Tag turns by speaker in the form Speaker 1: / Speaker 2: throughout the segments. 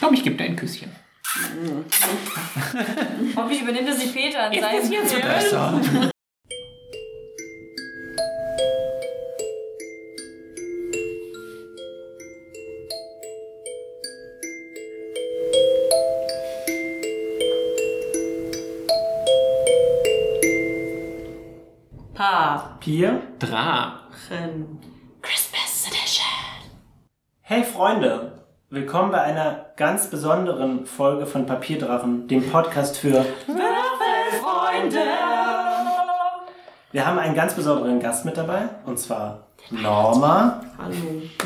Speaker 1: Komm, ich gebe dir ein Küsschen.
Speaker 2: Hoffe, ich übernehme das nicht Peter an seinem
Speaker 1: besser.
Speaker 2: Paaren.
Speaker 3: Pier.
Speaker 1: Dra.
Speaker 2: Christmas Edition.
Speaker 3: Hey Freunde, willkommen bei einer ganz besonderen Folge von Papierdrachen, dem Podcast für Wir haben einen ganz besonderen Gast mit dabei, und zwar Norma.
Speaker 4: Hallo.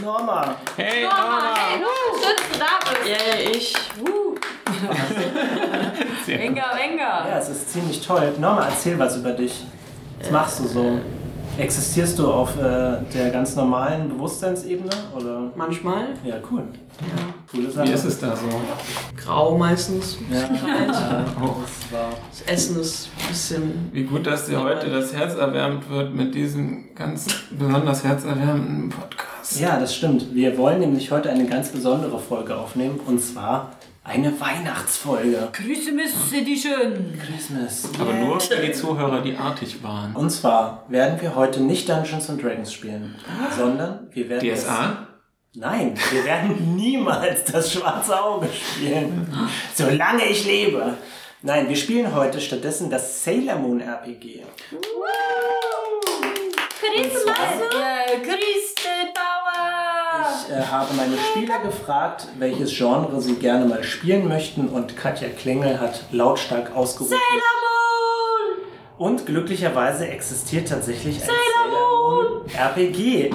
Speaker 3: Norma,
Speaker 1: Hey,
Speaker 2: Norma,
Speaker 1: Norma.
Speaker 2: Ah, hey, wuh, schön, dass du da bist.
Speaker 4: Ja, ja, ich.
Speaker 2: Wuh.
Speaker 1: Sehr gut.
Speaker 2: Venga, venga.
Speaker 3: ja, es ist ziemlich toll. Norma, erzähl was über dich. Was machst du so? Existierst du auf äh, der ganz normalen Bewusstseinsebene? Oder?
Speaker 4: Manchmal.
Speaker 3: Ja, cool. Coole Sache.
Speaker 1: Wie ist es da so?
Speaker 4: Grau meistens.
Speaker 3: Ja,
Speaker 1: Oh.
Speaker 3: das war
Speaker 4: Das Essen ist ein bisschen.
Speaker 1: Wie gut, dass dir heute das Herz erwärmt wird mit diesem ganz besonders herzerwärmenden Podcast.
Speaker 3: Ja, das stimmt. Wir wollen nämlich heute eine ganz besondere Folge aufnehmen und zwar eine Weihnachtsfolge.
Speaker 2: Christmas Edition.
Speaker 3: Christmas.
Speaker 1: Aber nur für die Zuhörer, die artig waren.
Speaker 3: Und zwar werden wir heute nicht Dungeons and Dragons spielen, sondern wir werden
Speaker 1: DSA?
Speaker 3: Es, nein, wir werden niemals das schwarze Auge spielen, solange ich lebe. Nein, wir spielen heute stattdessen das Sailor Moon RPG.
Speaker 2: Christmas. Äh, Christe Bauer.
Speaker 3: Ich äh, habe meine Spieler gefragt, welches Genre sie gerne mal spielen möchten und Katja Klingel hat lautstark ausgerufen.
Speaker 2: Sailor Moon.
Speaker 3: Und glücklicherweise existiert tatsächlich ein Sailor Moon RPG,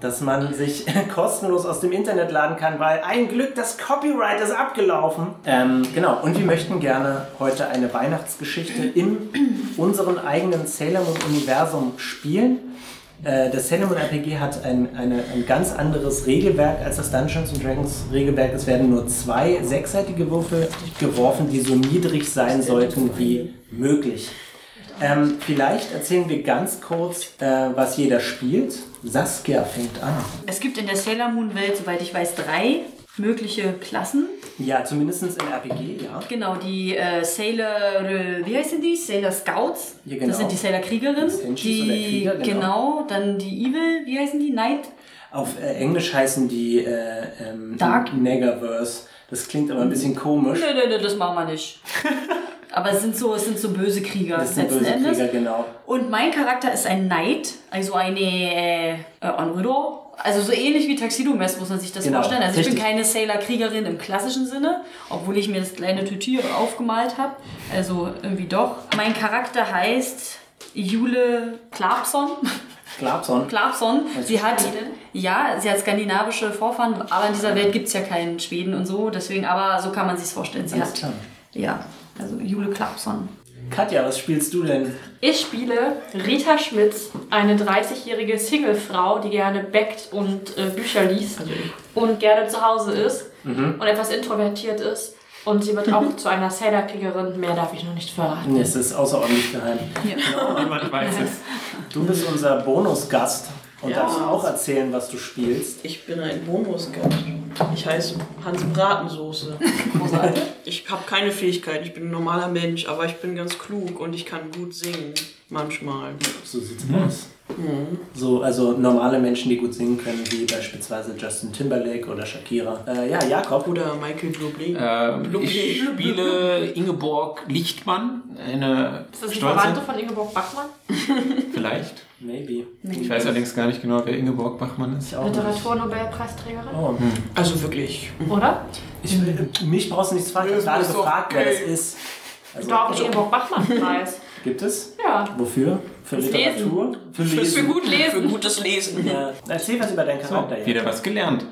Speaker 3: das man sich kostenlos aus dem Internet laden kann, weil ein Glück, das Copyright ist abgelaufen. Ähm, genau, und wir möchten gerne heute eine Weihnachtsgeschichte in unserem eigenen Sailor Moon-Universum spielen. Äh, das Sailor Moon RPG hat ein, eine, ein ganz anderes Regelwerk als das Dungeons and Dragons Regelwerk. Es werden nur zwei sechsseitige Würfel geworfen, die so niedrig sein sollten wie möglich. Ähm, vielleicht erzählen wir ganz kurz, äh, was jeder spielt. Saskia fängt an.
Speaker 2: Es gibt in der Sailor Moon Welt, soweit ich weiß, drei mögliche Klassen.
Speaker 3: Ja, zumindest im RPG, ja.
Speaker 2: Genau, die äh, Sailor, äh, wie heißen die? Sailor Scouts.
Speaker 3: Ja, genau.
Speaker 2: Das sind die Sailor
Speaker 3: Die
Speaker 2: Kriegerinnen.
Speaker 3: Sailor
Speaker 2: Die,
Speaker 3: Krieger,
Speaker 2: genau.
Speaker 3: genau.
Speaker 2: dann die Evil, wie heißen die? Knight?
Speaker 3: Auf äh, Englisch heißen die äh, ähm,
Speaker 2: Dark?
Speaker 3: Negaverse. Das klingt aber ein bisschen komisch.
Speaker 2: Nö, nö, nö, das machen wir nicht. Aber es sind so, es sind so böse Krieger
Speaker 3: Das sind
Speaker 2: letzten
Speaker 3: böse
Speaker 2: Endes.
Speaker 3: Krieger, genau.
Speaker 2: Und mein Charakter ist ein Knight, also eine äh, äh, Onrido. Also so ähnlich wie Tuxedo Mask muss man sich das
Speaker 3: Genau,
Speaker 2: vorstellen. Also ich bin
Speaker 3: richtig.
Speaker 2: keine Sailor-Kriegerin im klassischen Sinne, obwohl ich mir das kleine Tütier aufgemalt habe. Also irgendwie doch. Mein Charakter heißt Jule Klapson.
Speaker 3: Klapson.
Speaker 2: Klapson.
Speaker 3: Also
Speaker 2: Sie hat,
Speaker 4: Schwedin?
Speaker 2: ja, sie hat skandinavische Vorfahren, aber in dieser Welt gibt es ja keinen Schweden und so. Deswegen, aber so kann man sich vorstellen. Sie
Speaker 3: Alles
Speaker 2: hat,
Speaker 3: klar.
Speaker 2: ja, also Jule Klapson.
Speaker 3: Katja, was spielst du denn?
Speaker 5: Ich spiele Rita Schmitz, eine 30-jährige Singlefrau, die gerne backt und äh, Bücher liest und gerne zu Hause ist
Speaker 3: Mhm.
Speaker 5: und etwas introvertiert ist. Und sie wird auch zu einer Sailor-Kriegerin. Mehr darf ich noch nicht verraten.
Speaker 3: Nee, es ist außerordentlich geheim.
Speaker 1: Niemand weiß es.
Speaker 3: Du bist unser Bonusgast und darfst auch erzählen, was du spielst.
Speaker 4: Ich bin ein Bonusgast. Ich heiße Hans Bratensoße.
Speaker 2: Großartig.
Speaker 4: Ich habe keine Fähigkeiten. Ich bin ein normaler Mensch, aber ich bin ganz klug und ich kann gut singen. Manchmal.
Speaker 3: So sieht's aus. So, also normale Menschen, die gut singen können, wie beispielsweise Justin Timberlake oder Shakira. Äh, ja, Jakob,
Speaker 4: Oder Michael Bublé.
Speaker 1: Ähm, ich spiele Ingeborg Lichtmann, eine
Speaker 5: Ist das die Verwandte
Speaker 1: stolze,
Speaker 5: von Ingeborg Bachmann?
Speaker 1: vielleicht.
Speaker 3: Maybe.
Speaker 1: Ich weiß allerdings gar nicht genau, wer Ingeborg Bachmann ist.
Speaker 3: Auch
Speaker 5: Literaturnobelpreisträgerin,
Speaker 3: Oh.
Speaker 1: Hm.
Speaker 4: Also wirklich.
Speaker 5: oder?
Speaker 3: Ich, äh, mich brauchst du nichts fragen, ich habe
Speaker 4: Das
Speaker 3: gerade
Speaker 4: ist doch
Speaker 3: gefragt, wer das
Speaker 4: okay.
Speaker 3: ist. Also,
Speaker 5: Doch, den Ingeborg Bachmann-Preis.
Speaker 3: Gibt es?
Speaker 5: Ja.
Speaker 3: Wofür? Für
Speaker 5: Fürs
Speaker 3: Literatur? Für
Speaker 4: Für,
Speaker 3: Lesen.
Speaker 4: gut lesen. für gutes Lesen.
Speaker 3: Ja. Erzähl was über deinen
Speaker 1: So,
Speaker 3: Charakter. Jakob.
Speaker 1: wieder was gelernt.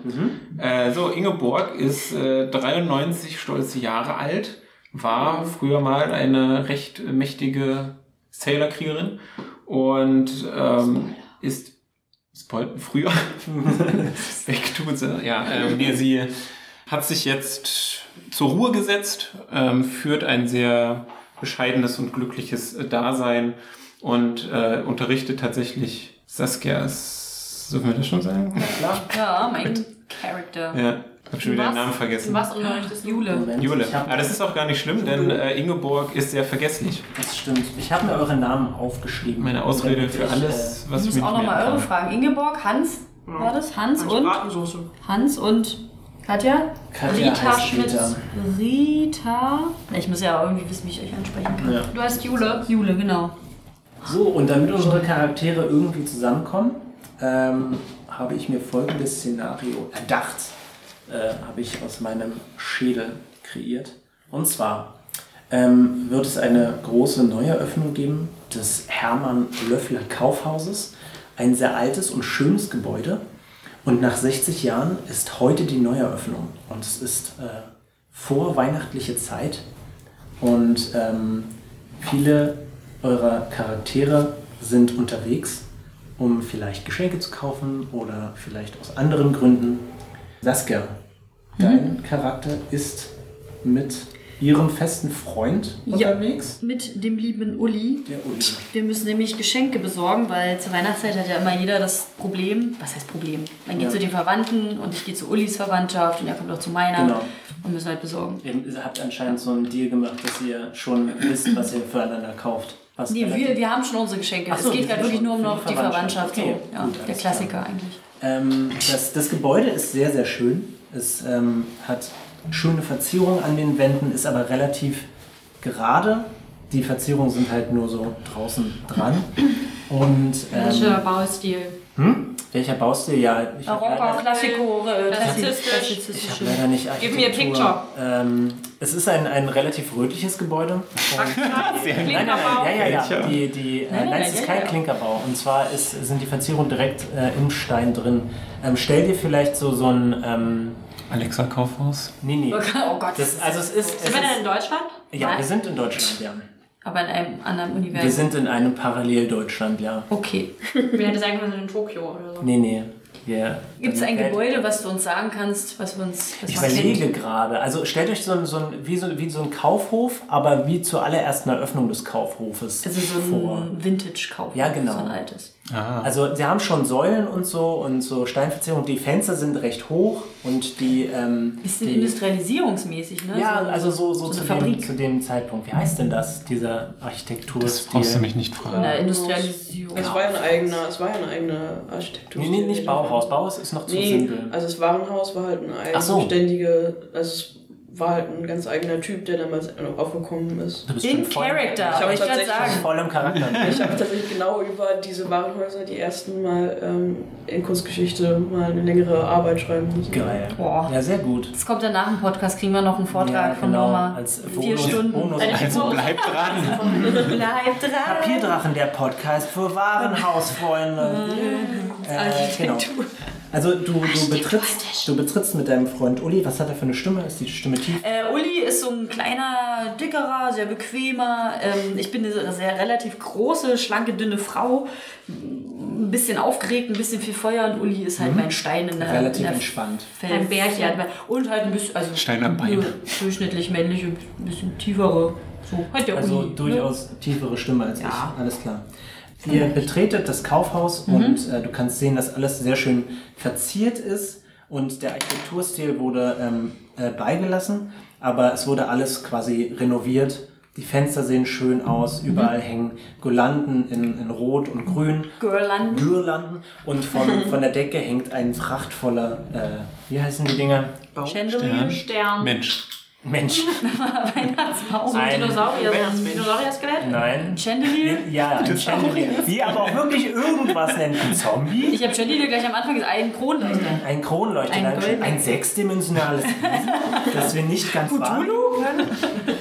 Speaker 1: Äh, so, Ingeborg ist äh, 93 stolze Jahre alt, war früher mal eine recht mächtige Sailor-Kriegerin und ähm, ist Spoil früher wegtuse. Ja, ähm, nee, sie hat sich jetzt zur Ruhe gesetzt, ähm, führt ein sehr bescheidenes und glückliches äh, Dasein und äh, unterrichtet tatsächlich Saskia. Dürfen wir das schon sagen?
Speaker 3: Klar.
Speaker 2: Ja, mein Charakter.
Speaker 1: Ja, Hab schon wieder den Namen vergessen.
Speaker 5: Was unterrichtest du?
Speaker 2: Jule.
Speaker 3: Moment,
Speaker 1: Jule.
Speaker 3: ich hab-
Speaker 1: Aber das ist auch gar nicht schlimm, denn äh, Ingeborg ist sehr vergesslich.
Speaker 3: Das stimmt. Ich habe mir eure Namen aufgeschrieben.
Speaker 1: Meine Ausrede
Speaker 3: Damit
Speaker 1: für
Speaker 3: ich, äh,
Speaker 1: alles, was
Speaker 2: Das
Speaker 1: ich
Speaker 2: ist
Speaker 1: mir
Speaker 2: auch
Speaker 1: nicht
Speaker 2: nochmal eure
Speaker 1: merken kann.
Speaker 2: Fragen. Ingeborg, Hans, war das? Hans
Speaker 4: Und
Speaker 2: und?
Speaker 4: Bratensoße.
Speaker 2: Hans und Katja?
Speaker 3: Äh, Katja
Speaker 5: Rita
Speaker 3: heißt
Speaker 5: Schmitz.
Speaker 3: Rita.
Speaker 2: Rita. Na, Ich muss ja irgendwie wissen, wie ich euch ansprechen kann.
Speaker 3: Ja.
Speaker 5: Du heißt Jule.
Speaker 2: Jule, genau.
Speaker 3: So, und damit unsere Charaktere irgendwie zusammenkommen, ähm, habe ich mir folgendes Szenario erdacht, äh, habe ich aus meinem Schädel kreiert. Und zwar ähm, wird es eine große Neueröffnung geben des Hermann Löffler Kaufhauses, ein sehr altes und schönes Gebäude. Und nach 60 Jahren ist heute die Neueröffnung. Und es ist äh, vorweihnachtliche Zeit. Und ähm, viele eurer Charaktere sind unterwegs, um vielleicht Geschenke zu kaufen oder vielleicht aus anderen Gründen. Saskia,
Speaker 2: Mhm.
Speaker 3: dein Charakter ist mit ihrem festen Freund
Speaker 2: Ja.
Speaker 3: unterwegs.
Speaker 2: Mit dem lieben Uli.
Speaker 3: Der Uli.
Speaker 2: Wir müssen nämlich Geschenke besorgen, weil zur Weihnachtszeit hat ja immer jeder das Problem. Was heißt Problem? Man geht
Speaker 3: Ja.
Speaker 2: zu den Verwandten und ich gehe zu Ulis Verwandtschaft und er kommt auch zu meiner
Speaker 3: Genau.
Speaker 2: und müssen halt besorgen.
Speaker 3: Ihr habt anscheinend so einen Deal gemacht, dass ihr schon wisst, was ihr füreinander kauft. Was
Speaker 2: Nee, wir, wir haben schon unsere Geschenke.
Speaker 3: Ach so,
Speaker 2: es geht
Speaker 3: wir
Speaker 2: gerade
Speaker 3: sind
Speaker 2: wirklich
Speaker 3: schon
Speaker 2: nur um
Speaker 3: für die
Speaker 2: noch die
Speaker 3: Verwandtschaft.
Speaker 2: Verwandtschaft.
Speaker 3: Okay,
Speaker 2: So. Ja,
Speaker 3: gut,
Speaker 2: der
Speaker 3: alles
Speaker 2: Klassiker eigentlich.
Speaker 3: Ähm, das, das Gebäude ist sehr, sehr schön. Es ähm, hat schöne Verzierungen an den Wänden, ist aber relativ gerade. Die Verzierungen sind halt nur so draußen dran. Und ähm,
Speaker 5: Welcher Baustil?
Speaker 3: welcher Baustil? Ja, ich habe leider,
Speaker 2: Klassiko, äh,
Speaker 5: Rassistisch.
Speaker 3: ich hab leider nicht
Speaker 5: Give me a
Speaker 3: Architektur.
Speaker 5: picture.
Speaker 3: Ähm, es ist ein, ein relativ rötliches Gebäude. Und- Nein, nein,
Speaker 5: Klinkerbau.
Speaker 3: nein, ja, ja, ja.
Speaker 1: Klinker.
Speaker 3: Die, die, äh, nein,
Speaker 2: Nein, nein,
Speaker 3: es ist
Speaker 2: nein,
Speaker 3: kein
Speaker 2: ja, ja.
Speaker 3: Klinkerbau. Und zwar ist, sind die Verzierungen direkt äh, im Stein drin. Ähm, stell dir vielleicht so, so ein. Ähm,
Speaker 1: Alexa Kaufhaus.
Speaker 3: nee, nee.
Speaker 2: Oh Gott.
Speaker 3: Das, also es ist. Es
Speaker 5: Sind wir denn in
Speaker 3: ist
Speaker 5: Deutschland?
Speaker 3: ja, wir sind in Deutschland, ja.
Speaker 2: Aber in einem anderen
Speaker 3: Wir
Speaker 2: Universum.
Speaker 3: sind in einem Parallel-Deutschland, ja.
Speaker 2: Okay.
Speaker 5: Wir hätten sagen können in Tokio oder so.
Speaker 3: Nee, nee. Wir-
Speaker 2: Gibt es ein
Speaker 3: Welt-
Speaker 2: Gebäude, was du uns sagen kannst, was wir uns was
Speaker 3: Ich
Speaker 2: man kennt?
Speaker 3: überlege gerade. Also stellt euch so ein, so ein, wie, so, wie so ein Kaufhof, aber wie zur allerersten Eröffnung des Kaufhofes
Speaker 2: Also so
Speaker 3: vor.
Speaker 2: ein Vintage-Kauf.
Speaker 3: Ja, genau.
Speaker 2: So ein altes.
Speaker 3: Also sie haben schon Säulen und so und so Steinverzierung. Die Fenster sind recht hoch und die... Ähm,
Speaker 2: Bisschen
Speaker 3: die
Speaker 2: industrialisierungsmäßig, ne?
Speaker 3: ja,
Speaker 2: So-
Speaker 3: also so, so,
Speaker 2: so
Speaker 3: zu,
Speaker 2: eine
Speaker 3: dem,
Speaker 2: Fabrik.
Speaker 3: zu dem Zeitpunkt. Wie heißt denn das, dieser Architektur?
Speaker 1: Das brauchst du mich nicht fragen.
Speaker 2: Na, Industrialisierung.
Speaker 4: Es war ja ein eigener, es war ja eine eigene Architektur.
Speaker 3: Nee, nee, nicht Bauhaus. Bauhaus ist noch zu
Speaker 4: Nee,
Speaker 3: simpel.
Speaker 4: also das Warenhaus war halt ein
Speaker 3: Ach so.
Speaker 4: eigenständiger, also es war halt ein ganz eigener Typ, der damals aufgekommen ist.
Speaker 3: du bist schon
Speaker 2: In
Speaker 3: voll-
Speaker 2: Character,
Speaker 4: Ich hab
Speaker 2: wollte ich gerade
Speaker 4: tatsächlich-
Speaker 2: sagen.
Speaker 3: Voll im Charakter.
Speaker 4: Ich habe tatsächlich genau über diese Warenhäuser die ersten Mal ähm, in Kunstgeschichte mal eine längere Arbeit schreiben müssen.
Speaker 3: Geil.
Speaker 2: Boah.
Speaker 3: Ja, sehr gut.
Speaker 2: Das kommt dann nach dem Podcast, kriegen wir noch einen Vortrag
Speaker 3: ja, genau,
Speaker 2: von Norma.
Speaker 3: Als
Speaker 2: Vier
Speaker 3: Bonus,
Speaker 2: Stunden. Äh,
Speaker 3: Bonus.
Speaker 5: Eine
Speaker 1: Also bleib dran.
Speaker 2: Bleib dran.
Speaker 3: Papierdrachen, der Podcast für Warenhausfreunde. äh, genau. Also du, du, betrittst, du betrittst mit deinem Freund Uli. Was hat er für eine Stimme? Ist die Stimme tief?
Speaker 2: Äh, Uli ist so ein kleiner, dickerer, sehr bequemer. Ähm, ich bin eine sehr relativ große, schlanke, dünne Frau. Ein bisschen aufgeregt, ein bisschen viel Feuer und Uli ist halt mein Stein in der,
Speaker 3: Mhm. Relativ
Speaker 2: in der
Speaker 3: entspannt.
Speaker 2: Fels.
Speaker 5: Ein Bärchen.
Speaker 2: Und halt ein bisschen, also
Speaker 1: Stein am Bein.
Speaker 2: ne, durchschnittlich männlich und ein bisschen tiefere. So, halt der
Speaker 3: Also
Speaker 2: Uli. ne?
Speaker 3: durchaus tiefere Stimme als
Speaker 2: Ja. Mhm.
Speaker 3: ich. Alles klar. Ihr betretet das Kaufhaus und äh, du kannst sehen, dass alles sehr schön verziert ist und der Architekturstil wurde ähm, äh, beigelassen, aber es wurde alles quasi renoviert. Die Fenster sehen schön aus,
Speaker 2: Mhm.
Speaker 3: überall hängen Girlanden in, in Rot und Grün.
Speaker 2: Girland.
Speaker 3: Girlanden und von, von der Decke hängt ein prachtvoller, äh, wie heißen die Dinger?
Speaker 2: Chandelier.
Speaker 5: Stern.
Speaker 1: Mensch.
Speaker 3: Mensch,
Speaker 5: Ein Dinosaurier.
Speaker 4: Weihnachtsmensch.
Speaker 5: Dinosaurier-Skelett?
Speaker 3: nein.
Speaker 2: Chandelier?
Speaker 3: Ja, ein Chandelier. Die aber auch wirklich irgendwas nennen. Ein Zombie?
Speaker 2: Ich habe Chandelier gleich am Anfang gesagt, einen
Speaker 5: Mhm.
Speaker 2: Kronleuchter.
Speaker 3: Ein Kronleuchter,
Speaker 2: Ein
Speaker 3: ein,
Speaker 2: Gold-
Speaker 3: ein sechsdimensionales Wesen, das wir nicht ganz wahrnehmen können.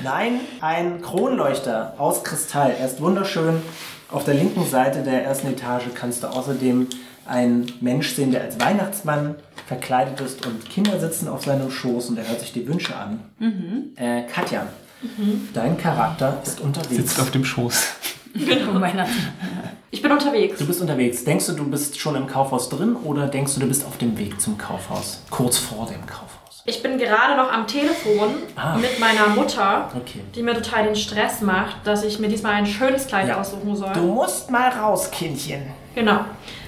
Speaker 3: Nein, ein Kronleuchter aus Kristall. Er ist wunderschön. Auf der linken Seite der ersten Etage kannst du außerdem einen Mensch sehen, der als Weihnachtsmann verkleidet ist und Kinder sitzen auf seinem Schoß und er hört sich die Wünsche an.
Speaker 2: Mhm.
Speaker 3: Äh, Katja, dein Charakter ist unterwegs.
Speaker 1: Sitzt auf dem Schoß.
Speaker 2: Um Weihnachten.
Speaker 5: Ich bin unterwegs.
Speaker 3: Du bist unterwegs. Denkst du, du bist schon im Kaufhaus drin oder denkst du, du bist auf dem Weg zum Kaufhaus? Kurz vor dem Kaufhaus.
Speaker 5: Ich bin gerade noch am Telefon
Speaker 3: Ah.
Speaker 5: mit meiner Mutter,
Speaker 3: Okay.
Speaker 5: die mir total den Stress macht, dass ich mir diesmal ein schönes Kleid
Speaker 3: Ja.
Speaker 5: aussuchen soll.
Speaker 3: Du musst mal raus, Kindchen.
Speaker 5: Genau.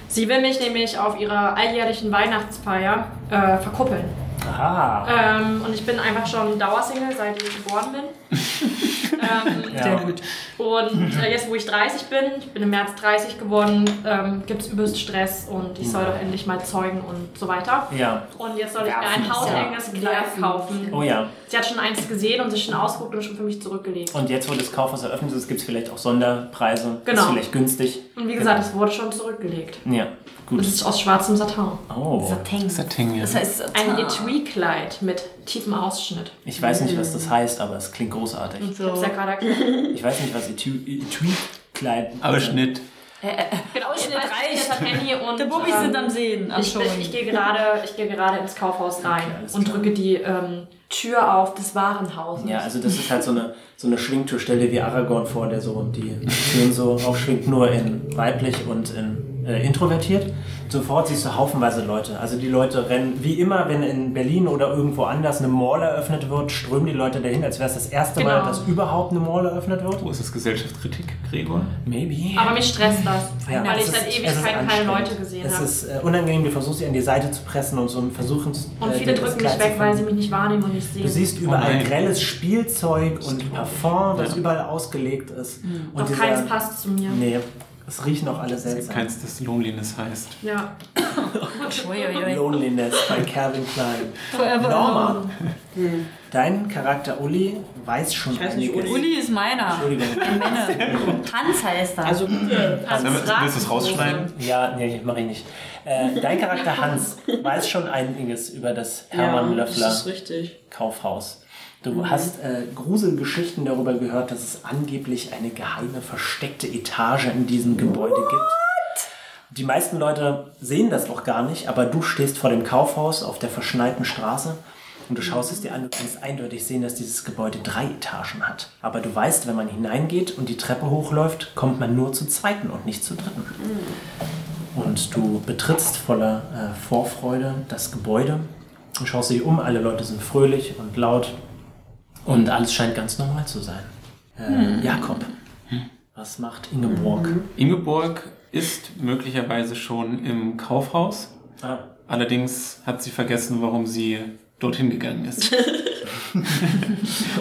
Speaker 5: Sie will mich nämlich auf ihrer alljährlichen Weihnachtsfeier äh, verkuppeln.
Speaker 3: Ah,
Speaker 5: Ähm, und ich bin einfach schon Dauersingle, seit ich geboren bin. ähm,
Speaker 3: ja. Mhm.
Speaker 5: Und äh, jetzt, wo ich 30 bin, ich bin im März 30 geworden, ähm, gibt es übelst Stress und ich soll doch endlich mal zeugen und so weiter.
Speaker 3: Mhm. ja.
Speaker 5: Und jetzt soll ich mir
Speaker 3: Werfen
Speaker 5: ein
Speaker 3: ist ja-
Speaker 5: hautenges Glas
Speaker 2: Werfen.
Speaker 5: kaufen.
Speaker 3: Oh ja.
Speaker 5: Sie hat schon eins gesehen und sich schon ausguckt und schon für mich zurückgelegt.
Speaker 3: Und jetzt, wo das Kaufhaus eröffnet ist, gibt es vielleicht auch Sonderpreise.
Speaker 5: Genau.
Speaker 3: Ist vielleicht günstig.
Speaker 5: Und wie gesagt, es wurde schon zurückgelegt.
Speaker 3: Ja,
Speaker 5: Und
Speaker 3: gut.
Speaker 5: es ist aus schwarzem Satin.
Speaker 3: Oh,
Speaker 2: Satin.
Speaker 1: Satin, ja.
Speaker 2: Das heißt ah. Satin.
Speaker 3: Ah.
Speaker 5: Ein Etui-Kleid mit tiefem Ausschnitt.
Speaker 3: ich weiß nicht, was das heißt, aber es klingt großartig.
Speaker 5: Ich hab's ja gerade erklärt.
Speaker 3: Ich weiß nicht, was Etui-Kleid
Speaker 1: Ausschnitt.
Speaker 3: Oh,
Speaker 5: Genau, ich bin
Speaker 2: Ausschnitt
Speaker 5: jetzt hat Penny und
Speaker 2: Die Bubis
Speaker 5: ähm,
Speaker 2: sind am Sehen, am
Speaker 5: Ich, bin- ich gehe gerade, ich gehe gerade ins Kaufhaus rein
Speaker 3: alles
Speaker 5: und
Speaker 3: klar.
Speaker 5: drücke die ähm, Tür auf des Warenhauses.
Speaker 3: Ja, also das ist halt so eine, so eine Schwingtür. Stell dir wie Aragorn vor, der so die Türen so aufschwingt, nur in weiblich und in äh, introvertiert. Sofort siehst du haufenweise Leute. Also die Leute rennen, wie immer, wenn in Berlin oder irgendwo anders eine Mall eröffnet wird, strömen die Leute dahin, als wäre es das erste Mal,
Speaker 5: Genau.
Speaker 3: dass überhaupt eine Mall eröffnet wird.
Speaker 1: Wo ist das Gesellschaftskritik, Gregor?
Speaker 3: Maybe.
Speaker 5: Aber mich stresst das,
Speaker 3: Ja,
Speaker 5: weil
Speaker 3: es
Speaker 5: ich
Speaker 3: ist-
Speaker 5: seit
Speaker 3: es ist
Speaker 5: Ewigkeiten keine
Speaker 3: anstrengend.
Speaker 5: Leute gesehen
Speaker 3: Es
Speaker 5: habe.
Speaker 3: ist äh, unangenehm, du versuchst sie an die Seite zu pressen und so und versuchen
Speaker 5: Und
Speaker 3: äh,
Speaker 5: viele
Speaker 3: das
Speaker 5: drücken
Speaker 3: Kleid
Speaker 5: mich
Speaker 3: zu
Speaker 5: weg, weil
Speaker 3: finden.
Speaker 5: sie mich nicht wahrnehmen und nicht sehen.
Speaker 3: Du siehst überall
Speaker 1: nein.
Speaker 3: grelles Spielzeug und Parfum, das überall ausgelegt ist. Und
Speaker 5: Doch
Speaker 3: dieser-
Speaker 5: keins passt zu mir.
Speaker 3: Nee, es riechen auch alle
Speaker 1: Es gibt
Speaker 3: seltsam.
Speaker 1: keins, das Loneliness heißt.
Speaker 5: Ja.
Speaker 2: Uiuiui.
Speaker 3: Loneliness bei Calvin Klein.
Speaker 2: Forever
Speaker 3: Norma,
Speaker 2: alone.
Speaker 3: dein Charakter Uli weiß schon
Speaker 4: Ich weiß nicht,
Speaker 3: einiges.
Speaker 4: Uli-
Speaker 2: Uli ist meiner.
Speaker 3: Entschuldigung.
Speaker 2: Ein Männer. Hans heißt er.
Speaker 4: Also, äh,
Speaker 5: Also
Speaker 1: Willst
Speaker 5: Fragen-
Speaker 1: du es rausschneiden?
Speaker 3: Ja, nee, mach ich nicht. Äh, dein Charakter Hans weiß schon einiges über das Hermann
Speaker 4: ja,
Speaker 3: Löffler.
Speaker 4: das ist richtig.
Speaker 3: Kaufhaus. Du hast äh, Gruselgeschichten darüber gehört, dass es angeblich eine geheime, versteckte Etage in diesem Gebäude gibt. Die meisten Leute sehen das noch gar nicht, aber du stehst vor dem Kaufhaus auf der verschneiten Straße und du schaust es dir an. Du kannst eindeutig sehen, dass dieses Gebäude drei Etagen hat. Aber du weißt, wenn man hineingeht und die Treppe hochläuft, kommt man nur zur zweiten und nicht zur dritten. Und du betrittst voller äh, Vorfreude das Gebäude und schaust dich um. Alle Leute sind fröhlich und laut. Und alles scheint ganz normal zu sein. Äh,
Speaker 2: Hm.
Speaker 3: Jakob, was macht Ingeborg?
Speaker 1: Mhm. Ingeborg ist möglicherweise schon im Kaufhaus.
Speaker 3: Ah,
Speaker 1: Allerdings hat sie vergessen, warum sie dorthin gegangen ist.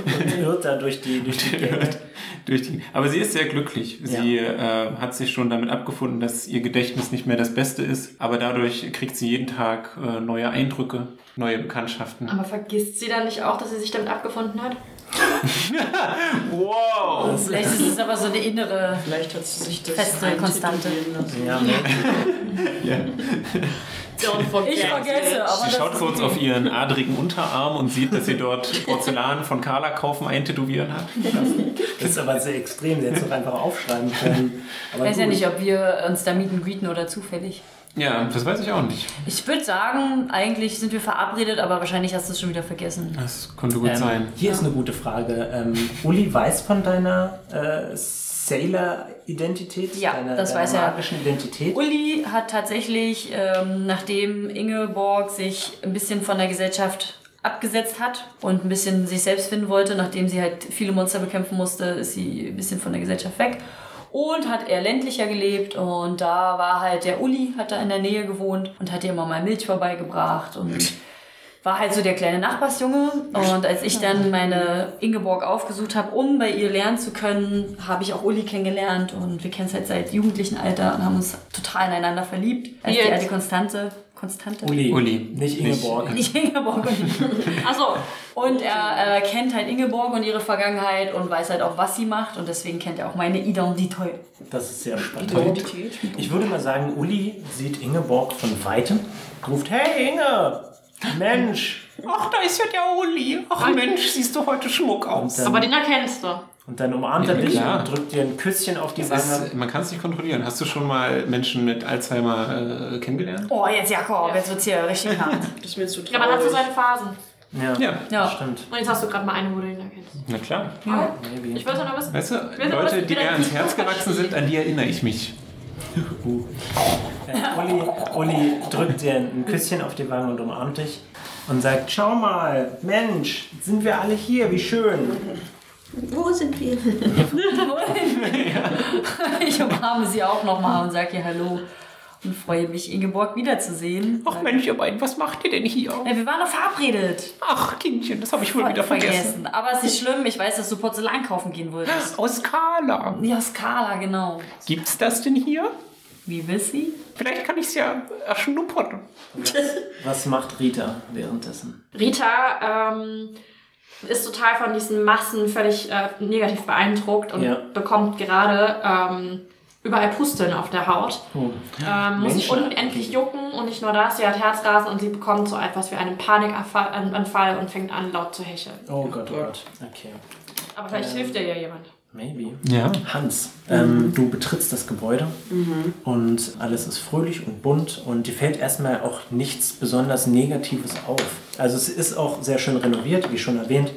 Speaker 3: und irrt da durch die, durch die Gegend.
Speaker 1: Durch die, aber sie ist sehr glücklich. Sie äh, hat sich schon damit abgefunden, dass ihr Gedächtnis nicht mehr das Beste ist. Aber dadurch kriegt sie jeden Tag äh, neue Eindrücke, neue Bekanntschaften.
Speaker 5: Aber vergisst sie dann nicht auch, dass sie sich damit abgefunden hat?
Speaker 1: Wow!
Speaker 2: Vielleicht ist es aber so eine innere.
Speaker 4: Vielleicht hat sie sich das
Speaker 2: Feste
Speaker 4: eintätowieren
Speaker 2: Konstante.
Speaker 4: lassen.
Speaker 3: Ja, ne?
Speaker 4: Don't forget.
Speaker 2: Ich vergesse, aber
Speaker 1: Sie
Speaker 2: das
Speaker 1: schaut
Speaker 2: ist
Speaker 1: kurz
Speaker 2: okay.
Speaker 1: auf ihren adrigen Unterarm und sieht, dass sie dort Porzellan von Carla kaufen eintätowieren hat.
Speaker 3: Das ist aber sehr extrem. Sie hätte es doch einfach aufschreiben können. Aber
Speaker 2: Ich weiß ja
Speaker 3: gut.
Speaker 2: nicht, ob wir uns da mieten, greeten oder zufällig.
Speaker 1: Ja, das weiß ich auch nicht.
Speaker 2: Ich würde sagen, eigentlich sind wir verabredet, aber wahrscheinlich hast du es schon wieder vergessen.
Speaker 1: Das könnte gut
Speaker 3: Ähm,
Speaker 1: sein.
Speaker 3: Hier ist eine gute Frage. Ähm, Uli weiß von deiner äh, Sailor-Identität?
Speaker 2: Ja,
Speaker 3: deiner,
Speaker 2: das
Speaker 3: deiner
Speaker 2: weiß er.
Speaker 3: magischen Identität?
Speaker 2: Uli hat tatsächlich, ähm, nachdem Ingeborg sich ein bisschen von der Gesellschaft abgesetzt hat und ein bisschen sich selbst finden wollte, nachdem sie halt viele Monster bekämpfen musste, ist sie ein bisschen von der Gesellschaft weg und hat eher ländlicher gelebt und da war halt der Uli, hat da in der Nähe gewohnt und hat ihr immer mal Milch vorbeigebracht und war halt so der kleine Nachbarsjunge. Und als ich dann meine Ingeborg aufgesucht habe, um bei ihr lernen zu können, habe ich auch Uli kennengelernt. Und wir kennen es halt seit jugendlichen Alter und haben uns total ineinander verliebt. Als die
Speaker 5: Jetzt.
Speaker 2: alte Konstante. Konstante?
Speaker 3: Uli.
Speaker 1: Uli.
Speaker 3: Nicht Ingeborg.
Speaker 2: Nicht Ingeborg.
Speaker 5: Achso,
Speaker 2: Und er äh, kennt halt Ingeborg und ihre Vergangenheit und weiß halt auch, was sie macht. Und deswegen kennt er auch meine Identité.
Speaker 3: Das ist sehr spannend. Ich würde mal sagen, Uli sieht Ingeborg von weitem, ruft, hey Inge, Mensch.
Speaker 1: Ach, da ist ja der Uli. Ach Mensch, siehst du heute schmuck aus.
Speaker 5: aber den erkennst du.
Speaker 3: Und dann umarmt er
Speaker 1: Ja,
Speaker 3: dich
Speaker 1: klar.
Speaker 3: und drückt dir ein Küsschen auf die
Speaker 1: Das
Speaker 3: Wange.
Speaker 1: ist, man kann es nicht kontrollieren. Hast du schon mal Menschen mit Alzheimer äh, kennengelernt?
Speaker 2: Oh, jetzt Jakob, jetzt wird's hier richtig hart.
Speaker 4: Das ist mir jetzt zu
Speaker 5: Ja, man hat so
Speaker 4: traurig.
Speaker 5: seine Phasen.
Speaker 3: Ja,
Speaker 1: Ja,
Speaker 2: Ja.
Speaker 3: stimmt.
Speaker 5: Und jetzt hast du gerade mal eine, wo du ihn erkennst.
Speaker 1: na klar.
Speaker 5: Ich wollte nur wissen.
Speaker 1: Weißt du,
Speaker 5: aber
Speaker 1: Leute,
Speaker 5: das
Speaker 1: die
Speaker 5: wieder
Speaker 1: mir ans
Speaker 5: nicht
Speaker 1: Herz gewachsen sind, an die erinnere ich mich.
Speaker 3: Äh, Uli, Uli drückt dir ein Küsschen auf die Wange und umarmt dich und sagt, schau mal, Mensch, sind wir alle hier, wie schön.
Speaker 6: Wo sind wir?
Speaker 2: Ich umarme sie auch nochmal und sage ihr Hallo. und freue mich, Ingeborg wiederzusehen.
Speaker 1: Ach Mensch, ihr beiden, was macht ihr denn hier?
Speaker 2: Ja, wir waren noch verabredet.
Speaker 1: Ach Kindchen, das habe ich wohl wieder vergessen.
Speaker 2: Aber es ist nicht schlimm. Ich weiß, dass du Porzellan kaufen gehen wolltest.
Speaker 1: Aus Kala.
Speaker 2: Ja, Skala, genau.
Speaker 1: Gibt's das denn hier?
Speaker 2: Wie will sie?
Speaker 1: Vielleicht kann ich's ja erschnuppern.
Speaker 3: Was macht Rita währenddessen?
Speaker 5: Rita ähm, ist total von diesen Massen völlig äh, negativ beeindruckt und
Speaker 3: Ja.
Speaker 5: bekommt gerade ähm, überall Pusteln auf der Haut.
Speaker 3: Oh.
Speaker 5: Ähm, muss sich
Speaker 3: Menschen.
Speaker 5: unendlich jucken und nicht nur das, sie hat Herzrasen und sie bekommt so etwas wie einen Panikanfall und fängt an laut zu hecheln.
Speaker 3: Oh Gott, oh Gott. Okay.
Speaker 5: Aber vielleicht hilft ihr ja jemand.
Speaker 3: Maybe.
Speaker 1: Ja.
Speaker 3: Hans, ähm, du betrittst das Gebäude und alles ist fröhlich und bunt und dir fällt erstmal auch nichts besonders Negatives auf. Also es ist auch sehr schön renoviert, wie schon erwähnt.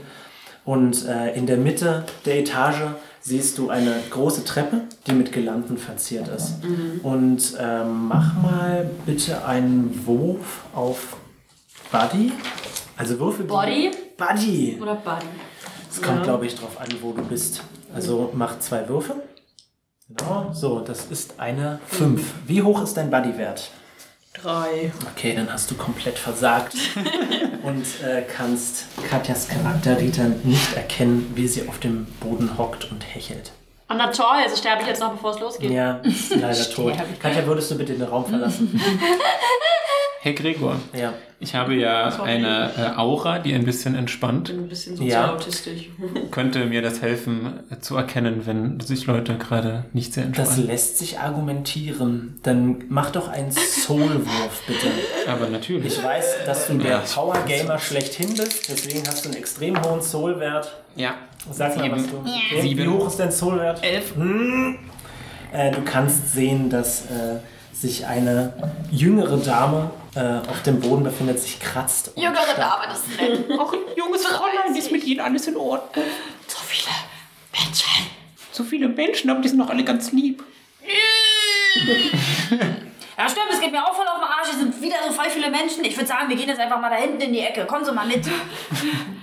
Speaker 3: Und äh, in der Mitte der Etage siehst du eine große Treppe, die mit Girlanden verziert ist. Und ähm, mach mal bitte einen Wurf auf Body. Also Würfel.
Speaker 5: Body
Speaker 3: Body.
Speaker 5: oder Buddy?
Speaker 3: Es kommt, glaube ich, drauf an, wo du bist. Also mach zwei Würfe. Genau. So, das ist eine 5. Wie hoch ist dein Bodywert?
Speaker 4: Drei.
Speaker 3: Okay, dann hast du komplett versagt und äh, kannst Katjas Charakter Rita nicht erkennen, wie sie auf dem Boden hockt und hechelt.
Speaker 5: Und na toll, also sterbe ich jetzt noch, bevor es losgeht.
Speaker 3: Ja, ist leider tot. Katja, würdest du bitte den Raum verlassen?
Speaker 1: Herr Gregor,
Speaker 3: ja.
Speaker 1: ich habe ja eine äh, Aura, die ein bisschen entspannt.
Speaker 4: Bin ein bisschen
Speaker 3: Ja.
Speaker 4: sozialautistisch.
Speaker 1: Könnte mir das helfen äh, zu erkennen, wenn sich Leute gerade nicht sehr
Speaker 3: Das
Speaker 1: entspannen.
Speaker 3: lässt sich argumentieren. Dann mach doch einen Soulwurf, bitte.
Speaker 1: Aber natürlich.
Speaker 3: Ich weiß, dass du der
Speaker 1: Ja.
Speaker 3: Power Gamer schlechthin bist, deswegen hast du einen extrem hohen Soulwert.
Speaker 1: Ja.
Speaker 3: Sag mal, was du. Okay.
Speaker 1: Sieben.
Speaker 3: Wie hoch ist dein Soulwert?
Speaker 1: Elf.
Speaker 3: Äh, du kannst sehen, dass äh, sich eine jüngere Dame äh, auf dem Boden befindet, sich kratzt. und
Speaker 5: Jüngere
Speaker 3: starrt.
Speaker 5: Dame, das ist nett.
Speaker 1: Auch ein junges Fräulein, ist mit Ihnen alles in Ordnung.
Speaker 5: So viele Menschen.
Speaker 1: So viele Menschen, aber die sind noch alle ganz lieb.
Speaker 2: Ja, stimmt, es geht mir auch voll auf den Arsch. Hier sind wieder so voll viele Menschen. Ich würde sagen, wir gehen jetzt einfach mal da hinten in die Ecke. Kommen Sie mal mit.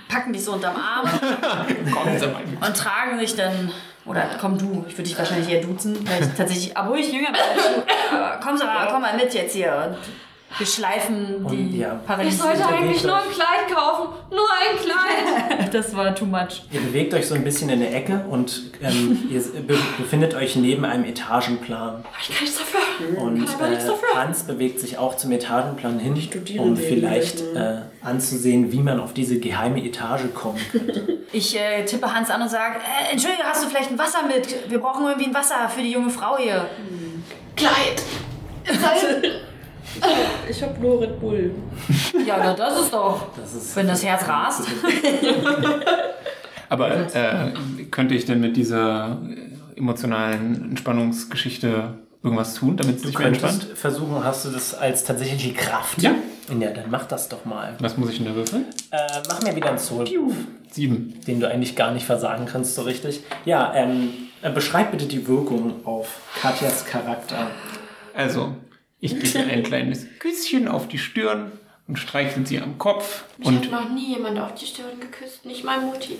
Speaker 2: Packen dich so unterm Arm
Speaker 1: Kommen Sie mal.
Speaker 2: und tragen dich dann. Oder komm du, ich würde dich wahrscheinlich eher duzen, weil ich tatsächlich, obwohl ich jünger bin. als du. Aber Komm, Sie mal, komm mal mit jetzt hier. Und wir schleifen
Speaker 3: Und
Speaker 2: die
Speaker 3: ja.
Speaker 5: Ich
Speaker 2: Paradies.
Speaker 5: sollte
Speaker 3: unterwegs
Speaker 5: eigentlich nur ein Kleid kaufen. Nur ein Kleid.
Speaker 2: Das war too much.
Speaker 3: Ihr bewegt euch so ein bisschen in der Ecke und ähm, ihr be befindet euch neben einem Etagenplan.
Speaker 5: Ich kann nichts dafür.
Speaker 3: Und
Speaker 5: Kann aber
Speaker 3: äh,
Speaker 5: nichts dafür.
Speaker 3: Hans bewegt sich auch zum Etagenplan hin,
Speaker 4: studiere
Speaker 3: um
Speaker 4: den.
Speaker 3: vielleicht äh, anzusehen, wie man auf diese geheime Etage kommen könnte.
Speaker 2: Ich äh, tippe Hans an und sage, äh, Entschuldige, hast du vielleicht ein Wasser mit? Wir brauchen irgendwie ein Wasser für die junge Frau hier.
Speaker 5: Kleid.
Speaker 4: Ich hab nur Red Bull.
Speaker 2: Ja, na, das ist doch.
Speaker 3: Das ist
Speaker 2: Wenn das Herz rast.
Speaker 1: Aber äh, könnte ich denn mit dieser äh, emotionalen Entspannungsgeschichte irgendwas tun, damit es
Speaker 3: Du
Speaker 1: nicht mehr
Speaker 3: könntest
Speaker 1: entspannt?
Speaker 3: versuchen, hast du das als tatsächliche Kraft?
Speaker 1: Ja.
Speaker 3: Ja, dann mach das doch mal.
Speaker 1: Was muss ich denn da würfeln?
Speaker 3: Äh, mach mir wieder einen Soul,
Speaker 1: Sieben.
Speaker 3: den du eigentlich gar nicht versagen kannst so richtig. Ja, ähm, äh, beschreib bitte die Wirkung auf Katjas Charakter.
Speaker 1: Also, ich gebe ihr ein kleines Küsschen auf die Stirn und streichel sie am Kopf.
Speaker 5: Ich
Speaker 1: Und
Speaker 5: hat noch nie jemand auf die Stirn geküsst. Nicht mal Mutti.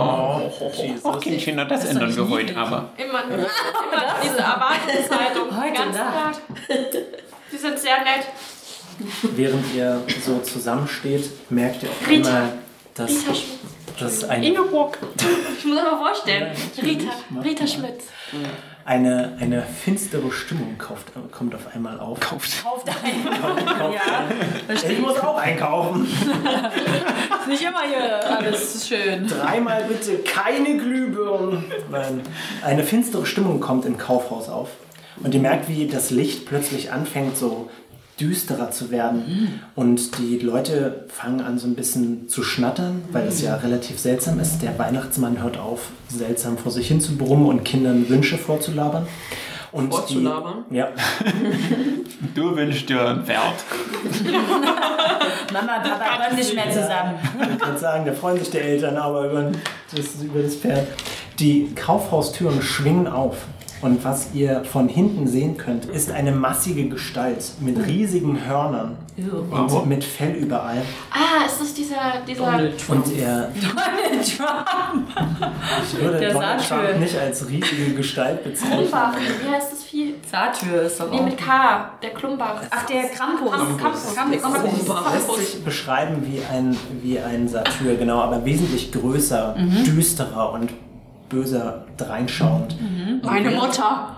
Speaker 1: ach Kindchen, na, das, ändern wir heute aber.
Speaker 5: Immer, nur- immer noch diese Erwartungshaltung.
Speaker 2: Heute
Speaker 5: den ganzen
Speaker 2: Nacht.
Speaker 5: Tag. Sie sind sehr nett.
Speaker 3: Während ihr so zusammensteht, merkt ihr auf
Speaker 5: Rita.
Speaker 3: einmal, dass,
Speaker 5: Rita Schmitz.
Speaker 3: dass ein,
Speaker 1: Ingeborg.
Speaker 5: Ich muss mir mal vorstellen. Rita. Rita Schmitz.
Speaker 3: eine, eine finstere Stimmung kauft, äh, kommt auf einmal auf.
Speaker 2: Auf dein. ja,
Speaker 3: Ich muss auch einkaufen.
Speaker 2: ist nicht immer hier alles schön.
Speaker 3: Dreimal bitte keine Glühbirnen. Nein. Eine finstere Stimmung kommt im Kaufhaus auf. Und ihr merkt, wie das Licht plötzlich anfängt, so düsterer zu werden. Und die Leute fangen an, so ein bisschen zu schnattern, weil es ja relativ seltsam ist. Der Weihnachtsmann hört auf, seltsam vor sich hin zu brummen und Kindern Wünsche vorzulabern. Und
Speaker 4: Vorzulabern?
Speaker 3: Die, ja.
Speaker 1: Du wünschst dir einen Wert.
Speaker 2: Mama, Papa, räum nicht mehr zusammen.
Speaker 3: Ich würde sagen, da freuen sich die Eltern aber über das, über das Pferd. Die Kaufhaustüren schwingen auf. Und was ihr von hinten sehen könnt, ist eine massige Gestalt mit riesigen Hörnern und mit Fell überall.
Speaker 5: Ah, ist das dieser, dieser
Speaker 3: Und er
Speaker 2: Donald Trump.
Speaker 3: ich würde
Speaker 2: Der
Speaker 3: Donald
Speaker 2: Sattel.
Speaker 3: Trump nicht als riesige Gestalt bezeichnen.
Speaker 5: Umwaffen? Wie heißt das Vieh?
Speaker 2: Satyr ist aber
Speaker 5: Nee,
Speaker 2: auch.
Speaker 5: mit K, der Klumbach.
Speaker 2: Ach, der Krampus. Krampus.
Speaker 5: Krampus. Krampus.
Speaker 2: Krampus.
Speaker 3: Lässt sich beschreiben wie ein, wie ein Satyr, genau, aber wesentlich größer, düsterer und böser dreinschauend.
Speaker 5: Meine Mutter.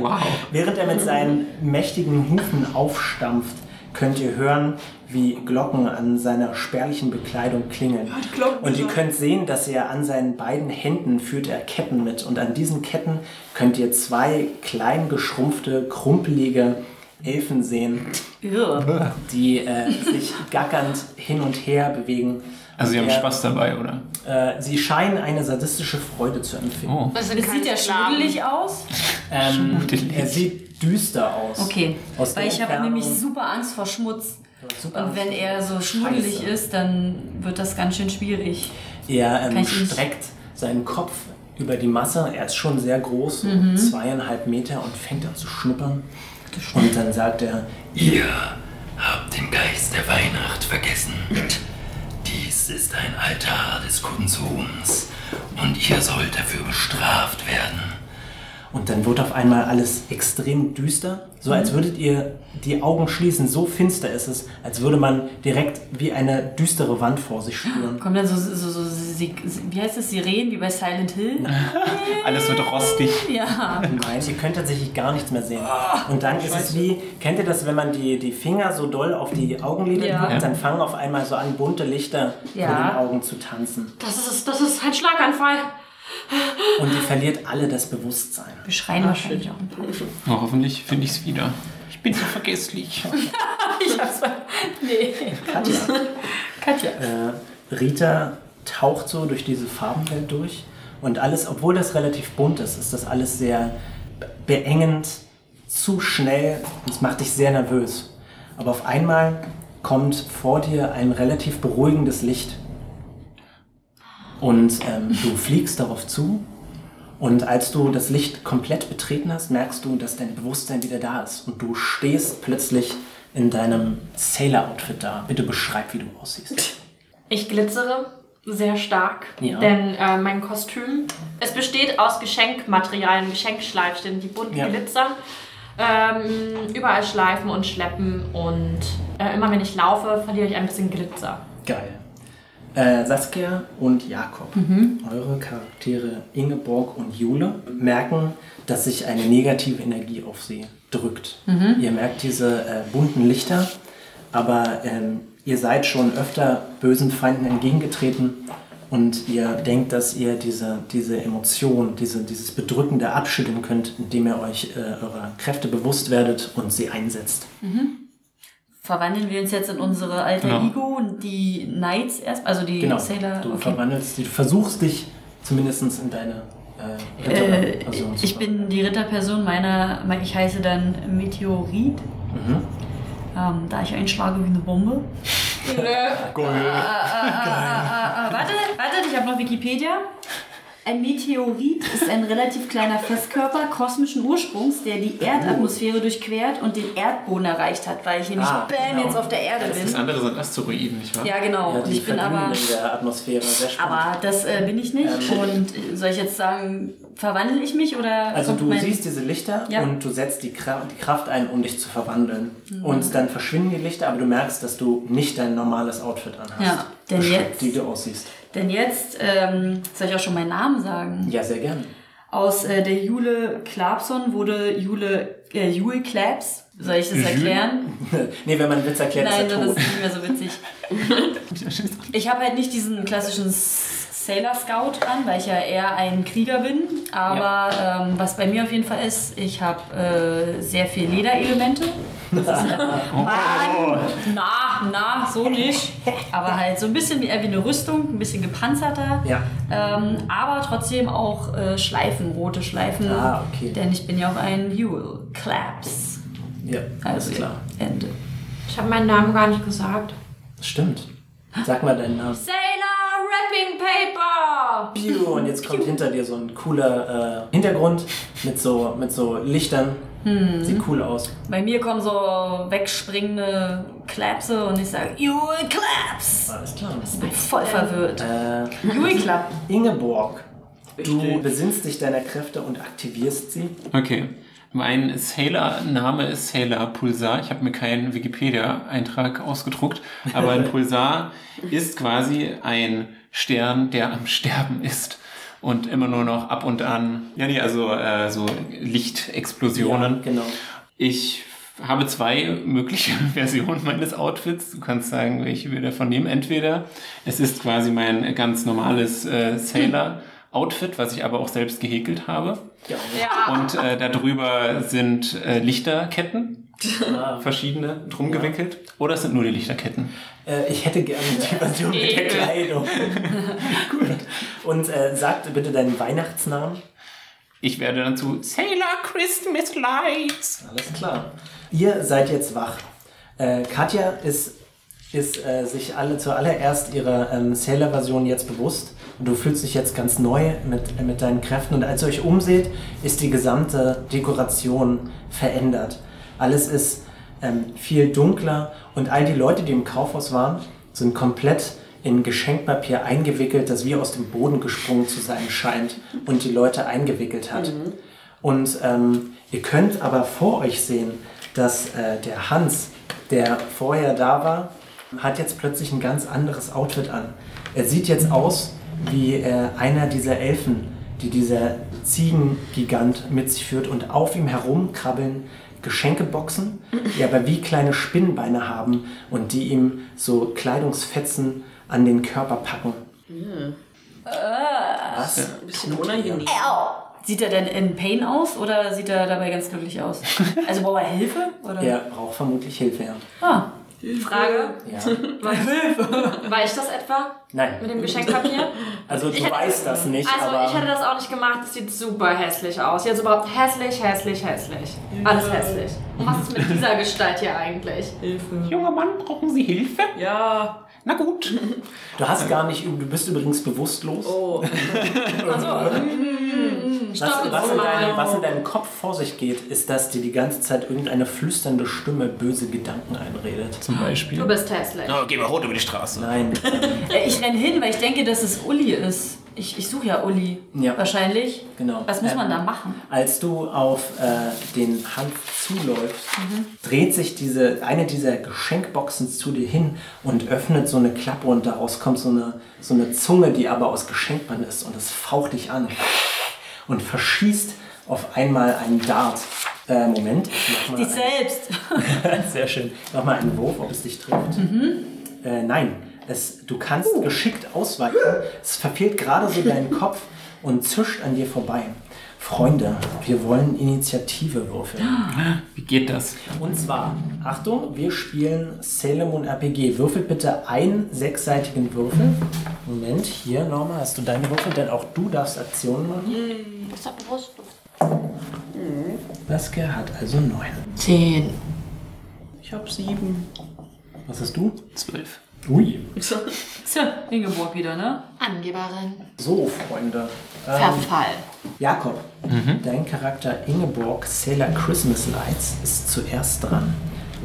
Speaker 1: Wow.
Speaker 3: Während er mit seinen mächtigen Hufen aufstampft, könnt ihr hören, wie Glocken an seiner spärlichen Bekleidung klingeln.
Speaker 4: Glocken
Speaker 3: Und ihr
Speaker 4: gesagt.
Speaker 3: könnt sehen, dass er an seinen beiden Händen führt er Ketten mit. Und an diesen Ketten könnt ihr zwei klein geschrumpfte, krumpelige Elfen sehen,
Speaker 2: Irr.
Speaker 3: die äh, sich gackernd hin und her bewegen.
Speaker 1: Also sie haben
Speaker 3: Ja.
Speaker 1: Spaß dabei, oder?
Speaker 3: Äh, sie scheinen eine sadistische Freude zu empfinden.
Speaker 1: Oh.
Speaker 5: Das sind
Speaker 2: Das
Speaker 5: keine
Speaker 2: sieht ja
Speaker 5: Sklaven.
Speaker 2: schmuddelig aus.
Speaker 3: Ähm,
Speaker 1: Schmuddelig.
Speaker 3: er sieht düster aus.
Speaker 2: Okay,
Speaker 3: Aus der
Speaker 2: weil ich habe
Speaker 3: Entfernung.
Speaker 2: nämlich super Angst vor Schmutz.
Speaker 3: Super.
Speaker 2: Und wenn er so schmuddelig
Speaker 3: Scheiße.
Speaker 2: ist, dann wird das ganz schön schwierig.
Speaker 3: Er
Speaker 2: Kann
Speaker 3: ähm,
Speaker 2: ich nicht.
Speaker 3: streckt seinen Kopf über die Masse. Er ist schon sehr groß,
Speaker 2: Mhm.
Speaker 3: zweieinhalb Meter, und fängt an zu schnuppern. Und dann sagt er: Ihr habt den Geist der Weihnacht vergessen. Dies ist ein Altar des Konsums und ihr sollt dafür bestraft werden. Und dann wird auf einmal alles extrem düster, so
Speaker 2: Mhm.
Speaker 3: als würdet ihr die Augen schließen. So finster ist es, als würde man direkt wie eine düstere Wand vor sich spüren.
Speaker 2: Kommen dann so, so, so, si- si- wie heißt das, Sirenen wie bei Silent Hill?
Speaker 1: Alles wird rostig.
Speaker 2: Ja.
Speaker 3: Nein, ihr könnt tatsächlich gar nichts mehr sehen. Und dann ist es wie, kennt ihr das, wenn man die, die Finger so doll auf die Augenlider
Speaker 2: Ja.
Speaker 3: drückt, dann fangen auf einmal so an, bunte Lichter vor
Speaker 2: Ja.
Speaker 3: den Augen zu tanzen.
Speaker 5: Das ist, das ist ein Schlaganfall.
Speaker 3: Und ihr verliert alle das Bewusstsein.
Speaker 2: Wir schreien wahrscheinlich auch ein paar.
Speaker 1: Oh, hoffentlich finde ich es wieder. Ich bin so vergesslich.
Speaker 2: Nee.
Speaker 3: Katja,
Speaker 2: Katja.
Speaker 3: äh, Rita taucht so durch diese Farbenwelt durch und alles, obwohl das relativ bunt ist, ist das alles sehr beengend, zu schnell und es macht dich sehr nervös. Aber auf einmal kommt vor dir ein relativ beruhigendes Licht. Und ähm, du fliegst darauf zu. Und als du das Licht komplett betreten hast, merkst du, dass dein Bewusstsein wieder da ist. Und du stehst plötzlich in deinem Sailor-Outfit da. Bitte beschreib, wie du aussiehst.
Speaker 5: Ich glitzere sehr stark,
Speaker 3: Ja.
Speaker 5: denn äh, mein Kostüm, es besteht aus Geschenkmaterialien, Geschenkschleifstellen, die bunt
Speaker 3: Ja.
Speaker 5: glitzern. Ähm, überall schleifen und schleppen und äh, immer wenn ich laufe, verliere ich ein bisschen Glitzer.
Speaker 3: Geil. Äh, Saskia und Jakob, eure Charaktere Ingeborg und Jule, merken, dass sich eine negative Energie auf sie drückt. Ihr merkt diese äh, bunten Lichter, aber ähm, ihr seid schon öfter bösen Feinden entgegengetreten und ihr denkt, dass ihr diese, diese Emotion, diese, dieses Bedrückende abschütteln könnt, indem ihr euch äh, eurer Kräfte bewusst werdet und sie einsetzt.
Speaker 2: Verwandeln wir uns jetzt in unsere alter
Speaker 1: Genau.
Speaker 2: Ego und die Knights erst, also die
Speaker 3: Genau.
Speaker 2: Sailor.
Speaker 3: du
Speaker 2: okay.
Speaker 3: verwandelst dich, du versuchst dich zumindest in deine
Speaker 2: Äh,
Speaker 3: äh, Ritterperson zu
Speaker 2: ich bin
Speaker 3: verwandeln.
Speaker 2: die Ritterperson meiner, mein- ich heiße dann Meteorit.
Speaker 3: Mhm.
Speaker 2: Ähm, da ich einschlage wie eine Bombe. Äh, Ah, warte, warte, ich habe noch Wikipedia. Ein Meteorit ist ein relativ kleiner Festkörper kosmischen Ursprungs, der die Erdatmosphäre durchquert und den Erdboden erreicht hat, weil ich hier nicht
Speaker 3: Oh. Ah,
Speaker 2: bam
Speaker 3: genau.
Speaker 2: jetzt auf der Erde
Speaker 1: Das
Speaker 2: bin.
Speaker 1: andere sind Asteroiden, nicht wahr?
Speaker 2: Ja, genau.
Speaker 3: ja,
Speaker 2: und
Speaker 3: die
Speaker 2: ich bin
Speaker 3: Verdünnung
Speaker 2: aber.
Speaker 3: in der Atmosphäre sehr spannend.
Speaker 2: Aber das äh, bin ich nicht.
Speaker 3: Ähm.
Speaker 2: Und äh, soll ich jetzt sagen, verwandle ich mich oder.
Speaker 3: also
Speaker 2: kommt
Speaker 3: du
Speaker 2: mein-
Speaker 3: siehst diese Lichter
Speaker 2: Ja.
Speaker 3: und du setzt die, Kra die Kraft ein, um dich zu verwandeln.
Speaker 2: Mhm.
Speaker 3: Und dann verschwinden die Lichter, aber du merkst, dass du nicht dein normales Outfit anhast.
Speaker 2: Ja, denn jetzt-
Speaker 3: Wie du aussiehst.
Speaker 2: Denn jetzt ähm, soll ich auch schon meinen Namen sagen.
Speaker 3: Ja, sehr gern.
Speaker 2: Aus äh, der Jule Klapson wurde Jule äh, Jule Klaps. Soll ich das erklären?
Speaker 3: nee, wenn man einen Witz erklärt,
Speaker 2: Nein,
Speaker 3: ist
Speaker 2: das
Speaker 3: er
Speaker 2: ist
Speaker 3: tot.
Speaker 2: nicht mehr so witzig. Ich habe halt nicht diesen klassischen Sailor Scout an, weil ich ja eher ein Krieger bin. Aber ähm, was bei mir auf jeden Fall ist, ich habe äh, sehr viel Lederelemente.
Speaker 3: Oh.
Speaker 2: Mann! Na, na, so nicht. Aber halt so ein bisschen eher wie eine Rüstung, ein bisschen gepanzerter.
Speaker 3: Ja.
Speaker 2: Ähm, aber trotzdem auch äh, Schleifen, rote Schleifen.
Speaker 3: Ah, okay.
Speaker 2: Denn ich bin ja auch ein Jewel. Claps.
Speaker 3: ja, alles
Speaker 2: Also
Speaker 3: klar.
Speaker 2: Ende.
Speaker 5: Ich habe meinen Namen gar nicht gesagt.
Speaker 3: Stimmt. Sag mal deinen Namen.
Speaker 5: Sailor Wrapping Paper!
Speaker 3: Piu, und jetzt kommt hinter dir so ein cooler äh, Hintergrund mit so, mit so Lichtern.
Speaker 5: Hm.
Speaker 3: Sieht cool aus.
Speaker 2: Bei mir kommen so wegspringende Klapse und ich sage Jewel Claps.
Speaker 3: Alles klar.
Speaker 2: Ich bin voll verwirrt.
Speaker 3: Ähm,
Speaker 2: Also,
Speaker 3: Äh,
Speaker 2: Jewel Clap.
Speaker 3: Ingeborg, du besinnst dich deiner Kräfte und aktivierst sie.
Speaker 1: Okay. Mein Sailor-Name ist Sailor Pulsar. Ich habe mir keinen Wikipedia-Eintrag ausgedruckt, aber ein Pulsar ist quasi ein Stern, der am Sterben ist und immer nur noch ab und an, ja, nee, also äh, so Lichtexplosionen.
Speaker 3: Ja, genau.
Speaker 1: Ich habe zwei mögliche Versionen meines Outfits. Du kannst sagen, welche wir davon nehmen. Entweder es ist quasi mein ganz normales äh, Sailor-Outfit, was ich aber auch selbst gehäkelt habe.
Speaker 3: Ja.
Speaker 5: Ja.
Speaker 1: Und äh, darüber sind äh, Lichterketten, verschiedene, drum gewickelt. Oder es sind nur die Lichterketten.
Speaker 3: Äh, ich hätte gerne die Version mit der
Speaker 5: Ekel.
Speaker 3: Kleidung. Gut. Und äh, sagt bitte deinen Weihnachtsnamen.
Speaker 1: Ich werde dann zu Sailor Christmas Lights.
Speaker 3: Alles klar. Ihr seid jetzt wach. Äh, Katja ist, ist äh, sich alle zuallererst ihrer ähm, Sailor-Version jetzt bewusst. Und du fühlst dich jetzt ganz neu mit, mit deinen Kräften. Und als ihr euch umseht, ist die gesamte Dekoration verändert. Alles ist ähm, viel dunkler und all die Leute, die im Kaufhaus waren, sind komplett in Geschenkpapier eingewickelt, das wie aus dem Boden gesprungen zu sein scheint und die Leute eingewickelt hat. Und ähm, ihr könnt aber vor euch sehen, dass äh, der Hans, der vorher da war, hat jetzt plötzlich ein ganz anderes Outfit an. Er sieht jetzt aus wie äh, einer dieser Elfen, die dieser Ziegengigant mit sich führt und auf ihm herumkrabbeln Geschenkeboxen, die aber wie kleine Spinnenbeine haben und die ihm so Kleidungsfetzen an den Körper packen. Was?
Speaker 4: Ein bisschen unangenehm.
Speaker 2: Sieht er denn in Pain aus oder sieht er dabei ganz glücklich aus? Also braucht er Hilfe? Oder?
Speaker 3: Er braucht vermutlich Hilfe. ja.
Speaker 2: Ah,
Speaker 5: Frage,
Speaker 3: Ja.
Speaker 5: war ich das etwa mit
Speaker 3: Nein,
Speaker 5: dem Geschenkpapier?
Speaker 3: also du
Speaker 5: Ich hätte-
Speaker 3: weißt das nicht,
Speaker 5: Also,
Speaker 3: aber...
Speaker 5: ich hätte das auch nicht gemacht. Das sieht super hässlich aus. Jetzt überhaupt hässlich, hässlich, hässlich. Alles hässlich. Und was ist mit dieser Gestalt hier eigentlich?
Speaker 4: Hilfe.
Speaker 1: Junger Mann, brauchen Sie Hilfe?
Speaker 4: Ja.
Speaker 1: Na gut.
Speaker 3: Du hast gar nicht, du bist übrigens bewusstlos.
Speaker 4: Oh.
Speaker 3: was,
Speaker 5: Mhm.
Speaker 3: was,
Speaker 5: Stopp jetzt
Speaker 3: in
Speaker 5: mal.
Speaker 3: deinem, was in deinem Kopf vor sich geht, ist, dass dir die ganze Zeit irgendeine flüsternde Stimme böse Gedanken einredet.
Speaker 1: Zum Beispiel.
Speaker 5: Du bist hässlich.
Speaker 1: Oh, geh mal rot über die Straße.
Speaker 3: Nein.
Speaker 2: Äh, Ich renn hin, weil ich denke, dass es Uli ist. Ich, ich suche ja Uli.
Speaker 3: Ja.
Speaker 2: Wahrscheinlich.
Speaker 3: Genau.
Speaker 2: Was muss man
Speaker 3: Ähm,
Speaker 2: da machen?
Speaker 3: Als du auf äh, den Hans zuläufst, dreht sich diese, eine dieser Geschenkboxen zu dir hin und öffnet so eine Klappe und daraus kommt so eine, so eine Zunge, die aber aus Geschenkband ist und es faucht dich an und verschießt auf einmal einen Dart. Äh, Moment, ich mach mal.
Speaker 2: Dich
Speaker 3: einen-
Speaker 2: selbst.
Speaker 3: Sehr schön. Nochmal einen Wurf, ob es dich trifft. Äh, nein, es, du kannst geschickt ausweichen. Es verfehlt gerade so deinen Kopf und zischt an dir vorbei. Freunde, wir wollen Initiative würfeln.
Speaker 1: Wie geht das?
Speaker 3: Und zwar, Achtung, wir spielen Sailor Moon RPG. Würfel bitte einen sechsseitigen Würfel. Moment, hier, Norma, hast du deine Würfel? Denn auch du darfst Aktionen machen.
Speaker 5: Ist doch bewusst.
Speaker 3: Saskia hat also neun.
Speaker 2: Zehn.
Speaker 4: Ich hab sieben.
Speaker 3: Was hast du?
Speaker 1: Zwölf.
Speaker 3: Ui.
Speaker 2: Tja, Ingeborg wieder, ne?
Speaker 5: Angeberin.
Speaker 3: So, Freunde. ähm,
Speaker 5: Verfall.
Speaker 3: Jakob,
Speaker 1: Mhm.
Speaker 3: dein Charakter Ingeborg Sailor Christmas Lights ist zuerst dran.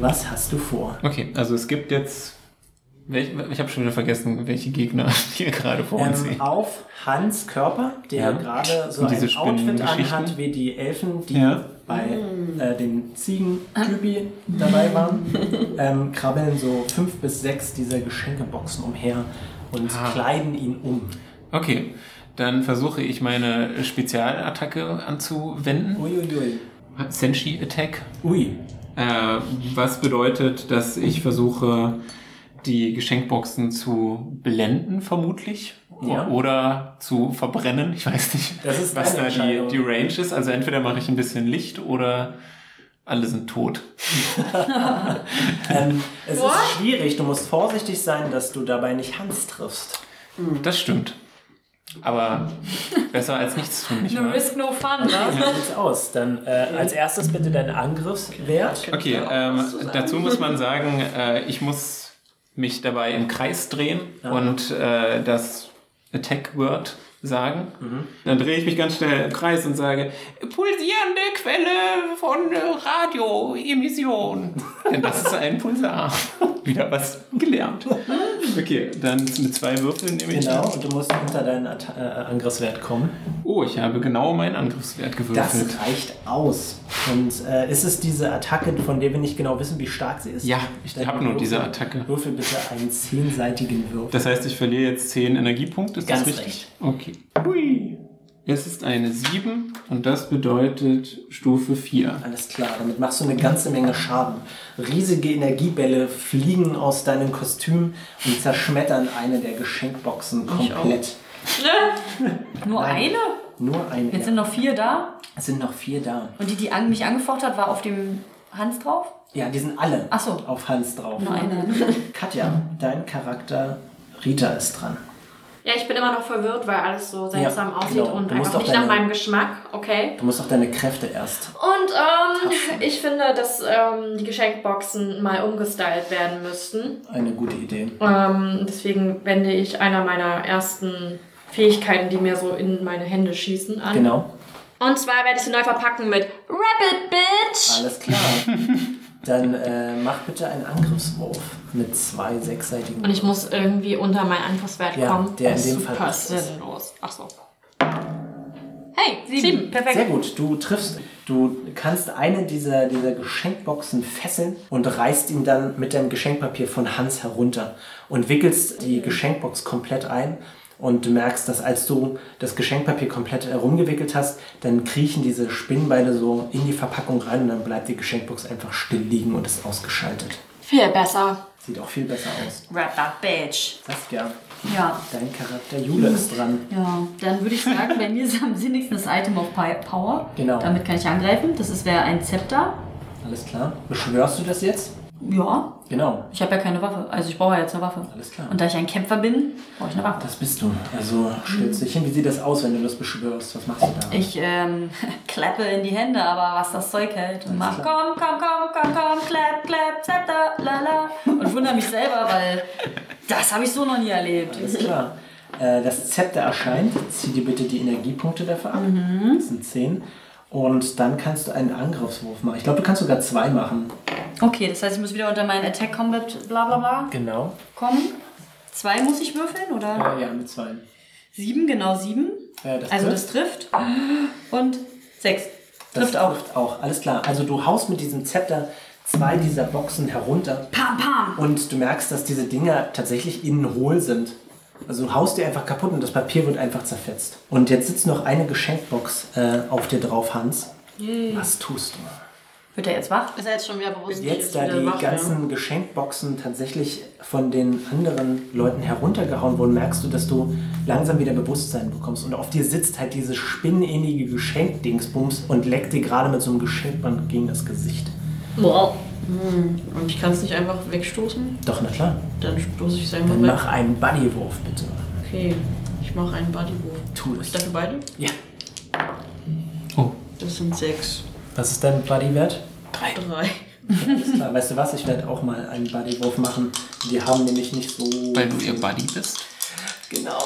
Speaker 3: Was hast du vor?
Speaker 1: Okay, also es gibt jetzt. Welch, ich habe schon wieder vergessen, welche Gegner hier gerade vor uns
Speaker 3: Ähm,
Speaker 1: sehen.
Speaker 3: auf Hans Körper, der
Speaker 1: Ja.
Speaker 3: gerade so
Speaker 1: Und
Speaker 3: ein
Speaker 1: diese
Speaker 3: Outfit anhat
Speaker 1: Spinnengeschichten.
Speaker 3: wie die Elfen, die
Speaker 1: Ja.
Speaker 3: bei äh, den Ziegentypi dabei waren, ähm, krabbeln so fünf bis sechs dieser Geschenkeboxen umher und
Speaker 1: Ah.
Speaker 3: kleiden ihn um.
Speaker 1: Okay, dann versuche ich meine Spezialattacke anzuwenden.
Speaker 3: Uiuiui.
Speaker 1: Senshi Attack.
Speaker 3: Ui.
Speaker 1: Äh, was bedeutet, dass ich versuche, die Geschenkboxen zu blenden, vermutlich.
Speaker 3: Ja.
Speaker 1: Oder zu verbrennen. Ich weiß nicht,
Speaker 3: Das ist
Speaker 1: was
Speaker 3: deine
Speaker 1: da die,
Speaker 3: Entscheidung.
Speaker 1: die Range ist. Also entweder mache ich ein bisschen Licht oder alle sind tot.
Speaker 3: Ähm, es ist schwierig, du musst vorsichtig sein, dass du dabei nicht Hans triffst.
Speaker 1: Das stimmt. Aber besser als nichts tun, nicht
Speaker 2: No
Speaker 1: wahr?
Speaker 2: risk, no fun, ne?
Speaker 3: Wie sieht's aus? Dann äh, als erstes bitte deinen Angriffswert.
Speaker 1: Okay, ähm, dazu muss man sagen, äh, ich muss mich dabei im Kreis drehen und äh, das Attack-Word sagen.
Speaker 3: Mhm.
Speaker 1: Dann drehe ich mich ganz schnell im Kreis und sage, pulsierende Quelle von äh, Radioemission. Denn das ist ein Pulsar. Wieder was gelernt. Okay, dann mit zwei Würfeln nehme ich.
Speaker 3: Mhm. Genau, und du musst unter deinen Atta- äh, Angriffswert kommen.
Speaker 1: Oh, ich habe genau meinen Angriffswert gewürfelt.
Speaker 3: Das reicht aus. Und äh, ist es diese Attacke, von der wir nicht genau wissen, wie stark sie ist?
Speaker 1: Ja, ich
Speaker 3: Dann
Speaker 1: habe nur
Speaker 3: würfel-
Speaker 1: diese Attacke.
Speaker 3: Würfel bitte einen zehnseitigen Würfel.
Speaker 1: Das heißt, ich verliere jetzt 10 Energiepunkte. Ist
Speaker 3: Ganz
Speaker 1: das richtig? Okay. Hui. Es ist eine 7 und das bedeutet Stufe 4.
Speaker 3: Alles klar, damit machst du eine ganze Menge Schaden. Riesige Energiebälle fliegen aus deinem Kostüm und zerschmettern eine der Geschenkboxen komplett.
Speaker 2: Nur
Speaker 3: Nein.
Speaker 2: eine?
Speaker 3: Nur eine.
Speaker 2: Jetzt sind noch vier da.
Speaker 3: es sind noch vier da.
Speaker 2: Und die, die an, mich angefaucht hat, war auf dem Hans drauf.
Speaker 3: Ja, die sind alle
Speaker 2: Ach so.
Speaker 3: auf Hans drauf.
Speaker 2: Nur eine.
Speaker 3: Katja, dein Charakter Rita ist dran.
Speaker 5: Ja, ich bin immer noch verwirrt, weil alles so seltsam
Speaker 3: Ja,
Speaker 5: aussieht
Speaker 3: genau.
Speaker 5: und
Speaker 3: Du musst
Speaker 5: einfach
Speaker 3: doch
Speaker 5: nicht nach
Speaker 3: deine-
Speaker 5: meinem Geschmack. Okay.
Speaker 3: Du musst auch deine Kräfte erst.
Speaker 5: Und ähm, ich finde, dass ähm, die Geschenkboxen mal umgestylt werden müssten.
Speaker 3: Eine gute Idee.
Speaker 5: Ähm, deswegen wende ich einer meiner ersten Fähigkeiten, die mir so in meine Hände schießen, an.
Speaker 3: Genau.
Speaker 5: Und zwar werde ich sie neu verpacken mit Rabbit Bitch.
Speaker 3: Alles klar. Dann äh, mach bitte einen Angriffswurf mit zwei sechsseitigen.
Speaker 5: Und ich muss irgendwie unter meinen Angriffswert
Speaker 3: Ja,
Speaker 5: kommen.
Speaker 3: der in dem Fall
Speaker 5: Super
Speaker 3: passt es.
Speaker 5: sinnlos. Achso. Hey, sieben. Perfekt.
Speaker 3: Sehr gut, du triffst. Du kannst eine dieser, dieser Geschenkboxen fesseln und reißt ihn dann mit deinem Geschenkpapier von Hans herunter und wickelst die Geschenkbox komplett ein. Und du merkst, dass als du das Geschenkpapier komplett herumgewickelt hast, dann kriechen diese Spinnenbeile so in die Verpackung rein und dann bleibt die Geschenkbox einfach still liegen und ist ausgeschaltet.
Speaker 5: Viel besser.
Speaker 3: Sieht auch viel besser aus.
Speaker 2: Wrap that bitch.
Speaker 3: Saskia,
Speaker 2: Ja.
Speaker 3: dein Charakter Jule ist dran.
Speaker 2: Ja, dann würde ich sagen, bei mir ist am sinnigsten das Item of Pi- Power.
Speaker 3: Genau.
Speaker 2: Damit kann ich angreifen. Das ist- wäre ein Zepter.
Speaker 3: Alles klar. Beschwörst du das jetzt?
Speaker 2: Ja,
Speaker 3: Genau.
Speaker 2: ich habe ja keine Waffe. Also ich brauche ja jetzt eine Waffe.
Speaker 3: Alles klar.
Speaker 2: Und da ich ein Kämpfer bin, brauche ich eine Waffe.
Speaker 3: Das bist du. Also stellst dich hin. Wie sieht das aus, wenn du das beschwörst? Was machst du da?
Speaker 2: Ich ähm, klappe in die Hände, aber was das Zeug hält. Und mach komm, komm, komm, komm, komm, clap, clap, zepter, la la. Und wundere mich selber, weil das habe ich so noch nie erlebt.
Speaker 3: Alles klar. Äh, das Zepter erscheint. Zieh dir bitte die Energiepunkte dafür ab.
Speaker 2: Mhm.
Speaker 3: Das sind 10. Und dann kannst du einen Angriffswurf machen. Ich glaube, du kannst sogar zwei machen.
Speaker 2: Okay, das heißt, ich muss wieder unter meinen Attack Combat bla bla bla
Speaker 3: Genau.
Speaker 2: kommen. Zwei muss ich würfeln, oder?
Speaker 3: Ja, mit zwei.
Speaker 2: Sieben, genau sieben.
Speaker 3: Ja, das
Speaker 2: also
Speaker 3: trifft.
Speaker 2: das trifft. Und sechs.
Speaker 3: Das
Speaker 2: Trifft auch.
Speaker 3: trifft auch. Alles klar. Also du haust mit diesem Zepter zwei dieser Boxen herunter.
Speaker 2: Pam, pam.
Speaker 3: Und du merkst, dass diese Dinger tatsächlich innen hohl sind. Also du haust die einfach kaputt und das Papier wird einfach zerfetzt. Und jetzt sitzt noch eine Geschenkbox äh, auf dir drauf, Hans. Was tust du?
Speaker 2: Wird er jetzt wach?
Speaker 5: Ist er jetzt schon wieder bewusst?
Speaker 3: Jetzt, da die ganzen Geschenkboxen tatsächlich von den anderen Leuten heruntergehauen wurden, merkst du, dass du langsam wieder Bewusstsein bekommst. Und auf dir sitzt halt dieses spinnenähnliche Geschenkdingsbums und leckt dir gerade mit so einem Geschenkband gegen das Gesicht.
Speaker 5: Wow.
Speaker 4: Und ich kann es nicht einfach wegstoßen.
Speaker 3: Doch, na klar.
Speaker 4: Dann stoße ich es einfach
Speaker 3: Dann
Speaker 4: weg.
Speaker 3: mach einen Buddywurf, bitte.
Speaker 4: Okay, ich mache einen Bodywurf.
Speaker 3: Tu es.
Speaker 4: Ich dafür beide?
Speaker 3: Ja.
Speaker 4: Das sind sechs.
Speaker 3: Was ist dein Bodywert?
Speaker 4: Drei.
Speaker 3: Alles klar, weißt du was? Ich werde auch mal einen Bodywurf machen. Wir haben nämlich nicht so.
Speaker 1: Weil du ihr Buddy bist.
Speaker 3: Genau.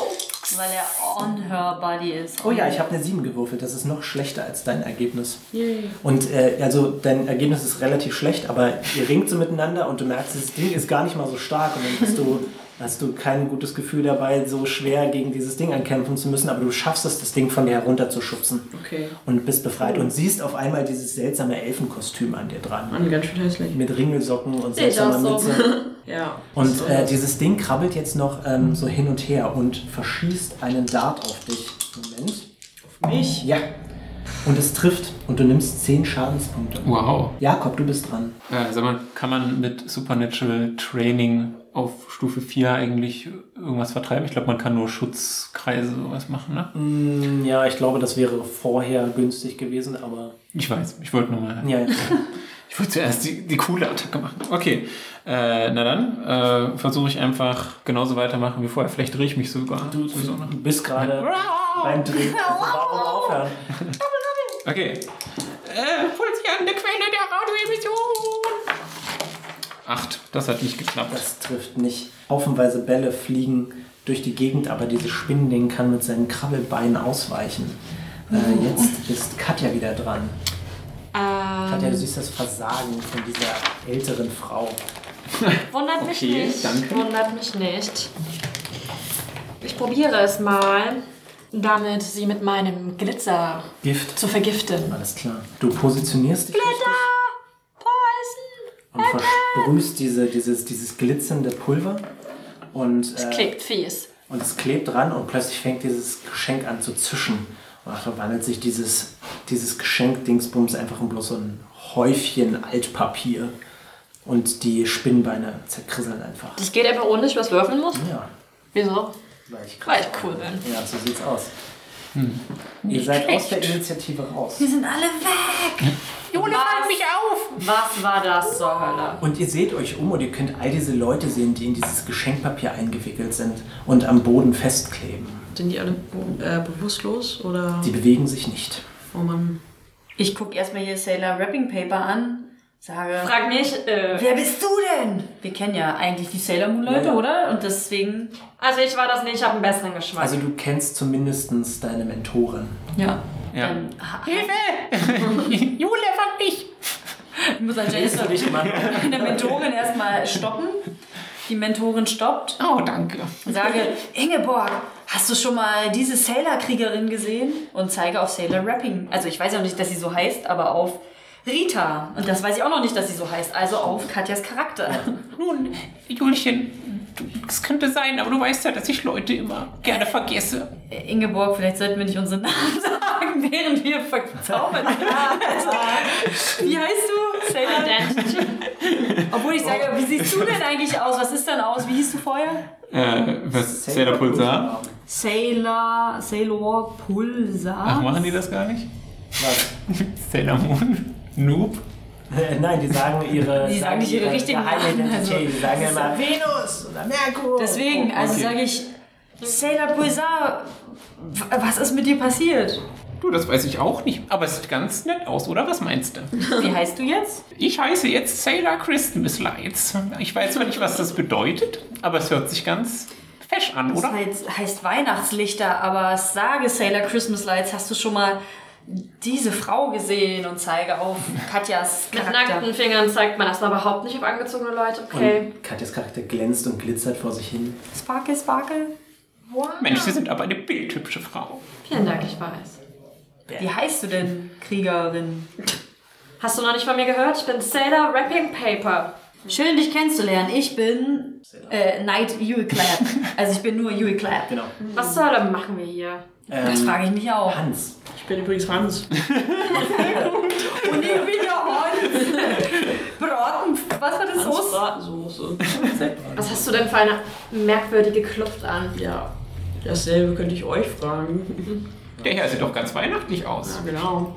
Speaker 2: Weil er on her body ist.
Speaker 3: Oh ja, ich habe eine 7 gewürfelt. Das ist noch schlechter als dein Ergebnis. Und äh, also dein Ergebnis ist relativ schlecht, aber ihr ringt so miteinander und du merkst, das Ding ist gar nicht mal so stark. Und dann hast du, hast du kein gutes Gefühl dabei, so schwer gegen dieses Ding ankämpfen zu müssen, aber du schaffst es, das Ding von dir herunterzuschubsen.
Speaker 4: Okay.
Speaker 3: Und bist befreit und siehst auf einmal dieses seltsame Elfenkostüm an dir dran.
Speaker 4: Mann, ganz schön hässlich.
Speaker 3: Mit Ringelsocken und
Speaker 5: Sehe ich
Speaker 3: seltsamer
Speaker 5: auch so.
Speaker 3: Mütze.
Speaker 4: Ja.
Speaker 3: Und äh, dieses Ding krabbelt jetzt noch ähm, so hin und her und verschießt einen Dart auf dich. Moment.
Speaker 4: Auf mich?
Speaker 3: Ja. Und es trifft und du nimmst 10 Schadenspunkte.
Speaker 1: Wow.
Speaker 3: Jakob, du bist dran.
Speaker 1: Äh, sag mal, kann man mit Supernatural Training auf Stufe 4 eigentlich irgendwas vertreiben? Ich glaube, man kann nur Schutzkreise sowas machen,
Speaker 3: Mhm.
Speaker 1: ne?
Speaker 3: Ja, ich glaube, das wäre vorher günstig gewesen, aber.
Speaker 1: Ich weiß, ich wollte nur mal.
Speaker 3: Ja, ja.
Speaker 1: Ich wollte zuerst die, die coole Attacke machen. Okay, äh, na dann, äh, versuche ich einfach genauso weitermachen wie vorher. Vielleicht drehe ich mich sogar.
Speaker 3: du,
Speaker 1: sowieso noch.
Speaker 3: du bist gerade beim Drehen. Also warum aufhören?
Speaker 1: Okay. Äh, holt sich an der Quelle der Radioemission. Acht, das hat nicht geklappt.
Speaker 3: Das trifft nicht. Haufenweise Bälle fliegen durch die Gegend, aber dieses Spinnending kann mit seinen Krabbelbeinen ausweichen. Äh, jetzt ist Katja wieder dran. Katja, du siehst das Versagen von dieser älteren Frau.
Speaker 5: Wundert mich
Speaker 1: Okay,
Speaker 5: nicht.
Speaker 1: danke.
Speaker 5: Wundert mich nicht. Ich probiere es mal, damit sie mit meinem Glitzer
Speaker 3: Gift.
Speaker 5: zu vergiften.
Speaker 3: Alles klar. Du positionierst dich richtig und versprühst diese, dieses, dieses glitzernde Pulver. Und, äh,
Speaker 5: Es klingt fies.
Speaker 3: Und es klebt dran und plötzlich fängt dieses Geschenk an zu zischen. Und dann verwandelt sich dieses, dieses Geschenk-Dingsbums einfach in bloß so ein Häufchen Altpapier. Und die Spinnenbeine zerkrisseln einfach.
Speaker 5: Das geht einfach ohne, dass ich was würfeln muss.
Speaker 3: Ja,
Speaker 5: Wieso?
Speaker 3: weil ich,
Speaker 5: Weil ich halt cool ne? bin.
Speaker 3: Ja, so sieht's aus. Ihr seid aus der Initiative raus.
Speaker 2: sind alle weg.
Speaker 5: Jule, fang mich auf! Was war das zur Hölle?
Speaker 3: Und ihr seht euch um und ihr könnt all diese Leute sehen, die in dieses Geschenkpapier eingewickelt sind und am Boden festkleben.
Speaker 4: Sind die alle be- äh, bewusstlos oder?
Speaker 3: Die bewegen sich nicht.
Speaker 4: Oh Mann.
Speaker 2: Ich gucke erstmal hier Sailor Wrapping Paper an, sage.
Speaker 5: Frag mich, äh,
Speaker 2: Wer bist du denn? Wir kennen ja eigentlich die Sailor Moon Leute,
Speaker 3: Ja.
Speaker 2: oder? Und deswegen.
Speaker 5: also ich war das nicht, ich habe einen besseren Geschmack.
Speaker 3: Also du kennst zumindest deine Mentorin.
Speaker 2: Ja.
Speaker 1: Ja.
Speaker 3: Ähm.
Speaker 2: Hilfe! Jule, fand mich! Ich muss an Janice meine Mentorin erstmal stoppen. Die Mentorin stoppt
Speaker 1: Oh, danke.
Speaker 2: und sage, Ingeborg, hast du schon mal diese Sailor-Kriegerin gesehen? Und zeige auf Sailor Rapping. Also ich weiß ja noch nicht, dass sie so heißt, aber auf Rita. Und das weiß ich auch noch nicht, dass sie so heißt. Also auf Katjas Charakter.
Speaker 7: Nun, Julchen, du- es könnte sein, aber du weißt ja, dass ich Leute immer gerne vergesse.
Speaker 2: Äh, Ingeborg, vielleicht sollten wir nicht unseren Namen sagen, während wir verzaubert werden. Also, wie heißt du? Sailor?
Speaker 5: Identity.
Speaker 2: Obwohl ich sage, wie siehst du denn eigentlich aus? Was ist denn aus? Wie hieß du vorher?
Speaker 1: Äh, was, Sailor Pulsar?
Speaker 2: Sailor, Sailor Pulsar.
Speaker 1: Ach, machen die das gar nicht?
Speaker 3: Was?
Speaker 1: Sailor Moon? Noob?
Speaker 3: Äh, Nein, die sagen ihre.
Speaker 2: Die sagen nicht ihre richtigen
Speaker 3: geheime
Speaker 2: Namen,
Speaker 3: Identität.
Speaker 2: also-
Speaker 3: die sagen immer Venus oder Merkur.
Speaker 2: Deswegen, also
Speaker 1: Okay.
Speaker 2: sage ich, Sailor Pulsar, w- was ist mit dir passiert?
Speaker 7: Du, das weiß ich auch nicht, aber es sieht ganz nett aus, oder? Was meinst du?
Speaker 2: Wie heißt du jetzt?
Speaker 7: Ich heiße jetzt Sailor Christmas Lights. Ich weiß zwar nicht, was das bedeutet, aber es hört sich ganz fesch an,
Speaker 2: Das
Speaker 7: oder?
Speaker 2: heißt, heißt Weihnachtslichter, aber sage Sailor Christmas Lights, hast du schon mal diese Frau gesehen und zeige auf Katjas
Speaker 5: Mit
Speaker 2: Charakter.
Speaker 5: nackten Fingern zeigt man das aber überhaupt nicht auf angezogene Leute. Okay.
Speaker 3: Und Katjas Charakter glänzt und glitzert vor sich hin.
Speaker 2: Sparkle, Sparkle.
Speaker 5: Wow.
Speaker 7: Mensch, Sie sind aber eine bildhübsche Frau.
Speaker 5: Vielen Dank, ich weiß.
Speaker 2: Wie heißt du denn, Kriegerin?
Speaker 5: Hast du noch nicht von mir gehört? Ich bin Sailor Wrapping Paper.
Speaker 2: Schön, dich kennenzulernen. Ich bin äh, Knight Yule Clap. Also ich bin nur Yule Clap.
Speaker 3: Genau.
Speaker 5: Was zur Hölle machen wir hier?
Speaker 2: Das
Speaker 3: Ähm,
Speaker 2: frage ich mich auch.
Speaker 3: Hans.
Speaker 4: Ich bin übrigens Hans.
Speaker 2: Und ich bin der Horn. Braten. Was war das Soße?
Speaker 4: Soße.
Speaker 5: Was hast du denn für eine merkwürdige Kluft an?
Speaker 4: Ja. Dasselbe könnte ich euch fragen.
Speaker 7: Der Herr sieht doch ganz weihnachtlich aus.
Speaker 4: Ja, genau.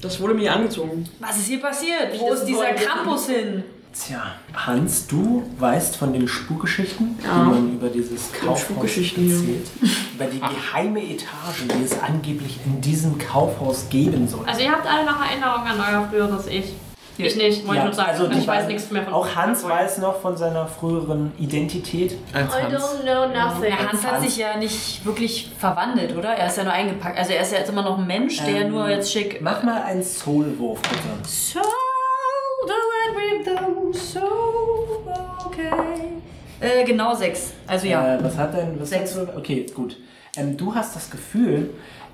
Speaker 4: Das wurde mir angezogen.
Speaker 2: Was ist hier passiert? Wo
Speaker 4: das
Speaker 2: ist dieser
Speaker 4: wollen wir
Speaker 2: Krampus hin?
Speaker 3: Tja, Hans, du weißt von den Spukgeschichten,
Speaker 4: Ja.
Speaker 3: die man über dieses Kaufhaus
Speaker 4: Spukgeschichten, ja.
Speaker 3: erzählt. Über die geheime Etage, die es angeblich in diesem Kaufhaus geben soll.
Speaker 5: Also ihr habt alle noch Erinnerungen an euer früheres Ich. Ich nicht, wollte ich nur sagen.
Speaker 3: also
Speaker 5: also
Speaker 3: die
Speaker 5: ich weiß
Speaker 3: beiden-
Speaker 5: nichts mehr von
Speaker 3: Auch Hans weiß noch von seiner früheren Identität.
Speaker 1: Als
Speaker 5: I
Speaker 1: Hans.
Speaker 5: don't know nothing.
Speaker 2: Der Hans hat sich ja nicht wirklich verwandelt, oder? Er ist ja nur eingepackt. Also er ist ja jetzt immer noch ein Mensch, der
Speaker 3: Ähm,
Speaker 2: nur jetzt schick.
Speaker 3: Mach mal einen Soulwurf bitte.
Speaker 2: So do it with them, so okay. Äh, genau sechs. Also ja.
Speaker 3: Äh, was hat denn? Was
Speaker 2: Sechs.
Speaker 3: Hast du, okay, gut. Ähm, du hast das Gefühl,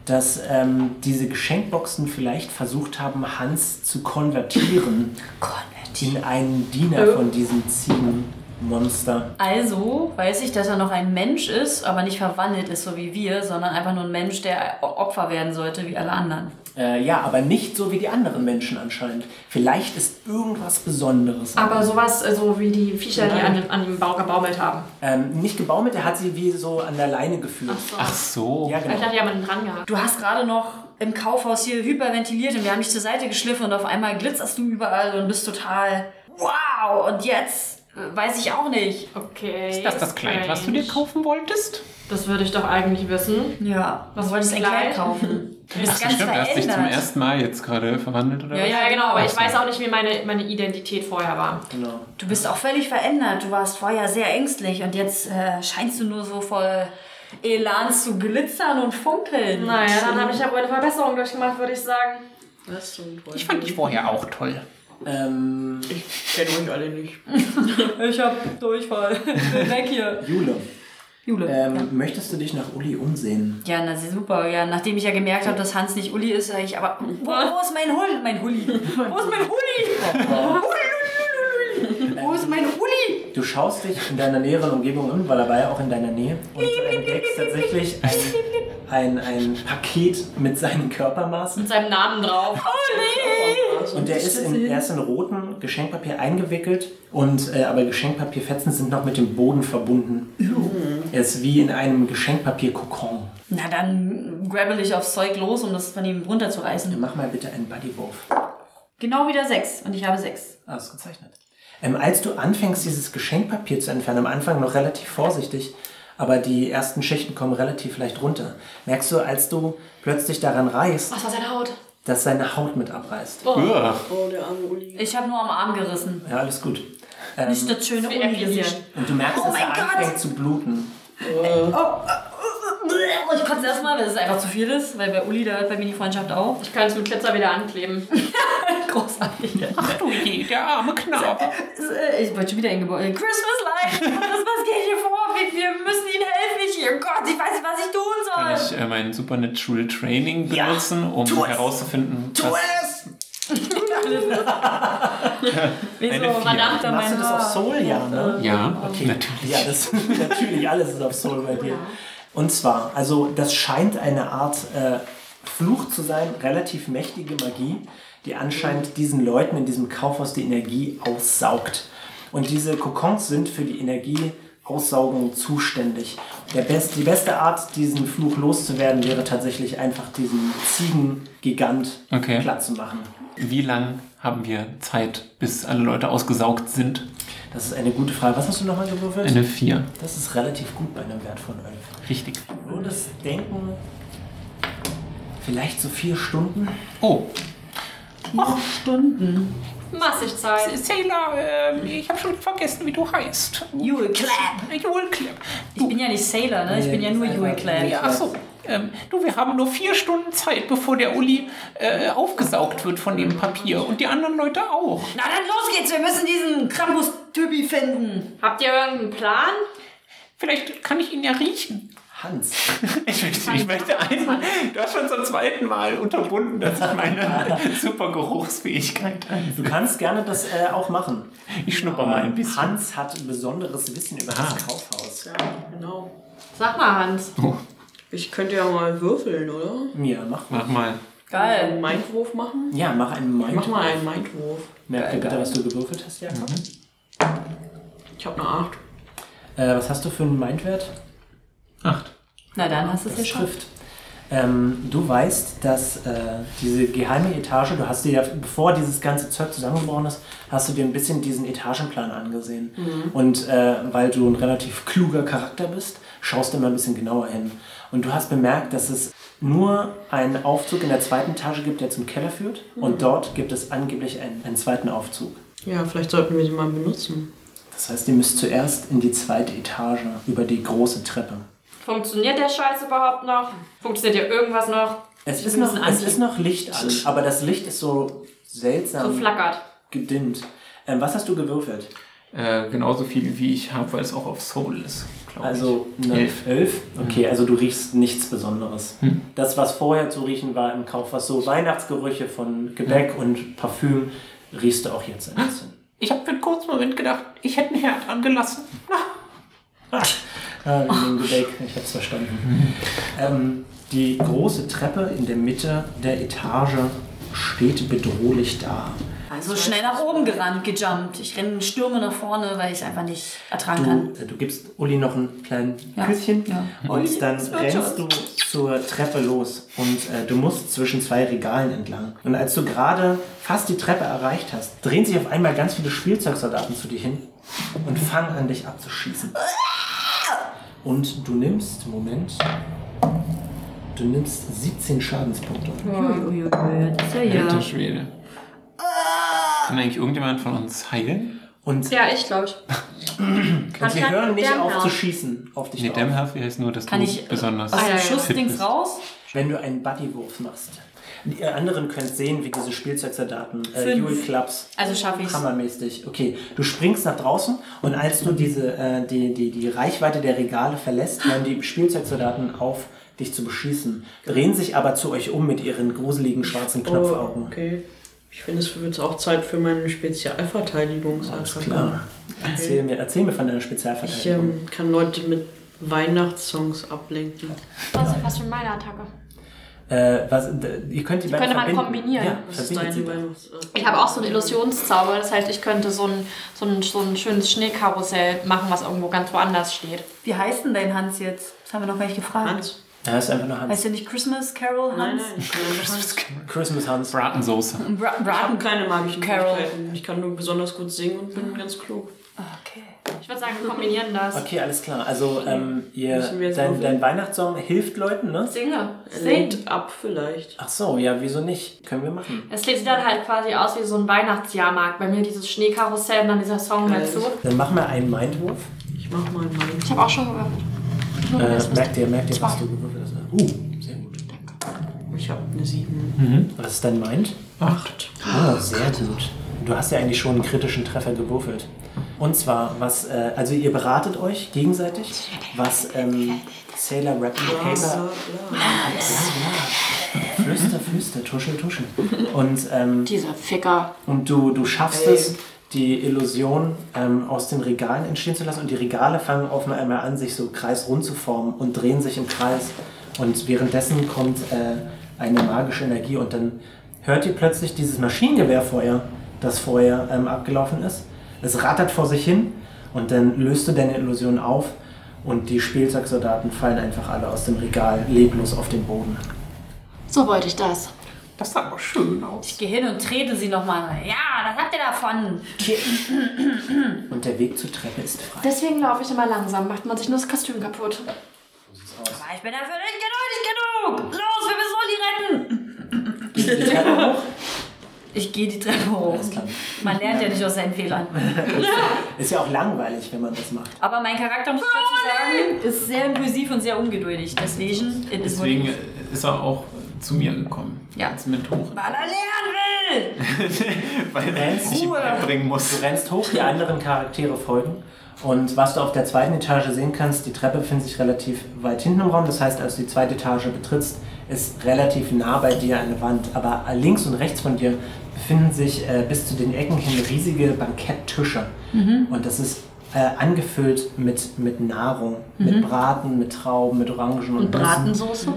Speaker 3: dass ähm, diese Geschenkboxen vielleicht versucht haben, Hans zu konvertieren
Speaker 2: Konvertiert.
Speaker 3: in einen Diener
Speaker 5: Äh.
Speaker 3: von diesem Ziegenmonster.
Speaker 2: Also weiß ich, dass er noch ein Mensch ist, aber nicht verwandelt ist, so wie wir, sondern einfach nur ein Mensch, der Opfer werden sollte, wie alle anderen.
Speaker 3: Äh, ja, aber nicht so wie die anderen Menschen anscheinend. Vielleicht ist irgendwas Besonderes. an
Speaker 5: Aber sowas, äh, so wie die Viecher, die an dem, an dem Bau gebaumelt haben.
Speaker 3: Ähm, nicht gebaumelt, er hat sie wie so an der Leine geführt.
Speaker 1: Ach so.
Speaker 3: Ja, genau.
Speaker 5: Ich hatte ja jemanden dran gehabt.
Speaker 2: Du hast gerade noch im Kaufhaus hier hyperventiliert und wir haben dich zur Seite geschliffen und auf einmal glitzerst du überall und bist total wow. Und jetzt äh, weiß ich auch nicht.
Speaker 5: Okay.
Speaker 7: Ist das das Kleid, was du dir kaufen wolltest?
Speaker 5: Das würde ich doch eigentlich wissen.
Speaker 2: Ja, was wolltest du ein Kleid
Speaker 5: Kleid?
Speaker 2: kaufen? Du bist ganz
Speaker 1: Stimmt, er hat
Speaker 2: verändert.
Speaker 1: sich zum ersten Mal jetzt gerade verwandelt, oder?
Speaker 2: Ja,
Speaker 1: was?
Speaker 2: ja.
Speaker 5: Ja, genau, aber ich weiß auch nicht, wie meine, meine Identität vorher war.
Speaker 3: genau.
Speaker 2: Du bist auch völlig verändert. Du warst vorher sehr ängstlich und jetzt äh, scheinst du nur so voll Elans zu glitzern und funkeln.
Speaker 5: Naja, dann habe ich ja wohl eine Verbesserung durchgemacht, würde ich sagen.
Speaker 4: Was zum Teufel?
Speaker 7: Ich fand dich vorher auch toll.
Speaker 3: Ähm,
Speaker 4: Kenne euch alle nicht.
Speaker 2: Ich hab Durchfall. Ich bin weg hier.
Speaker 3: Jule,
Speaker 2: Jule.
Speaker 3: ähm, möchtest du dich nach Uli umsehen?
Speaker 2: Ja, na super. Ja, nachdem ich ja gemerkt habe, dass Hans nicht Uli ist, sage ich, aber wo, wo ist mein Hul? Mein Hulli. Wo ist mein Hulli? wo ist mein Uli?
Speaker 3: Du schaust dich in deiner näheren Umgebung um, weil er war ja auch in deiner Nähe und du entdeckst tatsächlich ein, ein, ein Paket mit seinen Körpermaßen.
Speaker 5: Mit seinem Namen drauf.
Speaker 3: Und der ist in, er ist in roten Geschenkpapier eingewickelt und äh, aber Geschenkpapierfetzen sind noch mit dem Boden verbunden. Er ist wie in einem Geschenkpapierkokon.
Speaker 2: Na, dann grabbel ich aufs Zeug los, um das von ihm runterzureißen.
Speaker 3: Mach mal bitte einen Buddywurf.
Speaker 2: Genau wieder sechs. Und ich habe sechs.
Speaker 3: Ausgezeichnet. Ähm, als du anfängst, dieses Geschenkpapier zu entfernen, am Anfang noch relativ vorsichtig, aber die ersten Schichten kommen relativ leicht runter, merkst du, als du plötzlich daran reißt,
Speaker 5: Was war seine Haut?
Speaker 3: dass seine Haut mit abreißt.
Speaker 7: Uah.
Speaker 4: Oh, der arme Uli.
Speaker 2: Ich habe nur am Arm gerissen.
Speaker 3: Ja, alles gut.
Speaker 2: Nicht das schöne
Speaker 5: Wie
Speaker 2: Uli
Speaker 5: Emily.
Speaker 2: gesehen.
Speaker 3: Und du merkst, dass er
Speaker 2: mein Gott!
Speaker 3: anfängt zu bluten.
Speaker 2: Oh. Ich kotze erstmal, weil es einfach zu viel ist, weil bei Uli, da hört bei mir die Freundschaft auf.
Speaker 5: Ich kann es mit Glitzer wieder ankleben.
Speaker 2: Großartig.
Speaker 7: Ach du je, der arme Knabe.
Speaker 2: äh, Ich wollte schon wieder in Gebäude. Christmas Light! Christmas geht hier vor! Wir, wir müssen ihnen helfen! Ich, oh Gott, ich weiß nicht, was ich tun
Speaker 7: Kann
Speaker 2: soll!
Speaker 7: ich äh, mein Supernatural Training
Speaker 3: Ja,
Speaker 7: benutzen, um
Speaker 3: tu es.
Speaker 7: herauszufinden,
Speaker 3: Tu
Speaker 7: was
Speaker 3: es!
Speaker 7: eine
Speaker 2: Wieso?
Speaker 7: Vier.
Speaker 2: Verdammter
Speaker 3: Machst du
Speaker 2: mein
Speaker 3: das auf
Speaker 2: Haar.
Speaker 3: Soul, ja, ne?
Speaker 7: Ja, natürlich.
Speaker 3: Ja, das, natürlich, alles ist auf Soul bei dir. Und zwar, also das scheint eine Art äh, Fluch zu sein, relativ mächtige Magie, die anscheinend diesen Leuten in diesem Kaufhaus die Energie aussaugt. Und diese Kokons sind für die Energieaussaugung zuständig. Der best, die beste Art, diesen Fluch loszuwerden, wäre tatsächlich einfach diesen Ziegengigant
Speaker 7: Okay.
Speaker 3: platt zu machen.
Speaker 7: Wie lang haben wir Zeit, bis alle Leute ausgesaugt sind? Äh,
Speaker 3: Das ist eine gute Frage. Was hast du nochmal gewürfelt?
Speaker 7: Eine 4.
Speaker 3: das ist relativ gut bei einem Wert von 11.
Speaker 7: Richtig.
Speaker 3: Nur das Denken, vielleicht so vier Stunden.
Speaker 7: Oh,
Speaker 5: Massig Zeit.
Speaker 7: Sailor, äh, ich habe schon vergessen, wie du heißt.
Speaker 2: Jule Clap!
Speaker 7: Jule Clap.
Speaker 2: Ich bin ja nicht Sailor, ne? Ich bin ja nur Jule Clap.
Speaker 7: Ja, ach so. Ähm, du, wir haben nur vier Stunden Zeit, bevor der Uli äh, aufgesaugt wird von dem Papier. Und die anderen Leute auch.
Speaker 2: Na dann los geht's! Wir müssen diesen Krampus-Typi finden!
Speaker 5: Habt ihr irgendeinen Plan?
Speaker 7: Vielleicht kann ich ihn ja riechen.
Speaker 3: Hans,
Speaker 7: Ich möchte, ich möchte einmal, du hast schon zum zweiten Mal unterbunden, dass ich meine super Geruchsfähigkeit
Speaker 3: du
Speaker 7: einsetze.
Speaker 3: kannst gerne das äh, auch machen.
Speaker 7: Ich schnupper mal ein bisschen.
Speaker 3: Hans hat besonderes Wissen über das Kaufhaus.
Speaker 4: Genau.
Speaker 5: Sag mal, Hans.
Speaker 4: Ich könnte ja mal würfeln, oder?
Speaker 3: Ja, mach mal.
Speaker 7: Mach mal.
Speaker 2: Geil!
Speaker 5: Äh.
Speaker 4: Einen Mindwurf machen?
Speaker 3: Ja, mach einen Mind.
Speaker 4: Mach mal einen Mindwurf.
Speaker 3: Merk dir bitte, was du gewürfelt hast, Jakob.
Speaker 4: Ich habe eine 8.
Speaker 3: Äh, was hast du für einen Mindwert?
Speaker 7: Acht.
Speaker 2: Na dann hast du es geschafft.
Speaker 3: Schrift. Ähm, du weißt, dass äh, diese geheime Etage, du hast dir ja, bevor dieses ganze Zeug zusammengebrochen ist, hast du dir ein bisschen diesen Etagenplan angesehen. Und äh, weil du ein relativ kluger Charakter bist, schaust du immer ein bisschen genauer hin. Und du hast bemerkt, dass es nur einen Aufzug in der zweiten Etage gibt, der zum Keller führt. Und dort gibt es angeblich einen, einen zweiten Aufzug.
Speaker 4: Ja, vielleicht sollten wir die mal benutzen.
Speaker 3: Das heißt, ihr müsst zuerst in die zweite Etage über die große Treppe.
Speaker 5: Funktioniert der Scheiß überhaupt noch? Funktioniert hier irgendwas noch?
Speaker 3: Es ist,
Speaker 2: bin
Speaker 3: noch,
Speaker 2: ein
Speaker 3: es
Speaker 2: Assi.
Speaker 3: ist noch Licht an, aber das Licht ist so
Speaker 5: So
Speaker 3: seltsam
Speaker 5: flackert.
Speaker 3: gedimmt. Ähm, was hast du gewürfelt?
Speaker 1: Äh, genauso viel wie ich habe, weil es auch auf Soul ist, glaube
Speaker 3: Also
Speaker 1: ich.
Speaker 3: ne, elf. Hm. Okay, also du riechst nichts Besonderes. Das, was vorher zu riechen war im Kaufhaus, so Weihnachtsgerüche von Gebäck und Parfüm, riechst du auch jetzt ein bisschen.
Speaker 7: Ich habe für einen kurzen Moment gedacht, ich hätte einen Herd angelassen.
Speaker 3: Ah, wegen dem Gebäck, ich hab's verstanden. Ähm, die große Treppe in der Mitte der Etage steht bedrohlich da.
Speaker 2: Also schnell nach oben gerannt, gejumpt. Ich renne Stürme nach vorne, weil ich einfach nicht ertragen kann.
Speaker 3: Du, äh, du gibst Uli noch einen kleinen
Speaker 2: Ja.
Speaker 3: Küsschen
Speaker 2: Ja.
Speaker 3: und dann rennst du zur Treppe los und äh, du musst zwischen zwei Regalen entlang. Und als du gerade fast die Treppe erreicht hast, drehen sich auf einmal ganz viele Spielzeugsoldaten zu dir hin und fangen an, dich abzuschießen. Und du nimmst, Moment, du nimmst 17 Schadenspunkte.
Speaker 2: Uiuiui, das ist ja hier.
Speaker 7: Alter Schwede. Kann eigentlich irgendjemand von uns heilen?
Speaker 3: Und,
Speaker 5: Ja, ich glaube ich.
Speaker 3: und sie hören nicht
Speaker 5: Dämmer.
Speaker 3: auf zu schießen auf dich
Speaker 7: Nee,
Speaker 3: drauf,
Speaker 7: Dämmhaft heißt nur, dass
Speaker 2: Kann
Speaker 7: du
Speaker 2: ich äh,
Speaker 7: besonders
Speaker 2: aus
Speaker 5: Ah, ja,
Speaker 2: dem
Speaker 5: ja.
Speaker 2: Schussdings
Speaker 7: Fitness.
Speaker 2: raus?
Speaker 3: wenn du einen Buddywurf machst. Ihr anderen könnt sehen, wie diese Spielzeugsoldaten, äh,
Speaker 2: Fünf.
Speaker 3: Jewel Clubs,
Speaker 2: Also schaffe ich
Speaker 3: hammermäßig. Okay, du springst nach draußen und als du diese, äh, die, die, die Reichweite der Regale verlässt, hören die Spielzeugsoldaten auf, dich zu beschießen, drehen sich aber zu euch um mit ihren gruseligen schwarzen
Speaker 4: Oh,
Speaker 3: Knopfaugen.
Speaker 4: okay. Ich finde, es wird jetzt auch Zeit für meine Spezialverteidigungsaktion.
Speaker 3: Klar. Erzähl mir, erzähl mir von deiner
Speaker 4: Ich
Speaker 3: Spezialverteidigung.
Speaker 4: ähm, kann Leute mit Weihnachtssongs ablenken.
Speaker 5: Das ist ja fast schon meine Attacke.
Speaker 3: Äh, was, d- ihr könnt die beiden
Speaker 5: könnte man
Speaker 3: verbinden.
Speaker 5: kombinieren.
Speaker 3: Ja,
Speaker 4: Was ist
Speaker 3: verbindet sie
Speaker 4: dein
Speaker 3: beide.
Speaker 4: Weihnachts... äh,
Speaker 5: Ich habe auch so einen Illusionszauber, das heißt, ich könnte so ein, so ein, so ein schönes Schneekarussell machen, was irgendwo ganz woanders steht.
Speaker 2: Wie heißt denn dein Hans jetzt? Das haben wir noch gar nicht gefragt.
Speaker 4: Hans?
Speaker 3: Ja, ist einfach nur Hans.
Speaker 2: Heißt du nicht Christmas Carol
Speaker 4: Nein,
Speaker 2: Hans?
Speaker 4: nein. Ich habe
Speaker 3: Christmas Hans.
Speaker 7: Bratensoße.
Speaker 2: Bra Braten.
Speaker 4: keine magischen
Speaker 2: Carol.
Speaker 4: Fähigkeiten. Ich kann nur besonders gut singen und
Speaker 5: Mhm.
Speaker 4: bin ganz klug.
Speaker 2: Okay.
Speaker 5: Ich würde sagen, wir kombinieren das.
Speaker 3: Okay, alles klar. Also ähm, ihr,
Speaker 4: Müssen wir jetzt
Speaker 3: dein,
Speaker 4: würfeln?
Speaker 3: dein Weihnachtssong hilft Leuten, ne?
Speaker 5: Singe. Sing.
Speaker 4: Lenkt ab vielleicht.
Speaker 3: Ach so, ja, wieso nicht? Können wir machen.
Speaker 5: Es sieht dann halt quasi aus wie so ein Weihnachtsjahrmarkt. Bei mir dieses Schneekarussell und dann dieser Song
Speaker 4: Geil.
Speaker 5: dazu.
Speaker 3: Dann machen wir einen Mindwurf.
Speaker 4: Ich mach mal meinen.
Speaker 5: Ich habe auch schon gewürfelt.
Speaker 3: Äh, merkt ihr, merkt ihr, was du gewürfelt hast? ne? Uh, sehr gut.
Speaker 4: Ich habe eine
Speaker 3: Hm.
Speaker 4: 7.
Speaker 3: Was ist dein Mind?
Speaker 1: Acht.
Speaker 3: Ah, sehr gut. Du hast ja eigentlich schon einen kritischen Treffer gewürfelt. Und zwar, was, äh, also ihr beratet euch gegenseitig, was ähm, Sailor Wrapping Paper. genau. Flüster, flüster, tuschel, tuschel. Und ähm,
Speaker 5: Dieser Ficker.
Speaker 3: Und du, du schaffst es, die Illusion ähm, aus den Regalen entstehen zu lassen. Und die Regale fangen auf einmal an, sich so kreisrund zu formen und drehen sich im Kreis. Und währenddessen kommt äh, eine magische Energie. Und dann hört ihr plötzlich dieses Maschinengewehrfeuer, das vorher ähm, abgelaufen ist. Es rattert vor sich hin. Und dann löst du deine Illusion auf. Und die Spielzeugsoldaten fallen einfach alle aus dem Regal leblos auf den Boden.
Speaker 5: So wollte ich das.
Speaker 7: Das sah aber schön aus.
Speaker 2: Ich gehe hin und trete sie nochmal. Ja, das habt ihr davon.
Speaker 3: Und der Weg zur Treppe ist frei.
Speaker 5: Deswegen laufe ich immer langsam, macht man sich nur das Kostüm kaputt.
Speaker 2: Aber ich bin dafür nicht geduldig genug. Los, wir müssen Olli retten.
Speaker 3: Die Treppe hoch.
Speaker 2: Ich gehe die Treppe hoch.
Speaker 3: Alles klar.
Speaker 2: Man lernt ja nicht aus seinen Fehlern.
Speaker 3: Ist ja auch langweilig, wenn man das macht.
Speaker 2: Aber mein Charakter, muss ich dazu sagen, ist sehr impulsiv und sehr ungeduldig. Deswegen, it is what it
Speaker 1: Deswegen äh,
Speaker 2: is.
Speaker 1: ist er auch zu mir gekommen.
Speaker 2: Ja.
Speaker 1: Als Mentorin.
Speaker 2: Weil er lernen will.
Speaker 1: Weil ich ihm
Speaker 3: Ruhe.
Speaker 1: beibringen
Speaker 3: Du
Speaker 1: muss.
Speaker 3: rennst hoch, die anderen Charaktere folgen. Und was du auf der zweiten Etage sehen kannst, die Treppe befindet sich relativ weit hinten im Raum. Das heißt, als du die zweite Etage betrittst, ist relativ nah bei dir eine Wand. Aber links und rechts von dir befinden sich äh, bis zu den Ecken hin riesige Banketttische. Und das ist äh, angefüllt mit, mit Nahrung, mit Braten, mit Trauben, mit Orangen und, Nüssen.
Speaker 5: Bratensoße?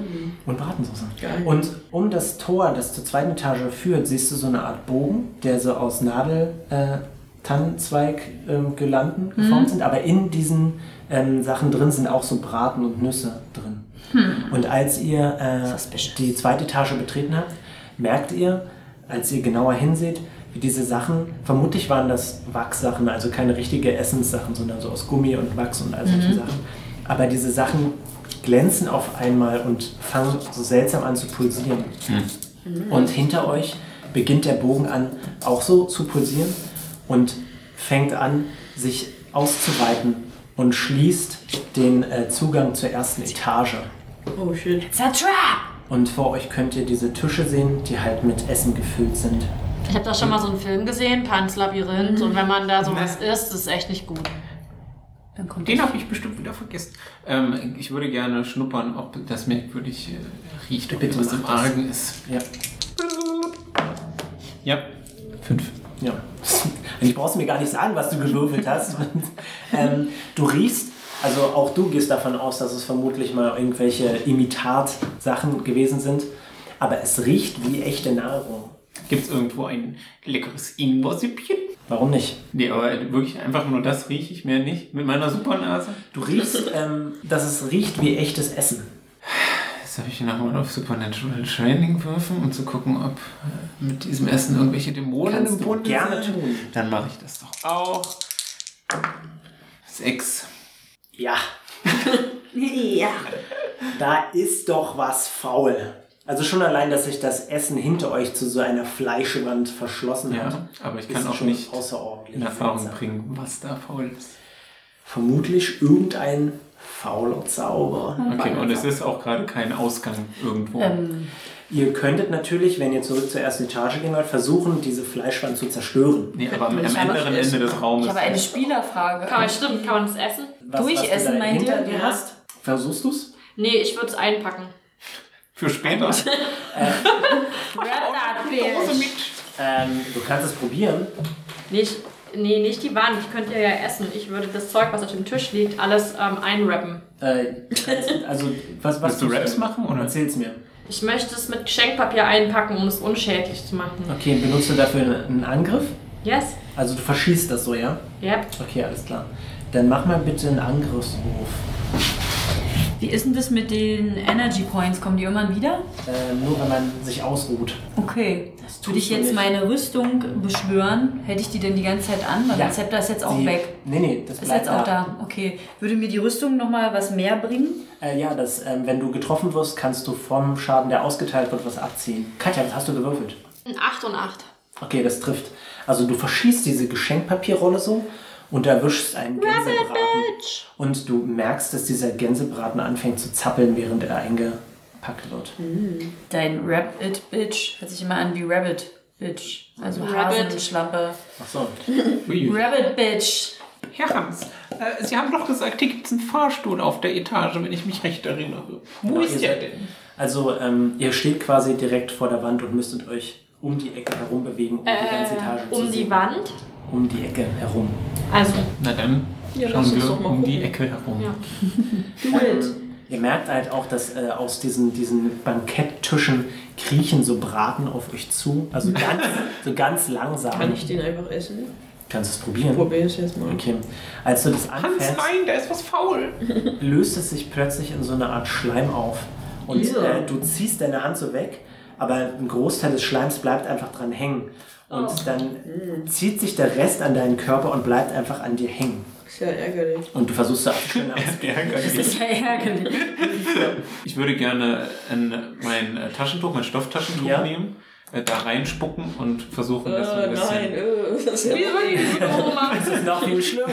Speaker 3: Und Bratensoße. Und um das Tor, das zur zweiten Etage führt, siehst du so eine Art Bogen, der so aus Nadel, äh, Tannenzweig ähm, gelanden, geformt sind. Aber in diesen ähm, Sachen drin sind auch so Braten und Nüsse drin. Und als ihr äh, die zweite Etage betreten habt, merkt ihr, als ihr genauer hinseht, wie diese Sachen, vermutlich waren das Wachssachen, also keine richtige Essenssachen, sondern so aus Gummi und Wachs und all solche Sachen. Aber diese Sachen glänzen auf einmal und fangen so seltsam an zu pulsieren. Und hinter euch beginnt der Bogen an, auch so zu pulsieren und fängt an, sich auszuweiten und schließt den äh, Zugang zur ersten Etage.
Speaker 4: Oh shit.
Speaker 2: It's a trap.
Speaker 3: Und vor euch könnt ihr diese Tische sehen, die halt mit Essen gefüllt sind.
Speaker 5: Ich habe da schon mal so einen Film gesehen, Pans Labyrinth. Und wenn man da sowas isst, ist es echt nicht gut.
Speaker 2: Dann kommt
Speaker 1: Den habe ich bestimmt wieder vergessen. Ähm, ich würde gerne schnuppern, ob das merkwürdig äh, riecht, ob
Speaker 3: Bitte
Speaker 1: was im
Speaker 3: mach das.
Speaker 1: Argen ist.
Speaker 3: Ja,
Speaker 1: Ja. Fünf.
Speaker 3: ja. Ich brauchst mir gar nicht sagen, was du gewürfelt hast. ähm, du riechst, also auch du gehst davon aus, dass es vermutlich mal irgendwelche Imitat-Sachen gewesen sind. Aber es riecht wie echte Nahrung.
Speaker 1: Gibt es irgendwo ein leckeres Ingwer-Süppchen?
Speaker 3: Warum nicht?
Speaker 1: Nee, aber wirklich einfach nur das rieche ich mir nicht. Mit meiner Supernase.
Speaker 3: Du riechst, ähm, dass es riecht wie echtes Essen.
Speaker 1: Soll ich nochmal auf Supernatural Training würfen, um zu gucken, ob äh, mit diesem Essen irgendwelche Dämonen im Bunde
Speaker 3: gerne
Speaker 1: sind?
Speaker 3: tun.
Speaker 1: Dann mache ich das doch auch. Sechs.
Speaker 3: Ja,
Speaker 6: Ja.
Speaker 3: da ist doch was faul. Also schon allein, dass sich das Essen hinter euch zu so einer Fleischwand verschlossen hat.
Speaker 1: Ja, aber ich kann
Speaker 3: ist
Speaker 1: auch
Speaker 3: schon
Speaker 1: nicht
Speaker 3: außerordentlich
Speaker 1: in Erfahrung
Speaker 3: seltsam.
Speaker 1: bringen, was da faul ist.
Speaker 3: Vermutlich irgendein fauler Zauber.
Speaker 2: Hm.
Speaker 3: also. Ähm,
Speaker 1: Okay, und es ist auch gerade kein Ausgang irgendwo.
Speaker 3: Ihr könntet natürlich, wenn ihr zurück zur ersten Etage gehen wollt, versuchen, diese Fleischwand zu zerstören.
Speaker 1: Nee, aber am,
Speaker 2: Ich
Speaker 1: am
Speaker 2: habe-
Speaker 1: anderen Ende des Raumes.
Speaker 2: Ich habe eine Spielerfrage.
Speaker 5: Kann man, stimmt, kann man das essen?
Speaker 2: Durchessen,
Speaker 3: was
Speaker 2: meint
Speaker 3: du da hinter
Speaker 2: ihr?
Speaker 3: dir
Speaker 2: Ja.
Speaker 3: hast? Versuchst du's?
Speaker 5: Nee, ich würde es einpacken.
Speaker 1: Für später.
Speaker 2: Oh,
Speaker 3: Ähm, du kannst es probieren.
Speaker 2: oh.
Speaker 5: Nicht, nee, nicht die Wand. Ich könnte ja essen. Ich würde das Zeug, was auf dem Tisch liegt, alles ähm, einwrappen.
Speaker 3: Äh, kannst- also, was,
Speaker 1: Willst
Speaker 3: was
Speaker 1: du Raps machen? Oder?
Speaker 3: Erzähl's mir.
Speaker 5: Ich möchte es mit Geschenkpapier einpacken, um es unschädlich zu machen.
Speaker 3: Okay, benutzt du dafür einen Angriff?
Speaker 5: Yes?
Speaker 3: Also du verschießt das so, ja?
Speaker 5: Yep.
Speaker 3: Okay, alles klar. Dann mach mal bitte einen Angriffswurf.
Speaker 2: Wie ist denn das mit den Energy Points? Kommen die irgendwann wieder?
Speaker 3: Äh, nur wenn man sich ausruht.
Speaker 2: Okay.
Speaker 3: Das
Speaker 2: Würde ich jetzt meine Rüstung beschwören, hätte ich die denn die ganze Zeit an? Weil
Speaker 3: Ja.
Speaker 2: mein Zepter ist jetzt auch
Speaker 3: Die-
Speaker 2: weg.
Speaker 3: Nee, nee, das
Speaker 2: Ist
Speaker 3: bleibt
Speaker 2: jetzt auch
Speaker 3: da.
Speaker 2: da. Okay. Würde mir die Rüstung nochmal was mehr bringen?
Speaker 3: Äh, ja, das, ähm, wenn du getroffen wirst, kannst du vom Schaden, der ausgeteilt wird, was abziehen. Katja, was hast du gewürfelt?
Speaker 5: Ein 8 und 8.
Speaker 3: Okay, das trifft. Also du verschießt diese Geschenkpapierrolle so und erwischst einen Gänsebraten. Und du merkst, dass dieser Gänsebraten anfängt zu zappeln, während er eingepackt wird.
Speaker 2: Mhm. Dein Rabbit Bitch. Hört sich immer an wie Rabbit Bitch. Also
Speaker 5: Rabbit.
Speaker 2: Hasenschlampe.
Speaker 3: Ach so.
Speaker 1: Ui.
Speaker 2: Rabbit Bitch.
Speaker 7: Herr Hans, äh, Sie haben doch gesagt, hier gibt es einen Fahrstuhl auf der Etage, wenn ich mich recht erinnere. Wo
Speaker 3: Genau, ihr
Speaker 7: ist der
Speaker 3: seid-
Speaker 7: denn?
Speaker 3: Also ähm, ihr steht quasi direkt vor der Wand und müsstet euch um die Ecke herum bewegen, um die ganze Etage zu
Speaker 5: Um die
Speaker 3: sehen.
Speaker 5: Wand.
Speaker 3: Um die Ecke herum.
Speaker 5: Also,
Speaker 1: Na dann
Speaker 4: Ja, lass
Speaker 1: schauen
Speaker 4: uns
Speaker 1: wir
Speaker 4: doch mal
Speaker 1: um die
Speaker 4: gucken.
Speaker 1: Ecke herum.
Speaker 5: Ja.
Speaker 3: Ähm, ihr merkt halt auch, dass äh, aus diesen, diesen Banketttischen kriechen so Braten auf euch zu. Also ganz, so ganz langsam.
Speaker 4: Kann ich den einfach essen?
Speaker 3: Kannst du es probieren?
Speaker 4: Probier es jetzt mal.
Speaker 3: Okay. Als du das
Speaker 7: Hans,
Speaker 3: anfängst,
Speaker 7: nein, da ist was faul.
Speaker 3: löst es sich plötzlich in so eine Art Schleim auf. Und äh, du ziehst deine Hand so weg, aber ein Großteil des Schleims bleibt einfach dran hängen. Und
Speaker 4: Oh. Mm.
Speaker 3: dann zieht sich der Rest an deinen Körper und bleibt einfach an dir hängen.
Speaker 4: Ist ja ärgerlich.
Speaker 3: Und du versuchst so abzuschneiden. aber-
Speaker 2: Das ist ja ärgerlich.
Speaker 1: Ich würde gerne ein, mein äh, Taschentuch, mein Stofftaschentuch
Speaker 3: Ja. Oh,
Speaker 1: nehmen, äh, da reinspucken und versuchen, das so
Speaker 4: Äh,
Speaker 1: ein bisschen.
Speaker 4: nein, äh, das ist ja
Speaker 5: wieso die gute Oma?
Speaker 3: Das ist noch viel schlimmer.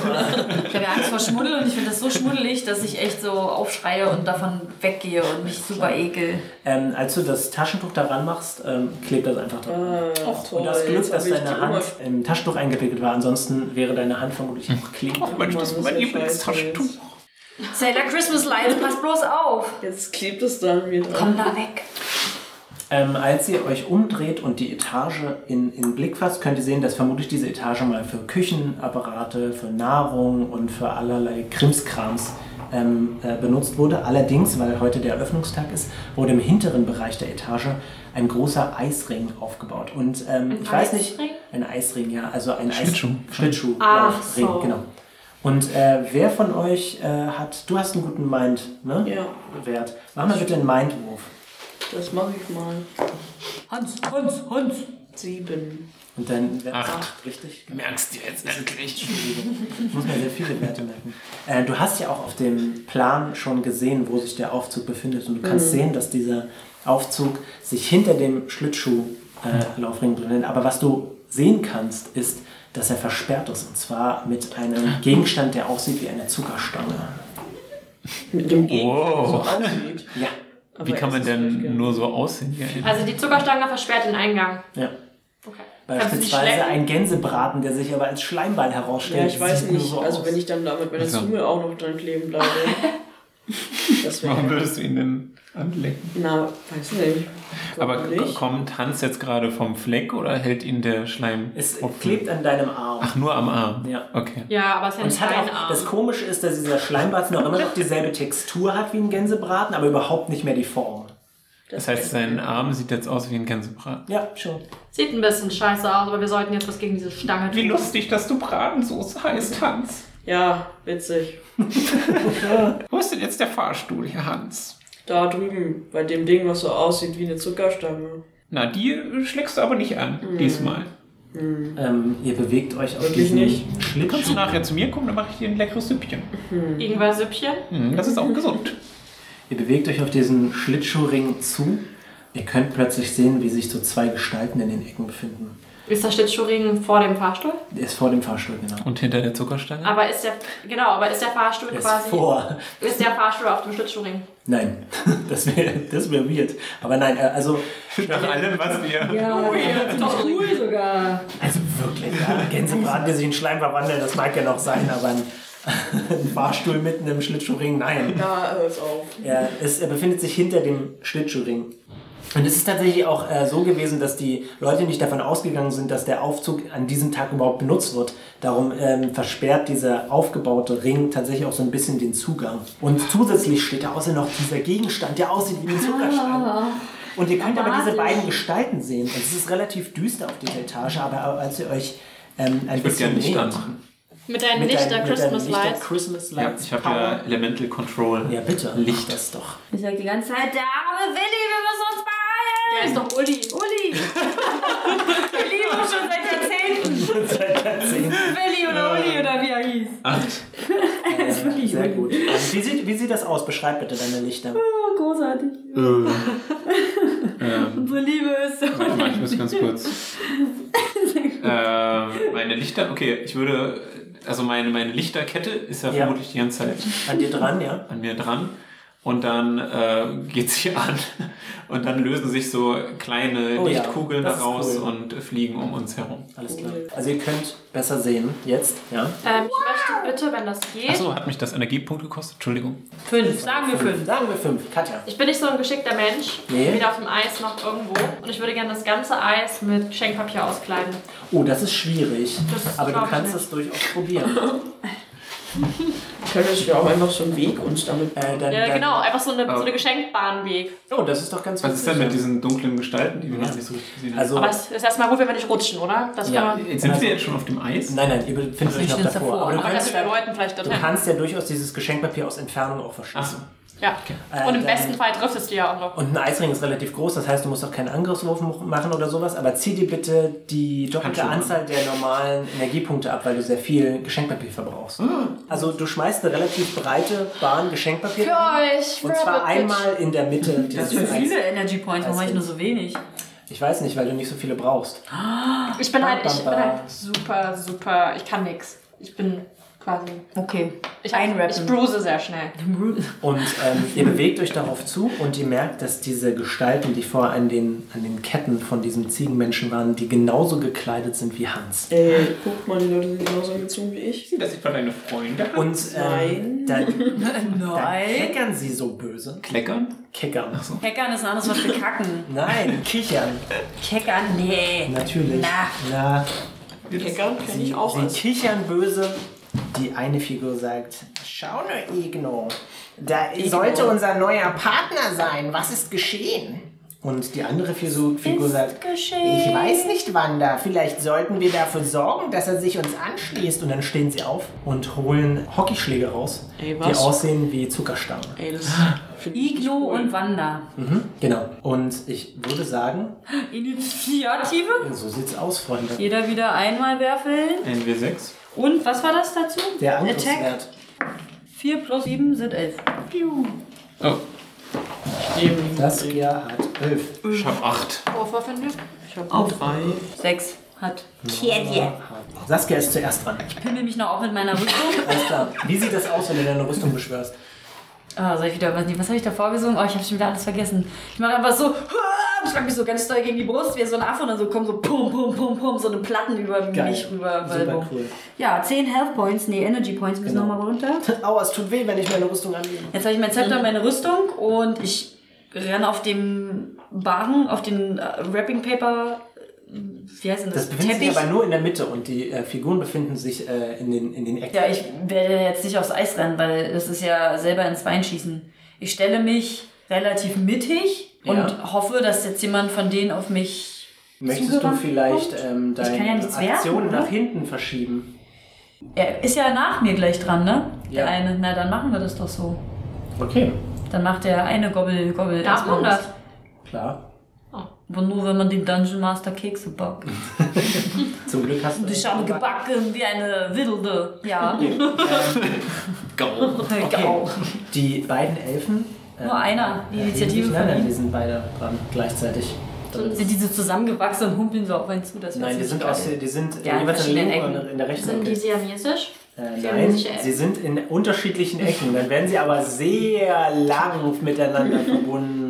Speaker 2: Ich habe ja Angst vor Schmuddel und ich finde das so schmuddelig, dass ich echt so aufschreie und davon weggehe und mich super ekel.
Speaker 3: Ähm, als du das Taschentuch daran machst, ähm, klebt das einfach dran.
Speaker 4: Äh, toll,
Speaker 3: Und das Glück,
Speaker 4: jetzt
Speaker 3: dass
Speaker 4: hab ich die
Speaker 3: deine
Speaker 4: Oma-
Speaker 3: Hand im Taschentuch eingewickelt war, ansonsten wäre deine Hand vermutlich auch
Speaker 7: Ach
Speaker 3: klebrig.
Speaker 7: Mensch, das
Speaker 4: Mann,
Speaker 7: ist
Speaker 4: das
Speaker 7: mein
Speaker 4: ist ja scheiße
Speaker 7: Lieblingstaschentuch.
Speaker 2: Sailor Christmas Lights, pass bloß auf!
Speaker 4: Jetzt klebt es da an mir dran.
Speaker 2: Komm da weg!
Speaker 3: Ähm, als ihr euch umdreht und die Etage in, in Blick fasst, könnt ihr sehen, dass vermutlich diese Etage mal für Küchenapparate, für Nahrung und für allerlei Krimskrams ähm, äh, benutzt wurde. Allerdings, weil heute der Eröffnungstag ist, wurde im hinteren Bereich der Etage ein großer Eisring aufgebaut. Und ähm, ich weiß nicht,
Speaker 5: Eisring?
Speaker 3: ein Eisring, ja, also ein
Speaker 1: Schlittschuh.
Speaker 3: Eis Schlittschuh.
Speaker 5: Ach
Speaker 3: Laufring,
Speaker 5: so.
Speaker 3: genau. Und äh, wer von euch äh, hat, du hast einen guten Mind, ne?
Speaker 4: Ja.
Speaker 3: Wert. Mach mal bitte einen Mindwurf.
Speaker 4: Das mache ich mal.
Speaker 2: Hans, Hans, Hans!
Speaker 4: Sieben.
Speaker 3: Und dann Wert
Speaker 1: Acht.
Speaker 3: acht, richtig? genau.
Speaker 1: Merkst du jetzt endlich?
Speaker 3: Ich muss mir sehr viele Werte merken. Äh, du hast ja auch auf dem Plan schon gesehen, wo sich der Aufzug befindet. Und du kannst
Speaker 4: Mhm.
Speaker 3: sehen, dass dieser Aufzug sich hinter dem Schlittschuhlaufring befindet. Aber was du sehen kannst, ist, dass er versperrt ist. Und zwar mit
Speaker 1: Ah.
Speaker 3: einem Gegenstand, der aussieht wie eine Zuckerstange.
Speaker 4: Mit dem
Speaker 3: Oh.
Speaker 4: Gegen,
Speaker 1: Wow.
Speaker 4: so aussieht.
Speaker 3: Ja.
Speaker 1: Wie kann man denn nur so aussehen? hier?
Speaker 3: Äh,
Speaker 5: Also die Zuckerstange versperrt den Eingang.
Speaker 3: ja.
Speaker 5: Okay. Kannst du die
Speaker 3: Beispielsweise
Speaker 5: schleppen?
Speaker 3: ein Gänsebraten, der sich aber als Schleimball
Speaker 4: Ja,
Speaker 3: herausstellt.
Speaker 4: ich weiß
Speaker 3: sieht nur
Speaker 4: nicht.
Speaker 3: so
Speaker 4: Also
Speaker 3: aus.
Speaker 4: wenn ich dann da mit meiner
Speaker 1: Also.
Speaker 4: Zunge auch noch dran kleben bleibe. das
Speaker 1: Warum
Speaker 4: wäre.
Speaker 1: würdest du ihn denn anlecken?
Speaker 4: Na, weiß nicht.
Speaker 1: Aber
Speaker 4: Glaub nicht.
Speaker 1: kommt Hans jetzt gerade vom Fleck oder hält ihn der Schleim?
Speaker 3: Es
Speaker 1: Tropfen?
Speaker 3: klebt an deinem Arm.
Speaker 1: Ach, nur am Arm?
Speaker 3: Ja.
Speaker 1: Okay.
Speaker 5: Ja, aber es
Speaker 3: Und es
Speaker 5: ist ja
Speaker 3: hat
Speaker 5: nicht dein
Speaker 3: auch, das
Speaker 5: Arm.
Speaker 3: Komische ist, dass dieser Schleimbraten auch immer noch dieselbe Textur hat wie ein Gänsebraten, aber überhaupt nicht mehr die Form.
Speaker 1: Das heißt, sein Arm sieht jetzt aus wie ein Gänsebraten.
Speaker 3: Ja, schon.
Speaker 5: Sieht ein bisschen scheiße aus, aber wir sollten jetzt was gegen diese Stange
Speaker 7: Wie
Speaker 5: tun.
Speaker 7: lustig, dass du Bratensoße heißt, Hans.
Speaker 4: Ja, witzig.
Speaker 7: Wo ist denn jetzt der Fahrstuhl, Herr Hans?
Speaker 4: Da drüben, bei dem Ding, was so aussieht wie eine Zuckerstange.
Speaker 7: Na, die äh, schlägst du aber nicht an, diesmal.
Speaker 3: Ähm, ihr bewegt euch auf
Speaker 4: Wirklich
Speaker 3: diesen
Speaker 4: nicht?
Speaker 7: Kannst du
Speaker 3: Schlittschuh.
Speaker 7: nachher zu mir kommen, dann mache ich dir ein leckeres Süppchen.
Speaker 5: Ingwer Süppchen.
Speaker 3: Hm.
Speaker 1: Hm,
Speaker 7: Mhm, Das ist auch gesund.
Speaker 3: Ihr bewegt euch auf diesen Schlittschuhring zu. Ihr könnt plötzlich sehen, wie sich so zwei Gestalten in den Ecken befinden.
Speaker 5: Ist der Schlittschuhring vor dem Fahrstuhl?
Speaker 3: Der ist vor dem Fahrstuhl, genau.
Speaker 1: Und hinter der
Speaker 3: Ah.
Speaker 1: Zuckerstange?
Speaker 5: Aber ist der, genau, aber ist der Fahrstuhl
Speaker 3: Der ist
Speaker 5: quasi,
Speaker 3: vor.
Speaker 5: ist der Fahrstuhl auf dem Schlittschuhring?
Speaker 3: Nein, das wäre das wär weird. Aber nein, äh, also,
Speaker 1: Nach allem, was wir.
Speaker 2: Ja, das ist cool sogar.
Speaker 3: also wirklich, ja, Gänsebraten, der sich in Schleim verwandelt, das mag ja noch sein, aber ein, ein Fahrstuhl mitten im Schlittschuhring, nein.
Speaker 4: Na, hör's auf.
Speaker 3: Er, ist, er befindet sich hinter dem Schlittschuhring. Und es ist tatsächlich auch äh, so gewesen, dass die Leute nicht davon ausgegangen sind, dass der Aufzug an diesem Tag überhaupt benutzt wird. Darum ähm, versperrt dieser aufgebaute Ring tatsächlich auch so ein bisschen den Zugang. Und zusätzlich steht da außer noch dieser Gegenstand, der aussieht
Speaker 5: Ah.
Speaker 3: wie ein Zuckerstein. Und ihr könnt aber diese beiden Gestalten sehen. Und es ist relativ düster auf dieser Etage, aber als ihr euch ähm, ein
Speaker 1: Ich würde
Speaker 3: bisschen
Speaker 1: gerne nicht
Speaker 3: nähert-
Speaker 1: anmachen.
Speaker 5: Mit deinen Lichter
Speaker 3: deinem- mit deinem
Speaker 5: Christmas
Speaker 3: Lichter
Speaker 5: Lights.
Speaker 3: Christmas
Speaker 1: Ja,
Speaker 3: Lights
Speaker 1: ich habe
Speaker 3: Power.
Speaker 1: ja Elemental Control.
Speaker 3: ja, bitte.
Speaker 1: Licht.
Speaker 3: Licht das doch.
Speaker 6: Ich sag die ganze Zeit, der arme Willi, wir müssen uns beeilen.
Speaker 5: Der ist doch Uli.
Speaker 6: Uli! Wir lieben uns schon seit Jahrzehnten. Willi oder Uli oder wie er hieß.
Speaker 1: Acht.
Speaker 3: ist wirklich sehr gut. Also, wie, sieht, wie sieht das aus? Beschreib bitte deine Lichter.
Speaker 6: Oh, großartig.
Speaker 1: Ähm, ähm,
Speaker 6: Unsere Liebe ist so.
Speaker 1: warte mal, ich muss ganz kurz. Ähm, meine Lichter, okay, ich würde, also meine, meine Lichterkette ist ja,
Speaker 3: Ja.
Speaker 1: vermutlich die ganze Zeit
Speaker 3: An dir dran, ja?
Speaker 1: an mir dran. Und dann äh, geht sie an. Und dann lösen sich so kleine
Speaker 3: Oh ja,
Speaker 1: Lichtkugeln
Speaker 3: das ist
Speaker 1: daraus
Speaker 3: cool.
Speaker 1: und fliegen um uns herum.
Speaker 3: Alles klar. Also ihr könnt besser sehen jetzt, ja?
Speaker 5: Ähm, ich möchte bitte, wenn das geht,
Speaker 1: Achso, hat mich das Energiepunkt gekostet? Entschuldigung.
Speaker 2: Fünf, sagen wir fünf.
Speaker 3: Sagen wir fünf. Katja.
Speaker 5: Ich bin nicht so ein geschickter Mensch,
Speaker 3: Nee.
Speaker 5: weder auf dem Eis noch irgendwo. Und ich würde gerne das ganze Eis mit Geschenkpapier auskleiden.
Speaker 3: Oh, das ist schwierig.
Speaker 5: Das
Speaker 3: Aber
Speaker 5: glaub
Speaker 3: du
Speaker 5: ich
Speaker 3: kannst
Speaker 5: nicht.
Speaker 3: es durchaus probieren.
Speaker 4: Könnte ich ja auch einfach so einen Weg uns damit.
Speaker 3: Äh, dann,
Speaker 5: Ja,
Speaker 3: dann,
Speaker 5: genau, einfach so eine, so
Speaker 1: Aber-
Speaker 5: eine Geschenkbahnweg.
Speaker 3: Oh, das ist doch ganz
Speaker 1: Was ist denn
Speaker 3: witzig,
Speaker 1: mit
Speaker 3: ja.
Speaker 1: diesen dunklen Gestalten, die wir noch nicht so richtig gesehen haben?
Speaker 3: Also,
Speaker 5: Aber es ist erstmal gut, wenn wir nicht rutschen, oder? Das
Speaker 3: Ja.
Speaker 5: kann man,
Speaker 1: Jetzt sind wir jetzt schon auf dem Eis?
Speaker 3: nein, nein, ihr befindet euch noch
Speaker 2: steht's
Speaker 3: davor.
Speaker 2: davor?
Speaker 3: Aber du
Speaker 5: aber dass
Speaker 3: kannst,
Speaker 5: wir den
Speaker 3: ja,
Speaker 5: Leuten vielleicht
Speaker 3: du
Speaker 5: dorthin.
Speaker 3: kannst ja durchaus dieses Geschenkpapier aus Entfernung auch verschießen.
Speaker 5: Ja.
Speaker 3: Äh,
Speaker 5: Und
Speaker 3: dann-
Speaker 5: im besten Fall trifft es dir ja auch noch.
Speaker 3: Und ein Eisring ist relativ groß, das heißt, du musst auch keinen Angriffswurf machen oder sowas, aber zieh dir bitte die doppelte
Speaker 1: Handschuhe.
Speaker 3: Anzahl der normalen Energiepunkte ab, weil du sehr viel Geschenkpapier verbrauchst. Also du schmeißt eine relativ breite Bahn Geschenkpapier
Speaker 5: Für
Speaker 3: rein,
Speaker 5: euch,
Speaker 3: und zwar einmal in der Mitte
Speaker 2: Das
Speaker 3: dieses
Speaker 2: sind viele
Speaker 3: Eis.
Speaker 2: Energy Points, warum habe ich nur so wenig?
Speaker 3: Ich weiß nicht, weil du nicht so viele brauchst.
Speaker 5: Ich bin halt, ich bin
Speaker 3: Bam, bam, bam.
Speaker 5: halt super, super, ich kann nix. Ich bin quasi,
Speaker 2: Okay.
Speaker 5: ich,
Speaker 2: Einrappen.
Speaker 5: ich bruise sehr schnell.
Speaker 3: Und ähm, ihr bewegt euch darauf zu und ihr merkt, dass diese Gestalten, die vorher an den, an den Ketten von diesem Ziegenmenschen waren, die genauso gekleidet sind wie Hans.
Speaker 4: Ey, guck mal, die Leute sind genauso angezogen wie ich.
Speaker 1: Das sieht man deine Freunde.
Speaker 3: Und ähm,
Speaker 4: Nein.
Speaker 3: dann, dann
Speaker 2: Nein.
Speaker 3: kleckern sie so böse.
Speaker 1: Kleckern?
Speaker 3: Keckern.
Speaker 2: Hackern ist ein anderes Wort für Kacken.
Speaker 3: Nein, kichern.
Speaker 2: Keckern? Nee.
Speaker 3: Natürlich.
Speaker 2: Na.
Speaker 3: Na,
Speaker 4: Lecker, kenn ich auch.
Speaker 3: sie
Speaker 4: als-
Speaker 3: kichern böse. Die eine Figur sagt, schau nur, Igno, da sollte unser neuer Partner sein. Was ist geschehen? Und die andere Fisu- Figur sagt, ich weiß nicht, Wanda, vielleicht sollten wir dafür sorgen, dass er sich uns anschließt. Und dann stehen sie auf und holen Hockeyschläge raus,
Speaker 4: Ey,
Speaker 3: die
Speaker 4: was?
Speaker 3: aussehen wie Zuckerstangen.
Speaker 4: Ey, das
Speaker 2: Ah.
Speaker 4: find ich
Speaker 2: Iglo
Speaker 4: cool.
Speaker 2: und Wanda.
Speaker 3: Genau. Und ich würde sagen,
Speaker 2: Initiative?
Speaker 3: so sieht's aus, Freunde.
Speaker 2: Jeder wieder einmal werfeln.
Speaker 1: Ein W6.
Speaker 2: Und was war das dazu?
Speaker 3: Der
Speaker 2: Attack.
Speaker 3: Angriffswert.
Speaker 2: 4 plus 7 sind 11.
Speaker 1: Oh,
Speaker 4: Eben.
Speaker 3: Saskia hat 11.
Speaker 1: ich hab 8.
Speaker 5: Wovor finden wir?
Speaker 4: Ich hab auch drei.
Speaker 2: 6 hat.
Speaker 6: Kirche.
Speaker 3: Saskia ist zuerst dran.
Speaker 2: Ich pimmel mich noch auf mit meiner Rüstung.
Speaker 3: Alles klar. Wie sieht das aus, wenn du deine Rüstung beschwörst?
Speaker 2: Ah, soll ich wieder was Was habe ich da vorgesungen? Oh, ich habe schon wieder alles vergessen. Ich mache einfach so. ah, Ich schlag mich so ganz doll gegen die Brust, wie so ein Affe und dann so kommen so pum, pum, pum, pum, so eine Platten über mich rüber.
Speaker 3: Super cool.
Speaker 6: Ja, 10 Health Points, nee, Energy Points müssen
Speaker 3: Genau.
Speaker 6: nochmal runter.
Speaker 3: Aua, es tut weh, wenn ich meine Rüstung annehme.
Speaker 2: Jetzt habe ich mein Zepter, meine Rüstung und ich renne auf dem Wagen, auf den äh, Wrapping Paper, äh, wie heißt denn das?
Speaker 3: Das befindet sich aber nur in der Mitte und die äh, Figuren befinden sich äh, in, den, in den Ecken.
Speaker 2: ja, ich werde jetzt nicht aufs Eis rennen, weil das ist ja selber ins Bein schießen. Ich stelle mich relativ mittig
Speaker 3: Ja.
Speaker 2: und hoffe, dass jetzt jemand von denen auf mich.
Speaker 3: Möchtest du
Speaker 2: zugerannt
Speaker 3: vielleicht
Speaker 2: kommt.
Speaker 3: ähm,
Speaker 2: kann ja
Speaker 3: deine
Speaker 2: nichts werfen,
Speaker 3: Aktionen
Speaker 2: oder?
Speaker 3: nach hinten verschieben?
Speaker 2: Er ist ja nach mir gleich dran, ne?
Speaker 3: Ja.
Speaker 2: Der eine. Na, dann machen wir das doch so.
Speaker 3: Okay,
Speaker 2: Dann macht der eine Gobbel, Gobbel.
Speaker 5: Darf
Speaker 2: erstmal
Speaker 5: man
Speaker 2: was.
Speaker 5: das?
Speaker 3: klar.
Speaker 2: Aber nur, wenn man den Dungeon Master Kekse backt.
Speaker 3: Zum Glück hast du...
Speaker 2: Ich habe gebacken wie eine Wilde. Ja.
Speaker 1: Go.
Speaker 2: Gau.
Speaker 3: Die beiden Elfen... äh,
Speaker 2: Nur einer, die
Speaker 3: erheben
Speaker 2: Initiative
Speaker 3: sich-
Speaker 2: von
Speaker 3: Nein, nein,
Speaker 2: ihm.
Speaker 3: die sind beide dran gleichzeitig.
Speaker 2: Sind diese zusammengewachsen und humpeln so auf einen zu? Das
Speaker 3: Nein, die sind, aus, der- die sind
Speaker 2: Ja,
Speaker 3: jeweils in der
Speaker 2: verschiedenen
Speaker 3: linken und
Speaker 2: Ecken.
Speaker 3: in der rechten
Speaker 5: Sind die
Speaker 3: Ecke.
Speaker 5: siamesisch?
Speaker 3: Äh,
Speaker 5: sehr
Speaker 3: nein,
Speaker 5: ähnliche Ecken?
Speaker 3: sie sind in unterschiedlichen Ecken. Dann werden sie aber sehr lang miteinander verbunden.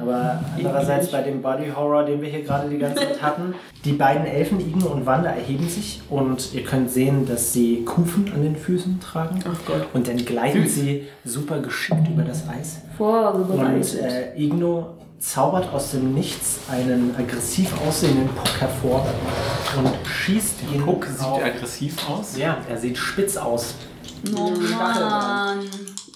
Speaker 3: Aber andererseits bei dem Body Horror, den wir hier gerade die ganze Zeit hatten, die beiden Elfen, Igno und Wanda, erheben sich und ihr könnt sehen, dass sie Kufen an den Füßen tragen. Und dann gleiten sie super geschickt über das Eis. Und äh, Igno zaubert aus dem Nichts einen aggressiv aussehenden Puck hervor und schießt ihn
Speaker 1: Puck sieht
Speaker 3: auf.
Speaker 1: aggressiv aus.
Speaker 3: Ja, er sieht spitz aus.
Speaker 2: Oh
Speaker 3: Stachel dran.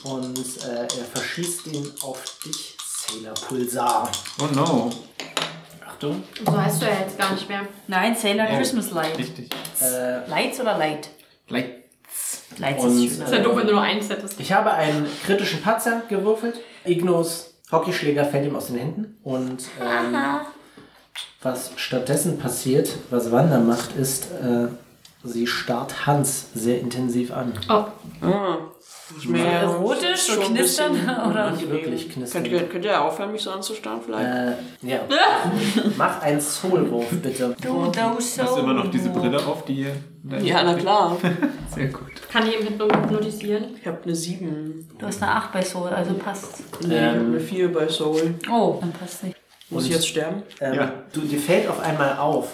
Speaker 2: Mann.
Speaker 3: Und äh, er verschießt ihn auf dich, Sailor Pulsar.
Speaker 1: Oh no.
Speaker 3: Achtung.
Speaker 5: So heißt du ja jetzt gar nicht mehr.
Speaker 2: Nein, Sailor Christmas Light.
Speaker 1: Richtig.
Speaker 3: Äh,
Speaker 2: Lights oder Light?
Speaker 1: Like,
Speaker 2: Lights
Speaker 3: Und,
Speaker 2: ist
Speaker 5: Ist ja
Speaker 2: schöner.
Speaker 3: äh,
Speaker 5: doof, wenn du nur eins hättest.
Speaker 3: ich habe einen kritischen Patzer gewürfelt. Ignos Hockeyschläger fällt ihm aus den Händen. Und ähm, was stattdessen passiert, was Wanda macht, ist, äh, sie starrt Hans sehr intensiv an.
Speaker 5: Oh,
Speaker 4: Ah.
Speaker 2: Erotisch und knistern? Oder?
Speaker 3: Nicht wirklich knistern.
Speaker 4: Könnt ihr, könnt ihr aufhören, mich so anzustarren vielleicht?
Speaker 3: Äh, ja. Mach einen Soulwurf, bitte.
Speaker 2: Do those
Speaker 1: hast du
Speaker 2: so
Speaker 1: immer noch diese Brille auf, die...
Speaker 4: Ja, na klar.
Speaker 1: Sehr gut.
Speaker 5: kann ich eben hypnotisieren?
Speaker 4: Ich habe eine 7.
Speaker 2: Du hast eine 8 bei Soul, also passt.
Speaker 4: Nee, ich
Speaker 2: Ähm.
Speaker 4: habe eine 4 bei Soul.
Speaker 2: Oh, dann passt nicht.
Speaker 4: Muss ich jetzt sterben?
Speaker 3: Ähm,
Speaker 1: Ja.
Speaker 3: du, dir fällt auf einmal auf,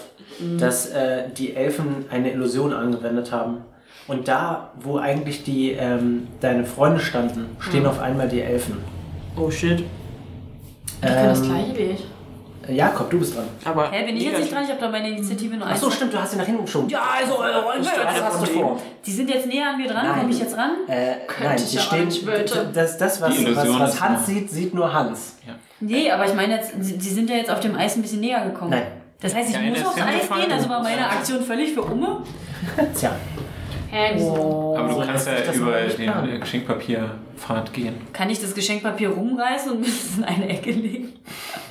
Speaker 3: dass äh, die Elfen eine Illusion angewendet haben. Und da, wo eigentlich die, ähm, deine Freunde standen, stehen auf einmal die Elfen.
Speaker 4: Oh shit.
Speaker 5: Ich kann das
Speaker 3: Ähm,
Speaker 5: gleiche wie ich.
Speaker 3: äh, Jakob, du bist dran.
Speaker 4: Aber.
Speaker 2: Hä, bin ich jetzt
Speaker 4: mega
Speaker 2: nicht dran? Ich hab doch meine Initiative nur eins.
Speaker 3: Achso, stimmt, du hast ihn nach hinten geschoben.
Speaker 2: Ja, also, äh, wollen wir
Speaker 3: das
Speaker 2: jetzt-
Speaker 3: hast du vor.
Speaker 2: die sind jetzt näher an mir dran.
Speaker 3: Nein.
Speaker 2: Komme ich jetzt ran?
Speaker 3: Äh, nein,
Speaker 5: ich
Speaker 3: die
Speaker 5: ja auch
Speaker 3: stehen.
Speaker 5: nicht, Wörter.
Speaker 3: Das, das was,
Speaker 1: Die Illusion
Speaker 3: was, was
Speaker 1: ist
Speaker 3: Hans
Speaker 1: da.
Speaker 3: sieht, sieht nur Hans.
Speaker 2: Nee, aber ich meine, jetzt, die die sind ja jetzt auf dem Eis ein bisschen näher gekommen.
Speaker 3: Nein.
Speaker 2: Das heißt, ich
Speaker 1: Keine
Speaker 2: muss aufs
Speaker 1: Finte
Speaker 2: Eis
Speaker 1: fangen.
Speaker 2: gehen, also war meine Aktion völlig für Umme.
Speaker 3: Tja.
Speaker 5: Hä, wieso?
Speaker 1: Aber du
Speaker 3: So
Speaker 1: kannst
Speaker 3: lässt sich
Speaker 1: ja
Speaker 3: das
Speaker 1: über
Speaker 3: nicht
Speaker 1: den
Speaker 3: planen.
Speaker 1: äh, Geschenkpapierpfad gehen.
Speaker 2: Kann ich das Geschenkpapier rumreißen und mir das in eine Ecke legen?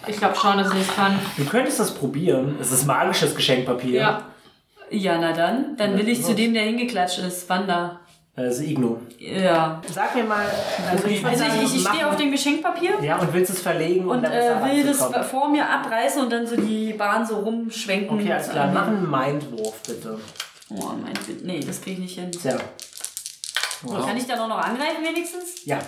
Speaker 5: Ich glaube schon, dass ich es kann.
Speaker 3: Du könntest das probieren. Es ist magisches Geschenkpapier.
Speaker 5: Ja.
Speaker 2: Ja, na dann. Dann will ich zu dem, der hingeklatscht ist. Wanda.
Speaker 3: Äh, Das ist Igno.
Speaker 2: Ja.
Speaker 3: Sag mir mal, also ich,
Speaker 2: Also ich, ich, ich stehe auf dem Geschenkpapier
Speaker 3: Ja, und willst es verlegen
Speaker 2: und
Speaker 3: um da
Speaker 2: äh,
Speaker 3: besser
Speaker 2: will das
Speaker 3: ranzukommen.
Speaker 2: vor mir abreißen und dann so die Bahn so rumschwenken.
Speaker 3: Okay, alles klar. Mach einen Mindwurf, bitte.
Speaker 2: Oh, mein Gott. Nee, das krieg ich nicht hin.
Speaker 3: Tja.
Speaker 2: Kann ich dann auch noch angreifen wenigstens?
Speaker 3: Ja,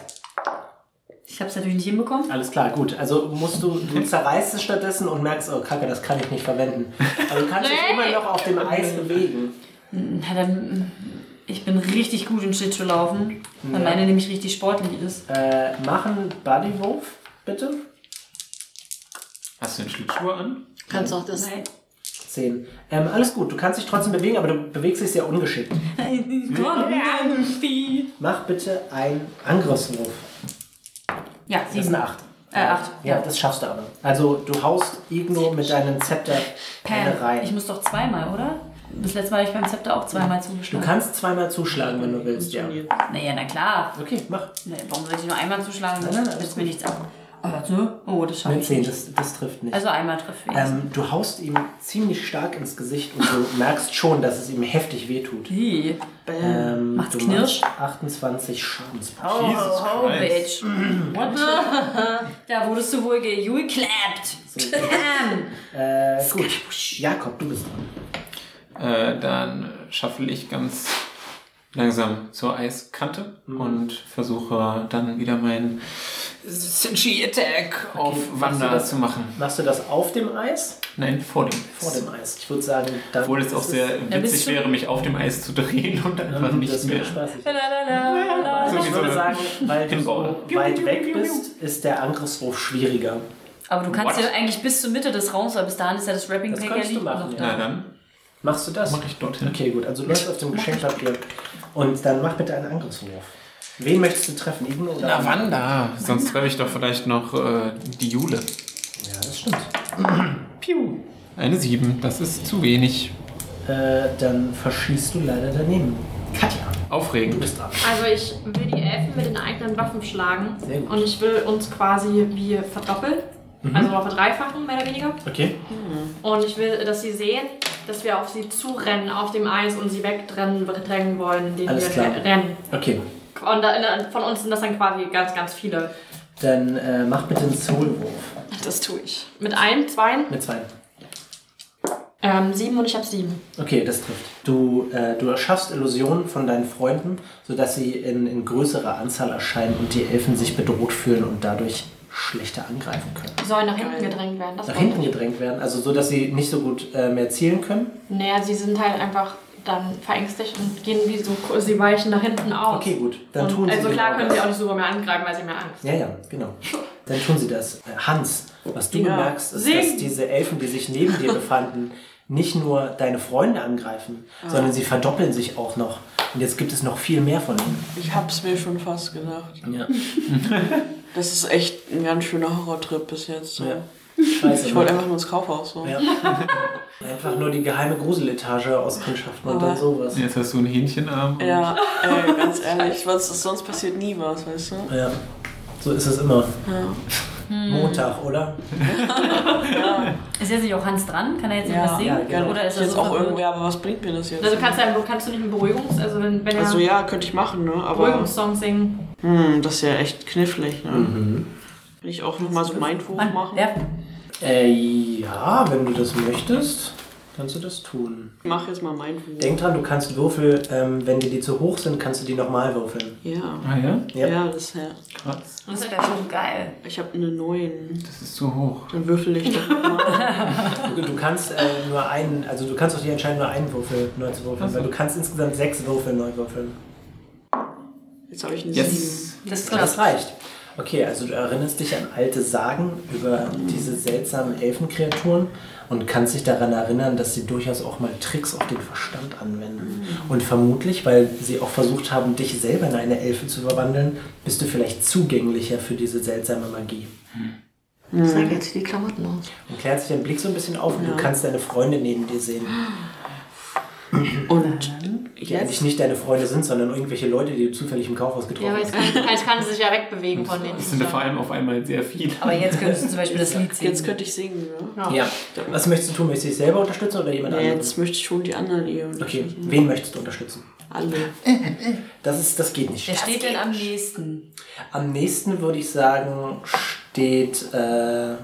Speaker 2: Ich hab's natürlich nicht hinbekommen.
Speaker 3: alles klar, gut. Also musst du, du zerreißt es stattdessen und merkst, oh kacke, das kann ich nicht verwenden. Aber du kannst dich
Speaker 5: Nee.
Speaker 3: immer noch auf dem Eis bewegen.
Speaker 2: Na dann, ich bin richtig gut in Schlittschuh laufen, weil meine nämlich richtig sportlich ist.
Speaker 3: Äh, mach einen Bodywurf, bitte.
Speaker 1: Hast du den Schlittschuh an?
Speaker 4: Kannst auch das.
Speaker 2: Nein.
Speaker 3: Zehn. Ähm, alles gut, du kannst dich trotzdem bewegen, aber du bewegst dich sehr ungeschickt.
Speaker 2: Komm, Vieh.
Speaker 3: Mach bitte einen Angriffswurf.
Speaker 2: Ja,
Speaker 3: Das ist
Speaker 2: sieben.
Speaker 3: eine Acht.
Speaker 2: Äh, acht,
Speaker 3: Ja,
Speaker 2: ja.
Speaker 3: das schaffst du aber. Also du haust Igno mit deinem Zepter eine
Speaker 2: Pam,
Speaker 3: rein.
Speaker 2: ich muss doch zweimal, oder? Das letzte Mal habe ich beim Zepter auch zweimal
Speaker 3: Du
Speaker 2: zugeschlagen.
Speaker 3: kannst zweimal zuschlagen, wenn du willst, ja.
Speaker 2: Naja, na klar.
Speaker 3: Okay, mach.
Speaker 2: Nee, warum soll ich nur einmal zuschlagen?
Speaker 3: nein,
Speaker 2: Das
Speaker 3: alles
Speaker 2: nützt mir nichts ab. Oh, das, ne? oh, das schaffe
Speaker 3: Mit
Speaker 2: ich
Speaker 3: 10,
Speaker 2: nicht.
Speaker 3: das, das trifft nicht.
Speaker 2: Also einmal trifft wenigstens.
Speaker 3: ähm, du haust ihm ziemlich stark ins Gesicht und du merkst schon, dass es ihm heftig wehtut.
Speaker 2: Hi.
Speaker 3: Ähm,
Speaker 2: Hm. Macht's
Speaker 3: du
Speaker 2: knirsch?
Speaker 3: machst 28 Schadenspunkte.
Speaker 1: Jesus
Speaker 2: Oh, bitch. What the- da wurdest du wohl gejuclapped. Bam.
Speaker 3: Äh, gut, Jakob, du bist dran.
Speaker 1: Äh, dann schaffel ich ganz langsam zur Eiskante
Speaker 3: Mhm.
Speaker 1: und versuche dann wieder meinen Senshi-Attack auf
Speaker 3: machst du
Speaker 1: Wanda
Speaker 3: das?
Speaker 1: zu machen.
Speaker 3: Machst du das auf dem Eis?
Speaker 1: Nein, vor dem.
Speaker 3: Vor dem Eis. Ich würde sagen, dann.
Speaker 1: Obwohl es auch
Speaker 3: ist-
Speaker 1: sehr
Speaker 2: Ja, bist
Speaker 1: witzig
Speaker 2: du-
Speaker 1: wäre, mich auf dem Eis zu drehen und einfach
Speaker 3: ähm,
Speaker 1: nicht
Speaker 3: das
Speaker 1: mehr.
Speaker 3: wird spaßig.
Speaker 2: Lalalala.
Speaker 1: So wie
Speaker 3: Ich
Speaker 1: so
Speaker 3: würde
Speaker 1: eine
Speaker 3: sagen, weil du so
Speaker 1: Pinball.
Speaker 3: weit weg bist, ist der Angriffswurf schwieriger.
Speaker 2: Aber du kannst
Speaker 1: What?
Speaker 2: ja eigentlich bis zur Mitte des Raums, weil bis dahin ist ja das Rapping
Speaker 3: Das
Speaker 2: Pack ja
Speaker 3: könntest du
Speaker 2: liegt
Speaker 3: machen,
Speaker 2: noch
Speaker 3: ja.
Speaker 2: da.
Speaker 1: Na dann,
Speaker 3: Mach du das?
Speaker 1: mache ich dorthin.
Speaker 3: Okay, gut. Also du läufst auf dem Geschenkpapier. Und dann mach bitte einen Angriffswurf. Wen möchtest du treffen? Igno oder
Speaker 1: Na,
Speaker 3: Wanda?
Speaker 1: Ah, Wanda! Sonst treffe ich doch vielleicht noch äh, die Jule.
Speaker 3: Ja, das stimmt.
Speaker 1: Piu! Eine 7, das ist zu wenig.
Speaker 3: Äh, dann verschießt du leider daneben. Katja, du
Speaker 1: Aufregend.
Speaker 3: bist dran.
Speaker 5: Also ich will die Elfen mit den eigenen Waffen schlagen.
Speaker 3: Sehr gut. Mhm.
Speaker 5: Und ich will uns quasi wie verdoppeln. Also verdreifachen, mehr oder weniger.
Speaker 3: Okay.
Speaker 5: Und ich will, dass sie sehen, dass wir auf sie zurennen, auf dem Eis und sie wegdrängen drängen wollen, indem
Speaker 3: Alles
Speaker 5: wir
Speaker 3: klar.
Speaker 5: rennen.
Speaker 3: Okay.
Speaker 5: Und da, in- von uns sind das dann quasi ganz, ganz viele.
Speaker 3: Dann äh, mach bitte einen Soulwurf.
Speaker 4: Das tue ich.
Speaker 5: Mit ein, zwei,
Speaker 3: Mit zwei.
Speaker 5: ähm, sieben und ich habe sieben.
Speaker 3: Okay, das trifft. Du, äh, du erschaffst Illusionen von deinen Freunden, sodass sie in, in größerer Anzahl erscheinen und die Elfen sich bedroht fühlen und dadurch schlechter angreifen können.
Speaker 5: Die sollen nach hinten gedrängt werden. Das
Speaker 3: Nach
Speaker 5: wollte
Speaker 3: hinten
Speaker 5: ich.
Speaker 3: gedrängt werden, also so, dass sie nicht so gut äh, mehr zielen können.
Speaker 5: Naja, sie sind halt einfach dann verängstigt und gehen wie so, sie weichen nach hinten aus.
Speaker 3: Okay, gut. Dann
Speaker 5: und,
Speaker 3: tun sie
Speaker 5: Also
Speaker 3: genau
Speaker 5: klar können sie
Speaker 3: das.
Speaker 5: auch nicht super mehr angreifen, weil sie mehr Angst
Speaker 3: Ja, ja, genau. Dann tun sie das. Äh, Hans, was du
Speaker 4: Ja.
Speaker 3: bemerkst, ist,
Speaker 5: Sing!
Speaker 3: dass diese Elfen, die sich neben dir befanden, nicht nur deine Freunde angreifen,
Speaker 4: Ah.
Speaker 3: sondern sie verdoppeln sich auch noch. Und jetzt gibt es noch viel mehr von ihnen.
Speaker 4: Ich hab's mir schon fast gedacht.
Speaker 3: Ja.
Speaker 4: Das ist echt ein ganz schöner Horrortrip bis jetzt. So.
Speaker 3: Ja. Scheiße.
Speaker 4: Ich
Speaker 3: ne?
Speaker 4: wollte einfach nur ins Kaufhaus. So.
Speaker 3: Ja. Einfach nur die geheime Gruseletage aus Kundschaften und
Speaker 4: Aber-
Speaker 3: dann sowas.
Speaker 1: Jetzt hast du einen Hähnchenarm.
Speaker 4: Ja, ey, ganz ehrlich, was, sonst passiert nie was, weißt du?
Speaker 3: Ja. So ist es immer.
Speaker 4: Ja.
Speaker 3: Montag, oder?
Speaker 2: Ist jetzt nicht auch Hans dran? Kann er jetzt
Speaker 4: Ja,
Speaker 2: irgendwas singen?
Speaker 3: ja, genau.
Speaker 2: Oder ist
Speaker 4: Ist
Speaker 2: er
Speaker 4: jetzt
Speaker 2: so
Speaker 4: auch
Speaker 2: verwirrt?
Speaker 4: irgendwer, aber was bringt mir das jetzt?
Speaker 5: Also kannst du, ja- kannst du nicht einen Beruhigungs-, also wenn, wenn er
Speaker 4: Also ja, könnte ich machen, ne? Aber
Speaker 5: Beruhigungssong singen.
Speaker 4: hm, das ist ja echt knifflig, ne?
Speaker 3: Mhm.
Speaker 4: Kann ich auch nochmal so Mindwurf machen?
Speaker 2: Ja,
Speaker 3: Äh, ja, wenn du das möchtest, kannst du das tun.
Speaker 4: Ich mach jetzt mal Mindwurf.
Speaker 3: Denk dran, du kannst Würfel, ähm, wenn dir die zu hoch sind, kannst du die nochmal würfeln.
Speaker 4: Ja.
Speaker 1: Ah ja?
Speaker 3: Ja.
Speaker 4: ja. das ist ja.
Speaker 1: Krass.
Speaker 2: das wäre schon geil.
Speaker 4: Ich habe eine 9.
Speaker 1: Das ist zu hoch.
Speaker 4: Dann würfel ich doch mal.
Speaker 3: Du, du kannst äh, nur einen, also du kannst auch die entscheiden, nur einen Würfel neu zu würfeln, weil du kannst insgesamt sechs Würfel neu würfeln.
Speaker 4: Jetzt habe ich eine 7.
Speaker 1: Jetzt.
Speaker 2: Das
Speaker 3: Ja,
Speaker 2: trifft.
Speaker 3: Das reicht. Okay, also du erinnerst dich an alte Sagen über diese seltsamen Elfenkreaturen und kannst dich daran erinnern, dass sie durchaus auch mal Tricks auf den Verstand anwenden.
Speaker 4: Mhm.
Speaker 3: Und vermutlich, weil sie auch versucht haben, dich selber in eine Elfe zu verwandeln, bist du vielleicht zugänglicher für diese seltsame Magie.
Speaker 4: Mhm.
Speaker 5: Sag jetzt die Klamotten aus.
Speaker 3: Und klärt sich dein Blick so ein bisschen auf und du kannst deine Freunde neben dir sehen.
Speaker 4: Und
Speaker 3: Die eigentlich
Speaker 4: jetzt?
Speaker 3: nicht deine Freunde sind, sondern irgendwelche Leute, die du zufällig im Kaufhaus
Speaker 5: Ja,
Speaker 3: getroffen
Speaker 5: aber
Speaker 3: hast.
Speaker 5: jetzt kann, jetzt kann sie sich ja wegbewegen von denen.
Speaker 1: Das sind ja vor allem auf einmal sehr viele.
Speaker 2: Aber jetzt könntest du zum Beispiel das Lied singen.
Speaker 4: Jetzt könnte ich singen, ne?
Speaker 3: Ja. Was möchtest du tun? Möchtest du dich selber unterstützen oder jemand
Speaker 4: Ja,
Speaker 3: anderen?
Speaker 4: jetzt möchte ich schon die anderen eh und
Speaker 3: Okay, wen möchtest du unterstützen?
Speaker 4: alle.
Speaker 3: Das, ist, das geht nicht.
Speaker 2: Wer steht denn am nächsten?
Speaker 3: Am nächsten würde ich sagen, steht. Äh,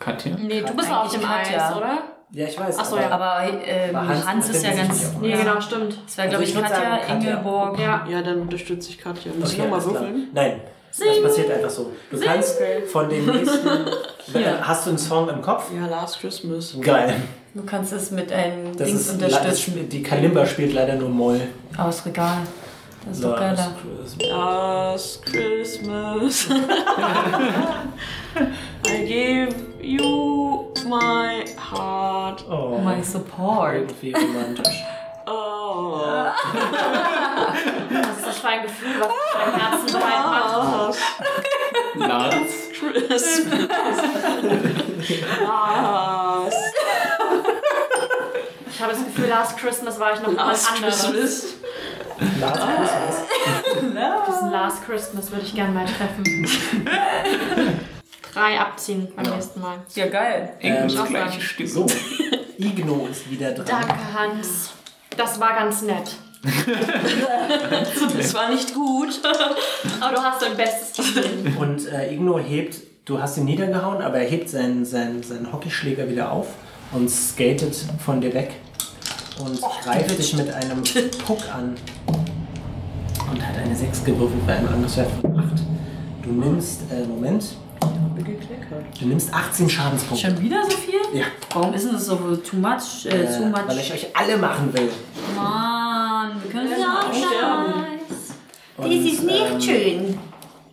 Speaker 1: Katja?
Speaker 5: Nee, du bist auch auf dem
Speaker 2: Eigentlich
Speaker 5: Eis,
Speaker 2: Katja.
Speaker 5: oder?
Speaker 3: ja, ich weiß.
Speaker 5: Ach so, ja.
Speaker 2: Aber ähm,
Speaker 3: Aber
Speaker 2: Hans,
Speaker 3: Hans
Speaker 2: ist ja
Speaker 3: befindet
Speaker 2: ganz.
Speaker 3: sich nicht auf
Speaker 5: Nee,
Speaker 2: ja.
Speaker 5: genau, stimmt.
Speaker 2: Das wäre, glaube
Speaker 3: Also ich
Speaker 2: ich,
Speaker 3: würd
Speaker 2: Katja,
Speaker 3: sagen, Katja.
Speaker 2: Ingeborg.
Speaker 5: Ja.
Speaker 4: Ja, dann unterstütze ich Katja. Muss ich
Speaker 3: Okay,
Speaker 4: nochmal
Speaker 3: alles klar.
Speaker 4: würfeln?
Speaker 3: Nein, das passiert einfach so. Du kannst von dem nächsten. Äh, Hast du einen Song im Kopf?
Speaker 4: Ja, Last Christmas.
Speaker 3: Geil.
Speaker 2: Du kannst es mit einem
Speaker 3: Das
Speaker 2: Dings
Speaker 3: ist, das,
Speaker 2: unterstützen.
Speaker 3: die Kalimba spielt leider nur Moll.
Speaker 2: Aus Regal. Das ist doch geiler.
Speaker 4: Last Christmas. I gave you my heart.
Speaker 3: Oh,
Speaker 2: My support.
Speaker 3: irgendwie romantisch.
Speaker 4: Oh,
Speaker 5: Was ist das für ein Gefühl, was ich in meinem Herzen breit macht?
Speaker 1: Lars?
Speaker 4: Christmas. Last
Speaker 5: Ich habe das Gefühl, Last Christmas war ich noch was anderes.
Speaker 4: Christmas.
Speaker 1: Ah.
Speaker 3: Last
Speaker 5: Das Last Christmas würde ich gerne mal treffen. Drei abziehen beim nächsten Mal.
Speaker 2: Ja, geil.
Speaker 1: Englisch
Speaker 5: Ähm,
Speaker 1: gleiche Stimme.
Speaker 3: Christmas. So, Igno ist wieder dran.
Speaker 5: Danke, Hans. Das war ganz nett.
Speaker 4: Das war nicht gut.
Speaker 5: Aber du hast dein Bestes gegeben.
Speaker 3: Und äh, Igno hebt, du hast ihn niedergehauen, aber er hebt seinen, seinen, seinen Hockeyschläger wieder auf und skatet von dir weg und greift dich mit einem Puck an und hat eine 6 gewürfelt bei einem Angriffswert von 8. Du nimmst, äh, Moment, du nimmst 18 Schadenspunkte.
Speaker 2: Schon wieder so viel?
Speaker 3: Ja,
Speaker 2: Warum ist denn das so too much? Äh,
Speaker 3: äh,
Speaker 2: too
Speaker 3: weil ich
Speaker 2: much.
Speaker 3: euch alle machen will.
Speaker 2: Mann, wir können es ja auch
Speaker 4: Sterben.
Speaker 3: Und, Dies ist nicht ähm,
Speaker 6: schön.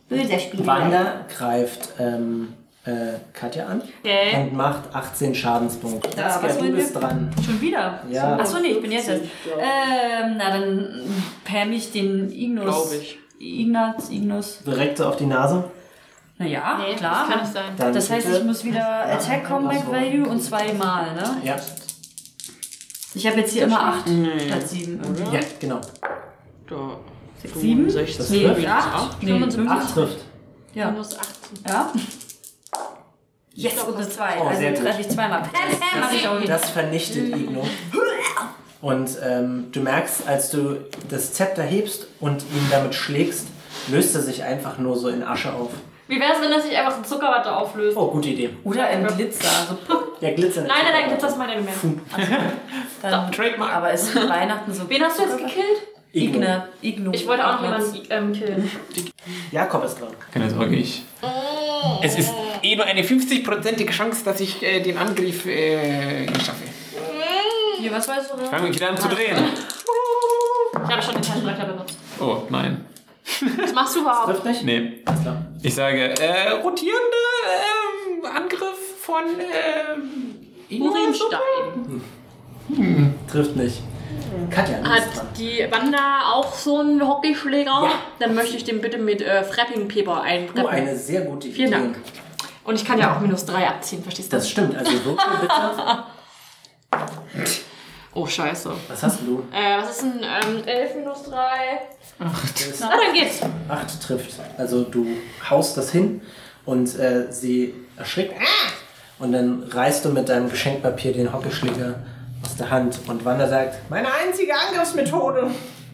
Speaker 6: Böser Spieler.
Speaker 3: Wanda greift ähm, äh, Katja an
Speaker 5: Okay.
Speaker 3: und macht 18 Schadenspunkte.
Speaker 2: Ja,
Speaker 3: Saskia,
Speaker 2: Äh. was
Speaker 3: du
Speaker 2: wollen wir?
Speaker 3: bist dran.
Speaker 2: Schon wieder?
Speaker 3: Ja.
Speaker 2: Achso, nee, ich bin jetzt erst. Ähm, na, dann pärm ich den Ignus.
Speaker 4: Glaub ich.
Speaker 2: Ignaz, Ignus.
Speaker 3: Direkt so auf die Nase.
Speaker 2: Naja,
Speaker 5: Nee,
Speaker 2: klar.
Speaker 5: Das kann nicht sein.
Speaker 3: Dann
Speaker 2: Das heißt,
Speaker 3: bitte.
Speaker 2: ich muss wieder Attack Comeback
Speaker 3: Ach so.
Speaker 2: Value und zweimal, ne?
Speaker 3: Ja.
Speaker 2: Ich habe jetzt hier immer 8 statt 7.
Speaker 3: ja, genau.
Speaker 4: Da.
Speaker 2: 7?
Speaker 4: 65.
Speaker 2: Nee,
Speaker 3: trifft.
Speaker 2: 8. Nee,
Speaker 3: 8
Speaker 2: fünf.
Speaker 3: trifft.
Speaker 5: Du
Speaker 2: Ja.
Speaker 5: musst 18.
Speaker 2: ja. Jetzt Runde 2.
Speaker 3: Oh, sehr
Speaker 2: Also
Speaker 3: gut.
Speaker 2: treffe ich zweimal. Pam, pam, hab ich auch wieder.
Speaker 3: Das vernichtet Igno. Und ähm, du merkst, als du das Zepter hebst und ihn damit schlägst, löst er sich einfach nur so in Asche auf.
Speaker 5: Wie wäre es, wenn das sich einfach in Zuckerwatte auflöst?
Speaker 3: Oh, gute Idee.
Speaker 2: Oder im Glitzer. So,
Speaker 3: Der Glitzer.
Speaker 5: Nein, nein, nein, das ist meine gemeint.
Speaker 2: dann,
Speaker 7: Trademark.
Speaker 2: aber es ist Weihnachten so.
Speaker 5: Wen hast du jetzt gekillt?
Speaker 3: Igno.
Speaker 2: Igne. Igno.
Speaker 5: Ich wollte auch noch
Speaker 2: Ignaz.
Speaker 5: jemanden ähm, killen.
Speaker 3: Jakob ist dran.
Speaker 1: Keine Sorge, ich.
Speaker 7: Es ist eh nur eine 50-prozentige Chance, dass ich äh, den Angriff äh, schaffe.
Speaker 2: Hier, was weißt du?
Speaker 1: Fangen wir wieder an zu drehen.
Speaker 5: Ich habe schon den Taschenrechner benutzt.
Speaker 1: Oh, nein.
Speaker 5: Was machst du überhaupt?
Speaker 3: Trifft nicht?
Speaker 1: Nee.
Speaker 3: Alles klar.
Speaker 1: Ich sage, äh, rotierende ähm, Angriff von ähm,
Speaker 5: Urinstein.
Speaker 3: Trifft nicht. Katja, du bist dran.
Speaker 5: Hat die Wanda auch so einen Hockeyschläger?
Speaker 3: Ja.
Speaker 5: Dann möchte ich den bitte mit äh, Frapping Paper einbrennen.
Speaker 3: Oh, eine sehr gute Idee.
Speaker 5: Vielen Dank. Und ich kann ja auch minus 3 abziehen, verstehst du?
Speaker 3: Das stimmt. Also würfel bitte.
Speaker 5: Oh, scheiße.
Speaker 3: Was hast denn du?
Speaker 5: Äh, was ist denn ähm, 11 minus 3? Na, dann geht's.
Speaker 3: Acht trifft. Also du haust das hin und äh, sie erschrickt. Und dann reißt du mit deinem Geschenkpapier den Hockeyschläger aus der Hand. Und Wanda sagt, meine einzige Angriffsmethode.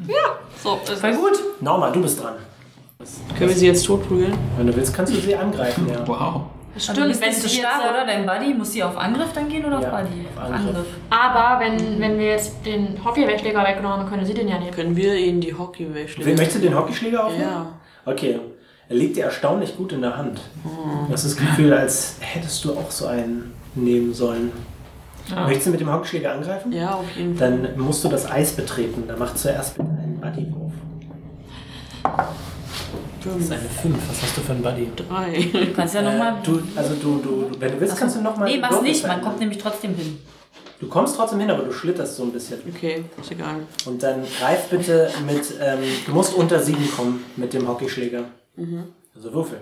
Speaker 5: Ja. So, also, das ist
Speaker 3: gut. Norma, du bist dran.
Speaker 4: Können wir sie jetzt totprügeln?
Speaker 3: Wenn du willst, kannst du sie angreifen, ja.
Speaker 1: Wow.
Speaker 2: Du
Speaker 5: Stimmt,
Speaker 2: bist
Speaker 5: wenn
Speaker 2: nicht so
Speaker 5: sie
Speaker 2: stark,
Speaker 5: jetzt,
Speaker 2: oder? Dein Buddy? Muss sie auf Angriff dann gehen oder auf
Speaker 3: Ja,
Speaker 2: Buddy?
Speaker 3: auf Angriff.
Speaker 5: aber wenn, wenn wir jetzt den Hockeyschläger weggenommen haben, können sie den ja nehmen.
Speaker 4: Können wir ihnen die Hockey
Speaker 3: Will,
Speaker 4: schlägen?
Speaker 3: möchtest du den Hockeyschläger aufnehmen?
Speaker 4: Ja.
Speaker 3: Okay. Er liegt dir erstaunlich gut in der Hand. Du hast das Gefühl, als hättest du auch so einen nehmen sollen. Möchtest du mit dem Hockeyschläger angreifen?
Speaker 4: Ja, auf jeden Fall.
Speaker 3: Dann musst du das Eis betreten. Da machst du erst bitte einen Buddy-Wurf. Das ist eine 5. Was hast du für einen Buddy?
Speaker 4: Drei.
Speaker 2: Du kannst ja nochmal.
Speaker 3: Du, also du, du, du, wenn du willst, kannst du nochmal...
Speaker 2: Nee, mach's nicht. Man kommt nämlich trotzdem hin.
Speaker 3: Du kommst trotzdem hin, aber du schlitterst so ein bisschen.
Speaker 4: Okay, ist egal.
Speaker 3: Und dann greif bitte mit... Ähm, du musst unter 7 kommen mit dem Hockeyschläger.
Speaker 2: Mhm.
Speaker 3: Also Würfel.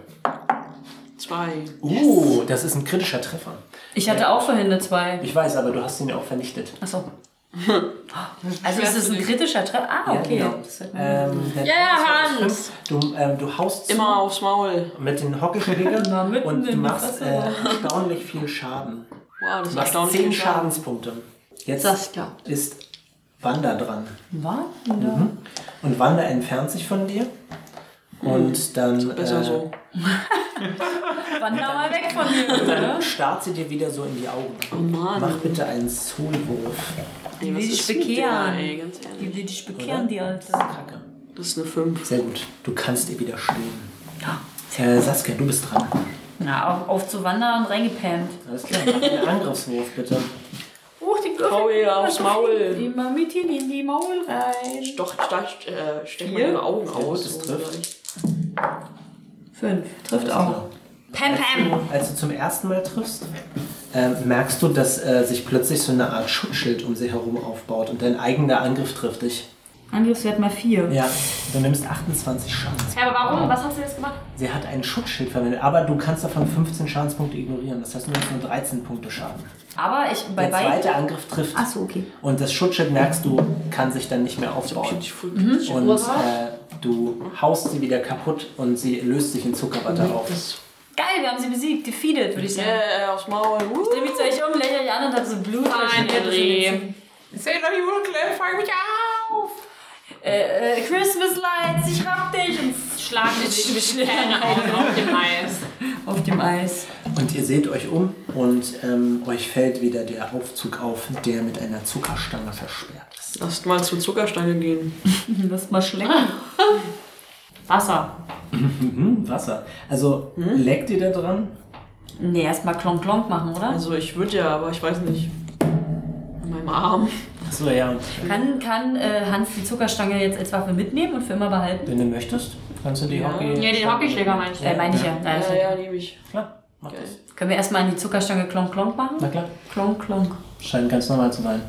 Speaker 4: Zwei.
Speaker 3: Uh, das ist ein kritischer Treffer.
Speaker 2: Ich hatte auch vorhin eine 2.
Speaker 3: Ich weiß, aber du hast ihn ja auch vernichtet.
Speaker 2: Achso. Also ist es ein kritischer Treffer? Ah, okay.
Speaker 3: Ja, genau.
Speaker 2: Das hat man-
Speaker 3: Ähm, der-
Speaker 5: Ja,
Speaker 3: das war das fünf. Du, ähm, du haust zu
Speaker 4: Immer aufs Maul.
Speaker 3: mit den Hockeyschlägern
Speaker 2: Na, mitten
Speaker 3: und du
Speaker 2: in die
Speaker 3: machst
Speaker 2: Fresse.
Speaker 3: äh, erstaunlich viel Schaden.
Speaker 4: Wow, das ist
Speaker 3: Du machst
Speaker 4: erstaunlich.
Speaker 3: 10 Schadenspunkte. Jetzt
Speaker 4: Das klar.
Speaker 3: ist Wanda dran.
Speaker 2: Warten da.
Speaker 3: Und Wanda entfernt sich von dir. Und dann,
Speaker 4: Hm.
Speaker 3: äh,
Speaker 4: Besser so.
Speaker 2: Wander mal weg von mir,
Speaker 3: äh,
Speaker 2: bitte.
Speaker 3: dann starrt sie dir wieder so in die Augen.
Speaker 4: Oh Mann.
Speaker 3: Mach bitte einen Soulwurf.
Speaker 4: Ey, was
Speaker 2: Will
Speaker 4: ist
Speaker 2: dich
Speaker 4: mit der,
Speaker 2: bekehren.
Speaker 4: ey, ganz
Speaker 2: Die,
Speaker 4: ehrlich.
Speaker 2: die dich bekehren, die halt. Alte.
Speaker 3: Kacke.
Speaker 4: Das ist eine 5.
Speaker 3: Sehr gut. Du kannst ihr widerstehen. Äh, Saskia, du bist dran.
Speaker 2: Na, auf, auf zu wandern, reingepammt.
Speaker 3: Alles klar, mach einen Angriffswurf bitte.
Speaker 2: Oh, die
Speaker 4: Hau ihr aufs Maul.
Speaker 2: Die Mamitin in die Maul rein.
Speaker 4: Doch, da äh, stechen mal ihre Augen aus.
Speaker 3: das
Speaker 4: so
Speaker 3: trifft.
Speaker 4: vielleicht.
Speaker 2: Fünf. Trifft auch. Pam, pam.
Speaker 3: Als du zum ersten Mal triffst, ähm, merkst du, dass äh, sich plötzlich so eine Art Schutzschild um sie herum aufbaut und dein eigener Angriff trifft dich.
Speaker 2: Angriffswert mal vier.
Speaker 3: Ja, du nimmst 28 Schaden.
Speaker 5: Ja, aber warum? Was hast du jetzt gemacht?
Speaker 3: Sie hat ein Schutzschild verwendet, aber du kannst davon 15 Schadenspunkte ignorieren. Das heißt, du nimmst nur 13 Punkte Schaden.
Speaker 2: Aber ich, bei
Speaker 3: Der zweite
Speaker 2: beiden.
Speaker 3: Angriff trifft.
Speaker 2: Achso, okay.
Speaker 3: Und das Schutzschild merkst du, kann sich dann nicht mehr aufbauen.
Speaker 4: Mhm.
Speaker 3: Und äh, du haust sie wieder kaputt und sie löst sich in Zuckerwatte auf.
Speaker 2: Geil, wir haben sie besiegt. Defeated, würde ich sagen. Yeah.
Speaker 4: Äh, aufs Maul. Uh.
Speaker 2: Nehme ich zu euch um, lächle ich an und hab so Blut. Nein,
Speaker 5: André.
Speaker 7: Sailor Euroclip, fang mich auf!
Speaker 2: Äh, äh, Christmas Lights, ich hab dich. Und
Speaker 5: Schlagen die sich mit Fähne auf, auf dem Eis.
Speaker 2: auf dem Eis.
Speaker 3: Und ihr seht euch um und ähm, euch fällt wieder der Aufzug auf, der mit einer Zuckerstange versperrt ist.
Speaker 4: Lasst mal zu Zuckersteine gehen.
Speaker 2: Hm, Lass mal schlecken.
Speaker 5: Wasser.
Speaker 3: Mhm, Wasser. Also leckt ihr da dran?
Speaker 2: Nee, erstmal klonk klonk machen, oder?
Speaker 4: Also ich würde ja, aber ich weiß nicht. An meinem Arm.
Speaker 3: Achso, ja.
Speaker 2: Kann, kann äh, Hans die Zuckerstange jetzt als Waffe mitnehmen und für immer behalten?
Speaker 3: Wenn du möchtest, kannst du die
Speaker 4: Ja.
Speaker 3: Hockey...
Speaker 5: Ja, den Hockeyschläger meinst
Speaker 2: Äh,
Speaker 5: du.
Speaker 2: meine ich ja. Nein,
Speaker 4: Ja, halt
Speaker 2: also,
Speaker 4: ja, nehme ich.
Speaker 3: Klar, mach das.
Speaker 2: Können wir erstmal an die Zuckerstange klonk klonk machen?
Speaker 3: Na klar,
Speaker 2: Klonk klonk.
Speaker 3: scheint ganz normal zu sein.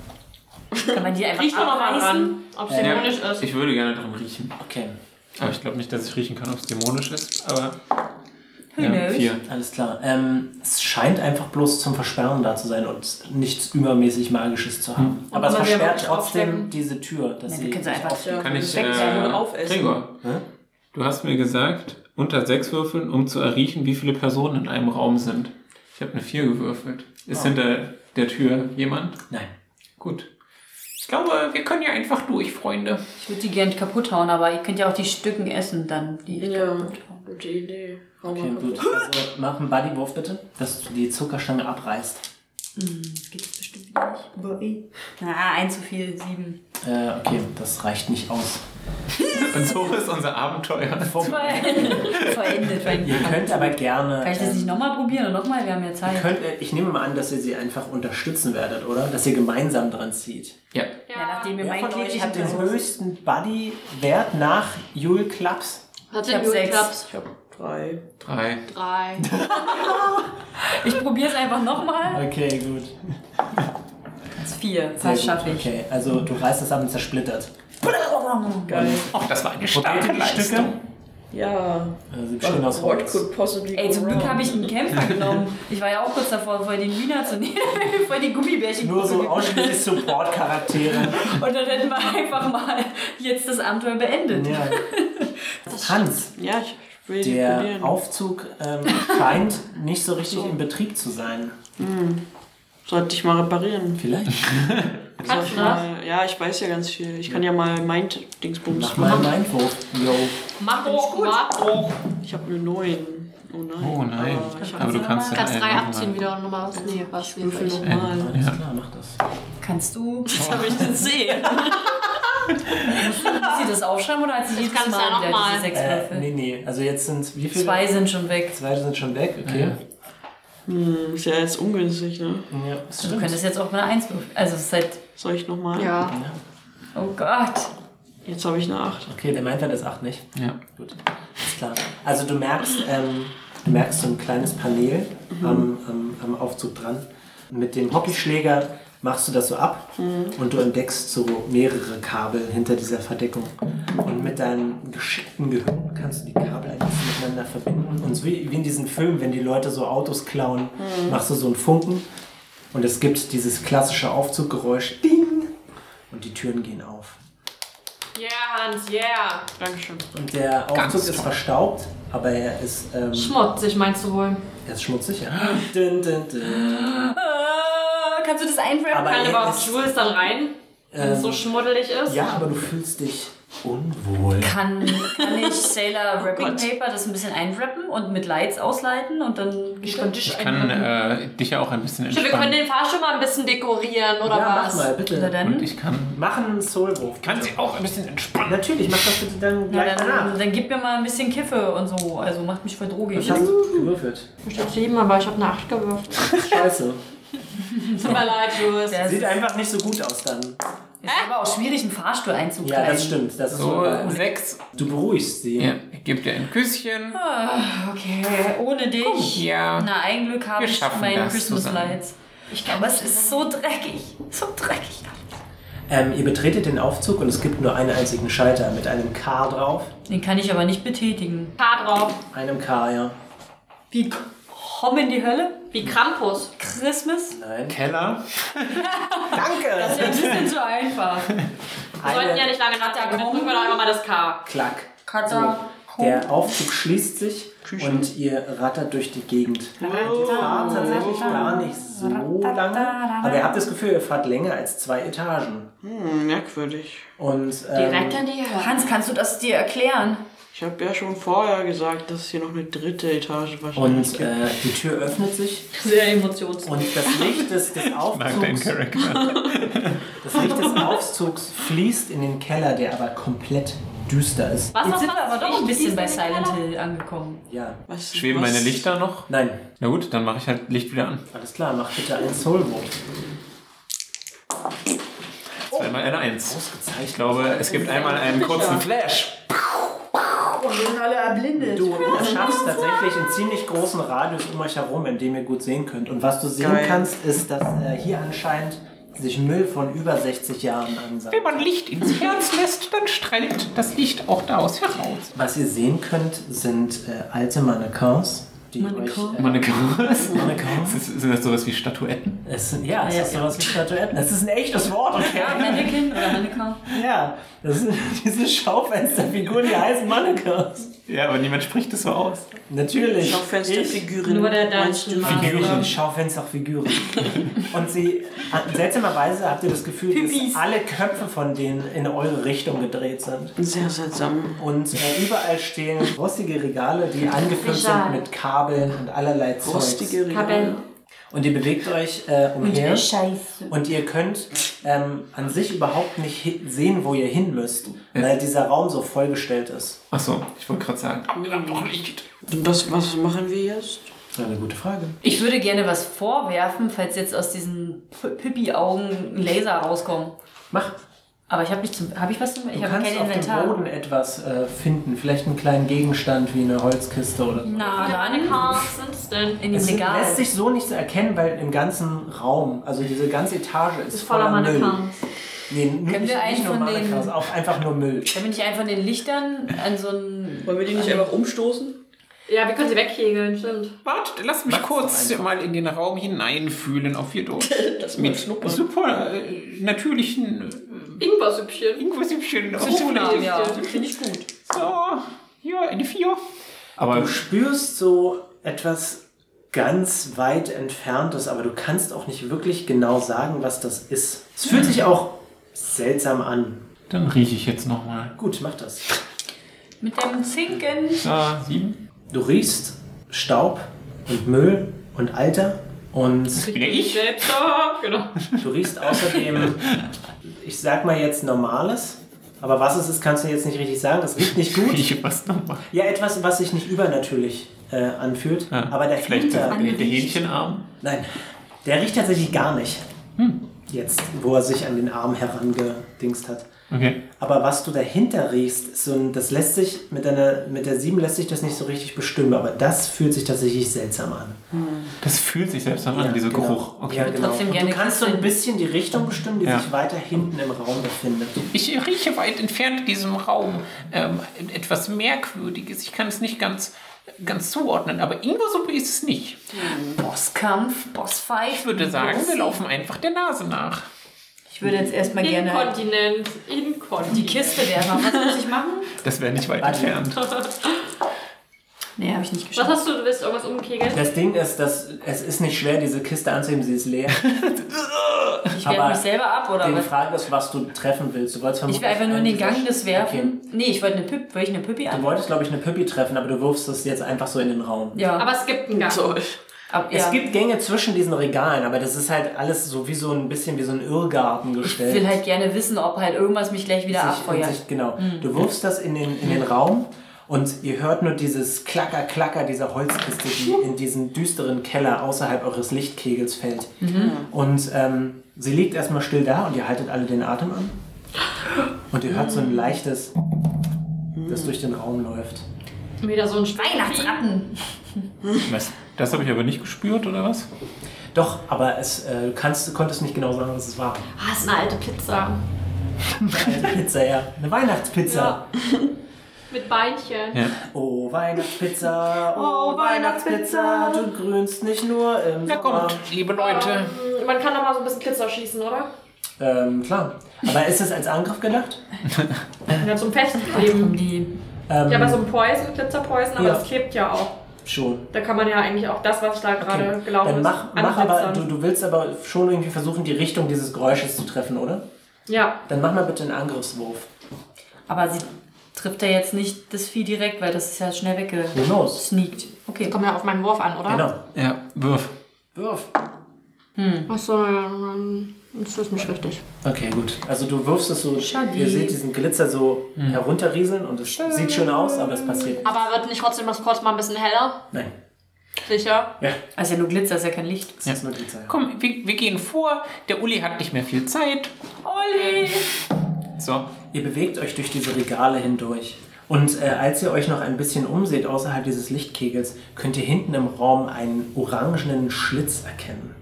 Speaker 2: Kann man die einfach
Speaker 5: Riech doch noch mal
Speaker 2: abreißen?
Speaker 5: ran, ob es dämonisch ist.
Speaker 1: Ich würde gerne dran riechen.
Speaker 3: Okay,
Speaker 1: Aber ich glaube nicht, dass ich riechen kann, ob es dämonisch ist. Aber
Speaker 2: Who
Speaker 1: ja,
Speaker 2: knows?
Speaker 1: vier.
Speaker 3: alles klar. Ähm, es scheint einfach bloß zum Versperren da zu sein und nichts übermäßig Magisches zu haben. Aber es
Speaker 5: kann man sie
Speaker 3: versperrt
Speaker 5: aber
Speaker 3: trotzdem
Speaker 5: aufstecken?
Speaker 3: diese Tür, dass
Speaker 2: Ja,
Speaker 3: sie
Speaker 2: wir können sie
Speaker 3: nicht
Speaker 2: einfach-
Speaker 3: aufgeht.
Speaker 1: Kann ich,
Speaker 4: Sechs
Speaker 1: äh,
Speaker 4: Würfel aufessen.
Speaker 1: Gregor,
Speaker 3: Hä?
Speaker 1: du hast mir gesagt, unter sechs Würfeln, um zu erriechen, wie viele Personen in einem Raum sind. Ah. Ich habe eine vier gewürfelt. Ist hinter der Tür jemand?
Speaker 3: Nein.
Speaker 1: Gut.
Speaker 7: Ich glaube, wir können ja einfach durch, Freunde.
Speaker 2: Ich würde die gerne kaputt hauen, aber ihr könnt ja auch die Stücken essen dann. Die ich
Speaker 4: Ja.
Speaker 2: kaputt hauen.
Speaker 4: Gute Idee. Hau
Speaker 3: Okay,
Speaker 4: mal
Speaker 3: gut. Also, mach einen Bodywurf bitte, dass du die Zuckerstange abreißt.
Speaker 2: Geht das bestimmt wieder nicht. Boah, Na, ein zu viel, sieben.
Speaker 3: Äh, okay, das reicht nicht aus.
Speaker 1: Und so ist unser Abenteuer.
Speaker 2: Verendet.
Speaker 3: Ihr
Speaker 2: Kann
Speaker 3: könnt aber gerne.
Speaker 2: ich das
Speaker 3: ähm,
Speaker 2: nicht nochmal probieren oder nochmal? Wir haben ja
Speaker 3: ihr
Speaker 2: Zeit.
Speaker 3: könnt, äh, ich nehme mal an, dass ihr sie einfach unterstützen werdet, oder? Dass ihr gemeinsam dran zieht.
Speaker 1: Ja.
Speaker 2: Ja, nachdem wir
Speaker 3: Wer
Speaker 2: meinen
Speaker 3: von euch
Speaker 2: glücklichen
Speaker 3: hat den
Speaker 2: Tod-
Speaker 3: höchsten Buddy-Wert nach Jule Klaps?
Speaker 5: Hat
Speaker 2: Ich hab
Speaker 5: den Jule
Speaker 2: sechs.
Speaker 5: Klaps?
Speaker 4: Ich hab drei.
Speaker 1: Drei.
Speaker 5: Drei.
Speaker 2: Ich probiere es einfach nochmal.
Speaker 3: Okay, gut.
Speaker 2: Das ist vier.
Speaker 3: Sehr
Speaker 2: Das
Speaker 3: gut.
Speaker 2: schaffe ich.
Speaker 3: Okay, also du reißt das ab und zersplittert.
Speaker 4: Geil.
Speaker 7: Ach, das war eine
Speaker 3: Probiert
Speaker 7: starke
Speaker 3: ihr die Stücke?
Speaker 7: Leistung.
Speaker 4: Ja.
Speaker 3: Äh, Sie
Speaker 2: Oh,
Speaker 3: bestehen aus
Speaker 4: What
Speaker 3: Holz.
Speaker 4: could possibly
Speaker 2: Ey,
Speaker 4: go
Speaker 2: zum Glück
Speaker 4: wrong?
Speaker 2: habe ich einen Kämpfer genommen. Ich war ja auch kurz davor, vorher den Wiener zu nehmen, vorher die Gummibärchen
Speaker 3: Nur so ausschließlich Support-Charaktere.
Speaker 2: Und dann hätten wir einfach mal jetzt das Abenteuer beendet.
Speaker 3: Ja. Hans,
Speaker 4: Ja, ich will die
Speaker 3: Der
Speaker 4: probieren.
Speaker 3: Aufzug ähm, scheint nicht so richtig in Betrieb zu sein.
Speaker 4: Sollte ich mal reparieren.
Speaker 3: Vielleicht.
Speaker 4: Soll ich
Speaker 5: du das?
Speaker 4: mal, ja, ich weiß ja ganz viel. Ich kann ja mal mein Dingsbums
Speaker 3: Mach mal einen Einwurf. Yo.
Speaker 5: Mach hoch, mach hoch.
Speaker 4: Ich habe eine 9. Oh nein.
Speaker 1: Oh nein.
Speaker 4: Aber ich hab
Speaker 1: Aber du kannst äh, ja
Speaker 5: Kannst drei
Speaker 1: einen
Speaker 5: abziehen wieder und nochmal was. Nee, was
Speaker 4: nur für
Speaker 5: jedenfalls.
Speaker 4: normal.
Speaker 3: Alles klar, mach das.
Speaker 2: Kannst du,
Speaker 4: Das habe ich nicht sehen.
Speaker 2: muss sie das aufschreiben oder hat sie jedes
Speaker 5: kannst du
Speaker 2: Mal
Speaker 5: ja noch
Speaker 2: wieder
Speaker 5: mal.
Speaker 2: diese sechs
Speaker 3: Äh,
Speaker 2: Würfel?
Speaker 3: nee, nee. Also jetzt sind wie viele?
Speaker 2: Zwei sind schon weg.
Speaker 3: Zwei sind schon weg, okay.
Speaker 4: Hm, ist ja jetzt ungünstig, ne?
Speaker 3: Ja, das
Speaker 2: Du
Speaker 3: stimmt.
Speaker 2: könntest jetzt auch mit einer Eins würfeln. Also es ist halt,
Speaker 4: Soll ich nochmal?
Speaker 5: Ja.
Speaker 2: oh Gott.
Speaker 4: Jetzt habe ich eine 8.
Speaker 3: Okay, der meint das acht nicht.
Speaker 1: Ja.
Speaker 3: Gut. Ist klar. Also du merkst, ähm, du merkst so ein kleines Panel am, am, am Aufzug dran. Mit dem Hockeyschläger machst du das so ab und du entdeckst so mehrere Kabel hinter dieser Verdeckung. Und mit deinem geschickten Gehirn kannst du die Kabel ein bisschen miteinander verbinden. Und so wie, wie in diesen Filmen, wenn die Leute so Autos klauen, machst du so einen Funken und es gibt dieses klassische Aufzuggeräusch. Ding! Und die Türen gehen auf.
Speaker 5: Yeah, Hans, yeah.
Speaker 4: Dankeschön.
Speaker 3: Und der
Speaker 7: Ganz
Speaker 3: Aufzug ist
Speaker 7: toll.
Speaker 3: verstaubt, aber er ist... Ähm,
Speaker 5: Schmutzig meinst du wohl?
Speaker 3: Er ist schmutzig, ja. dün, dün, dün.
Speaker 2: Ah, kannst du das einrappen?
Speaker 3: Aber
Speaker 5: Kann
Speaker 3: er
Speaker 5: überhaupt
Speaker 3: ist-
Speaker 5: Jules dann rein, wenn es so
Speaker 3: Ähm,
Speaker 5: schmuddelig ist?
Speaker 3: Ja, aber du fühlst dich unwohl.
Speaker 2: Kann, kann ich Sailor Wrapping Paper das ein bisschen einrappen und mit Lights ausleiten und dann geht der Tisch
Speaker 1: Ich kann äh, dich ja auch ein bisschen
Speaker 5: Wir können
Speaker 1: entspannen.
Speaker 5: den Fahrstuhl mal ein bisschen dekorieren oder
Speaker 3: ja, mach
Speaker 5: was?
Speaker 3: mal,
Speaker 2: Na
Speaker 3: bitte.
Speaker 1: Und
Speaker 2: dann,
Speaker 1: ich kann.
Speaker 3: Mach einen Soulwurf.
Speaker 7: Kann sie auch ein bisschen entspannen.
Speaker 3: Natürlich, mach das bitte dann
Speaker 2: na,
Speaker 3: gleich
Speaker 2: dann,
Speaker 3: danach.
Speaker 2: dann gib mir mal ein bisschen Kiffe und so. Also macht mich voll drogig.
Speaker 3: Was hast du gewürfelt?
Speaker 5: Ich hab sieben, aber ich hab eine Acht gewürfelt.
Speaker 3: Scheiße.
Speaker 5: Tut mir leid, Jules.
Speaker 2: Das
Speaker 3: Sieht
Speaker 2: ist
Speaker 3: einfach nicht so gut aus dann.
Speaker 2: aber auch schwierig, einen Fahrstuhl einzukleiden.
Speaker 3: Ja, das stimmt. Das ist
Speaker 7: Oh.
Speaker 1: So,
Speaker 3: so.
Speaker 1: sechs.
Speaker 3: Du beruhigst sie.
Speaker 1: Ja, ich gebe dir ein Küsschen.
Speaker 5: Oh.
Speaker 2: Okay, ohne dich.
Speaker 1: Ja.
Speaker 2: Na, ein Glück habe
Speaker 1: Wir
Speaker 2: ich
Speaker 1: schaffen
Speaker 2: meine
Speaker 1: das
Speaker 2: Christmas
Speaker 1: zusammen.
Speaker 2: Lights. Ich glaube, es ist so dreckig. So dreckig.
Speaker 3: Ähm, ihr betretet den Aufzug und es gibt nur einen einzigen Schalter mit einem K drauf.
Speaker 2: Den kann ich aber nicht betätigen.
Speaker 5: K drauf.
Speaker 3: Einem K, ja.
Speaker 2: Wie komm in die Hölle?
Speaker 5: Wie Krampus.
Speaker 2: Christmas?
Speaker 3: Nein.
Speaker 1: Keller.
Speaker 2: Das ist ja ein bisschen zu einfach.
Speaker 5: Wir sollten ja
Speaker 3: Eine
Speaker 5: nicht lange nachdenken. Dann drücken wir doch einfach mal das K.
Speaker 3: Klack.
Speaker 2: Katja,
Speaker 3: Der Aufzug schließt sich und ihr rattert durch die Gegend. Ihr
Speaker 1: Oh.
Speaker 3: fahrt tatsächlich gar nicht so lange, aber ihr habt das Gefühl, ihr fahrt länger als zwei Etagen.
Speaker 4: Hm, merkwürdig.
Speaker 3: Und
Speaker 5: Direkt
Speaker 3: ähm,
Speaker 5: in die Hölle.
Speaker 2: Hans, kannst du das dir erklären?
Speaker 4: Ich habe ja schon vorher gesagt, dass es hier noch eine dritte Etage wahrscheinlich
Speaker 3: und äh, die Tür öffnet sich
Speaker 5: Sehr emotionslos.
Speaker 3: und das Licht des, des,
Speaker 1: Mag dein
Speaker 3: Aufzugs,
Speaker 1: Charakter.
Speaker 3: das Licht des Aufzugs fließt in den Keller, der aber komplett düster ist.
Speaker 5: Was,
Speaker 2: Jetzt
Speaker 5: was,
Speaker 2: sind
Speaker 5: was?
Speaker 2: wir aber doch ein
Speaker 5: Ich
Speaker 2: bisschen
Speaker 5: fließe
Speaker 2: bei
Speaker 5: in den
Speaker 2: Silent
Speaker 5: Keller?
Speaker 2: Hill angekommen.
Speaker 3: Ja,
Speaker 4: Was-
Speaker 1: Schweben
Speaker 4: was-
Speaker 1: meine Lichter noch?
Speaker 3: nein,
Speaker 1: Na gut, dann mache ich halt Licht wieder an.
Speaker 3: alles klar, mach bitte einen Soulwurf.
Speaker 7: Oh.
Speaker 1: Zweimal eine Eins. Ich
Speaker 3: Ausgezeichnet.
Speaker 1: glaube, es gibt einmal einen kurzen Flash.
Speaker 3: Du schaffst tatsächlich einen ziemlich großen Radius um euch herum, in dem ihr gut sehen könnt. Und was du sehen
Speaker 4: Geil.
Speaker 3: kannst, ist, dass äh, hier anscheinend sich Müll von über 60 Jahren
Speaker 7: Wenn
Speaker 3: ansammelt.
Speaker 7: man Licht ins Herz lässt, dann strahlt das Licht auch daraus heraus.
Speaker 3: Was ihr sehen könnt, sind äh, alte Mannequins, die euch. Äh,
Speaker 1: Mannequins.
Speaker 3: Mannequins.
Speaker 1: Ist- Sind das sowas wie Statuetten?
Speaker 3: Es sind, ja, es
Speaker 2: Ja,
Speaker 3: ist
Speaker 2: ja.
Speaker 3: sowas wie Statuetten. Es ist ein echtes Wort,
Speaker 2: Ja,
Speaker 3: okay?
Speaker 2: Mannequin oder Mannequin.
Speaker 3: Ja, das sind diese Schaufensterfiguren, die heißen Mannequins.
Speaker 1: Ja, aber niemand spricht das so aus.
Speaker 3: Natürlich. Ich-
Speaker 4: Schaufensterfiguren.
Speaker 5: Nur der
Speaker 4: meinst du?
Speaker 5: Dungeon Master.
Speaker 3: Figuren, Schaufensterfiguren. Und sie, seltsamerweise habt ihr das Gefühl,
Speaker 2: Pipis.
Speaker 3: dass alle Köpfe von denen in eure Richtung gedreht sind.
Speaker 4: Sehr seltsam.
Speaker 3: Und äh, überall stehen rostige Regale, die angefüllt sind
Speaker 5: Regal.
Speaker 3: mit Kabeln und allerlei Zeugs.
Speaker 4: Rostige
Speaker 5: Kabel.
Speaker 4: Regale.
Speaker 3: Und ihr bewegt euch äh, umher.
Speaker 2: Scheiße.
Speaker 3: Und ihr könnt ähm, an sich überhaupt nicht hi- sehen, wo ihr hin müsst, weil dieser Raum so vollgestellt ist.
Speaker 1: Achso, ich wollte gerade sagen.
Speaker 4: Was, was machen wir jetzt?
Speaker 3: Eine gute Frage.
Speaker 2: Ich würde gerne was vorwerfen, falls jetzt aus diesen P- Pippi-Augen ein Laser rauskommen.
Speaker 3: Mach.
Speaker 2: Aber ich habe nicht zum. Habe ich was zum. Ich
Speaker 3: Du
Speaker 2: habe
Speaker 3: kannst
Speaker 2: kein
Speaker 3: auf dem
Speaker 2: Inventar.
Speaker 3: Boden etwas äh, finden. Vielleicht einen kleinen Gegenstand wie eine Holzkiste oder so.
Speaker 2: Na, dann.
Speaker 5: Mannequins sind es denn?
Speaker 2: In
Speaker 3: Es
Speaker 2: dem
Speaker 3: sind-
Speaker 2: Regal.
Speaker 3: lässt sich so nicht erkennen, weil im ganzen Raum, also diese ganze Etage ist,
Speaker 5: Ist voller
Speaker 3: Müll.
Speaker 5: Mannequins.
Speaker 3: Nee, nur
Speaker 2: wir
Speaker 3: nicht,
Speaker 2: einen
Speaker 3: nicht nur
Speaker 2: von den-
Speaker 3: Mannequins, auch einfach nur Müll.
Speaker 2: Wenn ich einfach den Lichtern an so einen.
Speaker 4: Wollen wir die nicht einfach umstoßen?
Speaker 5: Ja, wir können sie wegkegeln, stimmt.
Speaker 7: Warte, lass mich kurz mal in den Raum hineinfühlen, auf ihr durch.
Speaker 4: Das
Speaker 7: Mit super äh, natürlichen
Speaker 5: Ingwer-Süppchen.
Speaker 7: Ingwer-Süppchen.
Speaker 5: Süppchen,
Speaker 2: Ja, finde ich gut.
Speaker 7: So, hier, eine Vier.
Speaker 1: Aber
Speaker 3: Du spürst so etwas ganz weit entferntes, aber du kannst auch nicht wirklich genau sagen, was das ist. Es fühlt sich auch seltsam an.
Speaker 1: dann rieche ich jetzt nochmal.
Speaker 3: Gut, mach das.
Speaker 2: Mit dem Zinken.
Speaker 1: Ah, sieben.
Speaker 3: Du riechst Staub und Müll und Alter und
Speaker 5: Bin ich? Selbst. Ah, Genau.
Speaker 3: du riechst außerdem, ich sag mal jetzt normales, aber was es ist, kannst du jetzt nicht richtig sagen. Das riecht nicht gut.
Speaker 1: Rieche was nochmal.
Speaker 3: Ja, etwas, was sich nicht übernatürlich äh, anfühlt,
Speaker 1: Ja,
Speaker 3: aber der
Speaker 1: Vielleicht der, der Hähnchenarm.
Speaker 3: Nein, der riecht tatsächlich gar nicht. Jetzt, wo er sich an den Arm herangedingst hat.
Speaker 1: Okay.
Speaker 3: Aber was du dahinter riechst, ist so ein, das lässt sich mit deiner, mit der 7 lässt sich das nicht so richtig bestimmen, aber das fühlt sich tatsächlich seltsam an.
Speaker 1: Das fühlt sich selbst an, Ah, dieser
Speaker 3: genau.
Speaker 1: Geruch. Okay.
Speaker 3: Ja, genau.
Speaker 2: Trotzdem
Speaker 3: Und du
Speaker 2: gerne
Speaker 3: kannst so ein bisschen die Richtung bestimmen, die
Speaker 1: Ja.
Speaker 3: sich weiter hinten im Raum befindet.
Speaker 7: Ich rieche weit entfernt in diesem Raum ähm, etwas Merkwürdiges. Ich kann es nicht ganz, ganz zuordnen, aber Ingwersuppe ist es nicht.
Speaker 2: Bosskampf, Bossfight.
Speaker 7: Ich würde sagen, wir laufen einfach der Nase nach.
Speaker 2: Ich würde jetzt erstmal gerne.
Speaker 5: Inkontinent.
Speaker 2: Die
Speaker 5: Inkontinent.
Speaker 2: Kiste werfen. Was muss ich machen?
Speaker 1: Das wäre nicht weit entfernt.
Speaker 2: Nee, habe ich nicht geschafft.
Speaker 5: Was hast du? Du willst irgendwas umkegeln?
Speaker 3: Das Ding ist, dass es ist nicht schwer, diese Kiste anzuheben, sie ist leer.
Speaker 2: Ich werde
Speaker 3: Aber
Speaker 2: mich selber ab oder
Speaker 3: Die
Speaker 2: was?
Speaker 3: Frage ist, was du treffen willst. Du wolltest
Speaker 2: Ich will
Speaker 3: vermutlich
Speaker 2: einfach nur in den
Speaker 3: einen
Speaker 2: Gang
Speaker 3: dieser-
Speaker 2: des Werfen. Nee, ich wollte eine Pippi. Wollte ich eine Pippi
Speaker 3: Okay. Du
Speaker 2: an?
Speaker 3: wolltest, glaube ich, eine Pippi treffen, aber du wirfst es jetzt einfach so in den Raum.
Speaker 2: Ja.
Speaker 5: Aber es gibt einen Gang.
Speaker 4: So.
Speaker 2: Ab,
Speaker 3: Es
Speaker 2: ja.
Speaker 3: gibt Gänge zwischen diesen Regalen, aber das ist halt alles so wie so ein bisschen wie so ein Irrgarten gestellt.
Speaker 2: Ich will halt gerne wissen, ob halt irgendwas mich gleich wieder
Speaker 3: Äh, Sich- und
Speaker 2: abfeuert.
Speaker 3: sich- Genau. Du wirfst das in den, in den Raum und ihr hört nur dieses Klacker, Klacker dieser Holzkiste, die in diesen düsteren Keller außerhalb eures Lichtkegels fällt. Mhm. Und ähm, sie liegt erstmal still da und ihr haltet alle den Atem an. Und ihr hört so ein leichtes, das durch den Raum läuft.
Speaker 5: Wieder so ein Weihnachtsrad.
Speaker 2: Weihnachtsratten.
Speaker 1: Was? Das habe ich aber nicht gespürt, oder was?
Speaker 3: Doch, aber es, äh, du kannst, du konntest nicht genau sagen, was es war.
Speaker 5: Ah, ist eine alte Pizza.
Speaker 3: Eine Pizza, ja. Eine Weihnachtspizza.
Speaker 5: Ja. Mit Beinchen.
Speaker 1: Ja.
Speaker 3: Oh Weihnachtspizza, oh Weihnachtspizza, du grünst nicht nur im
Speaker 7: Na
Speaker 3: Sommer.
Speaker 7: kommt, liebe Leute.
Speaker 5: Ähm, man kann doch mal so ein bisschen Glitzer schießen, oder?
Speaker 3: Ähm, klar. Aber ist es als Angriff gedacht?
Speaker 5: Ja, zum Festkleben.
Speaker 2: Die
Speaker 3: Ähm,
Speaker 5: Ja, aber so ein Poison, Glitzerpoison, aber
Speaker 3: Ja.
Speaker 5: das klebt ja auch.
Speaker 3: Schon.
Speaker 5: Da kann man ja eigentlich auch das, was da gerade gelaufen
Speaker 3: Dann
Speaker 5: ist,
Speaker 3: mach, mach aber, du,
Speaker 5: anglitzern.
Speaker 3: du willst aber schon irgendwie versuchen, die Richtung dieses Geräusches zu treffen, oder?
Speaker 5: Ja,
Speaker 3: Dann mach mal bitte einen Angriffswurf.
Speaker 2: Aber sie trifft ja jetzt nicht das Vieh direkt, weil das ist ja schnell
Speaker 3: Who knows?
Speaker 2: weggesneakt. Okay.
Speaker 5: kommt ja auf meinen Wurf an, oder?
Speaker 3: Genau.
Speaker 1: Ja, wirf.
Speaker 3: Wirf.
Speaker 5: Achso, ja, dann ist das nicht richtig.
Speaker 3: Okay, gut. Also du wirfst es so,
Speaker 2: Schade.
Speaker 3: ihr seht diesen Glitzer so herunterrieseln und es sieht schön aus, aber es passiert nicht.
Speaker 5: Aber wird nicht trotzdem das kurz mal ein bisschen heller?
Speaker 3: Nein.
Speaker 5: Sicher?
Speaker 3: Ja,
Speaker 2: Also ja nur Glitzer, ist ja kein Licht.
Speaker 3: es ist nur Glitzer.
Speaker 7: Komm, wir, wir gehen vor. Der Uli hat nicht mehr viel Zeit.
Speaker 2: Olli!
Speaker 1: So.
Speaker 3: Ihr bewegt euch durch diese Regale hindurch. Und äh, als ihr euch noch ein bisschen umseht außerhalb dieses Lichtkegels, könnt ihr hinten im Raum einen orangenen Schlitz erkennen.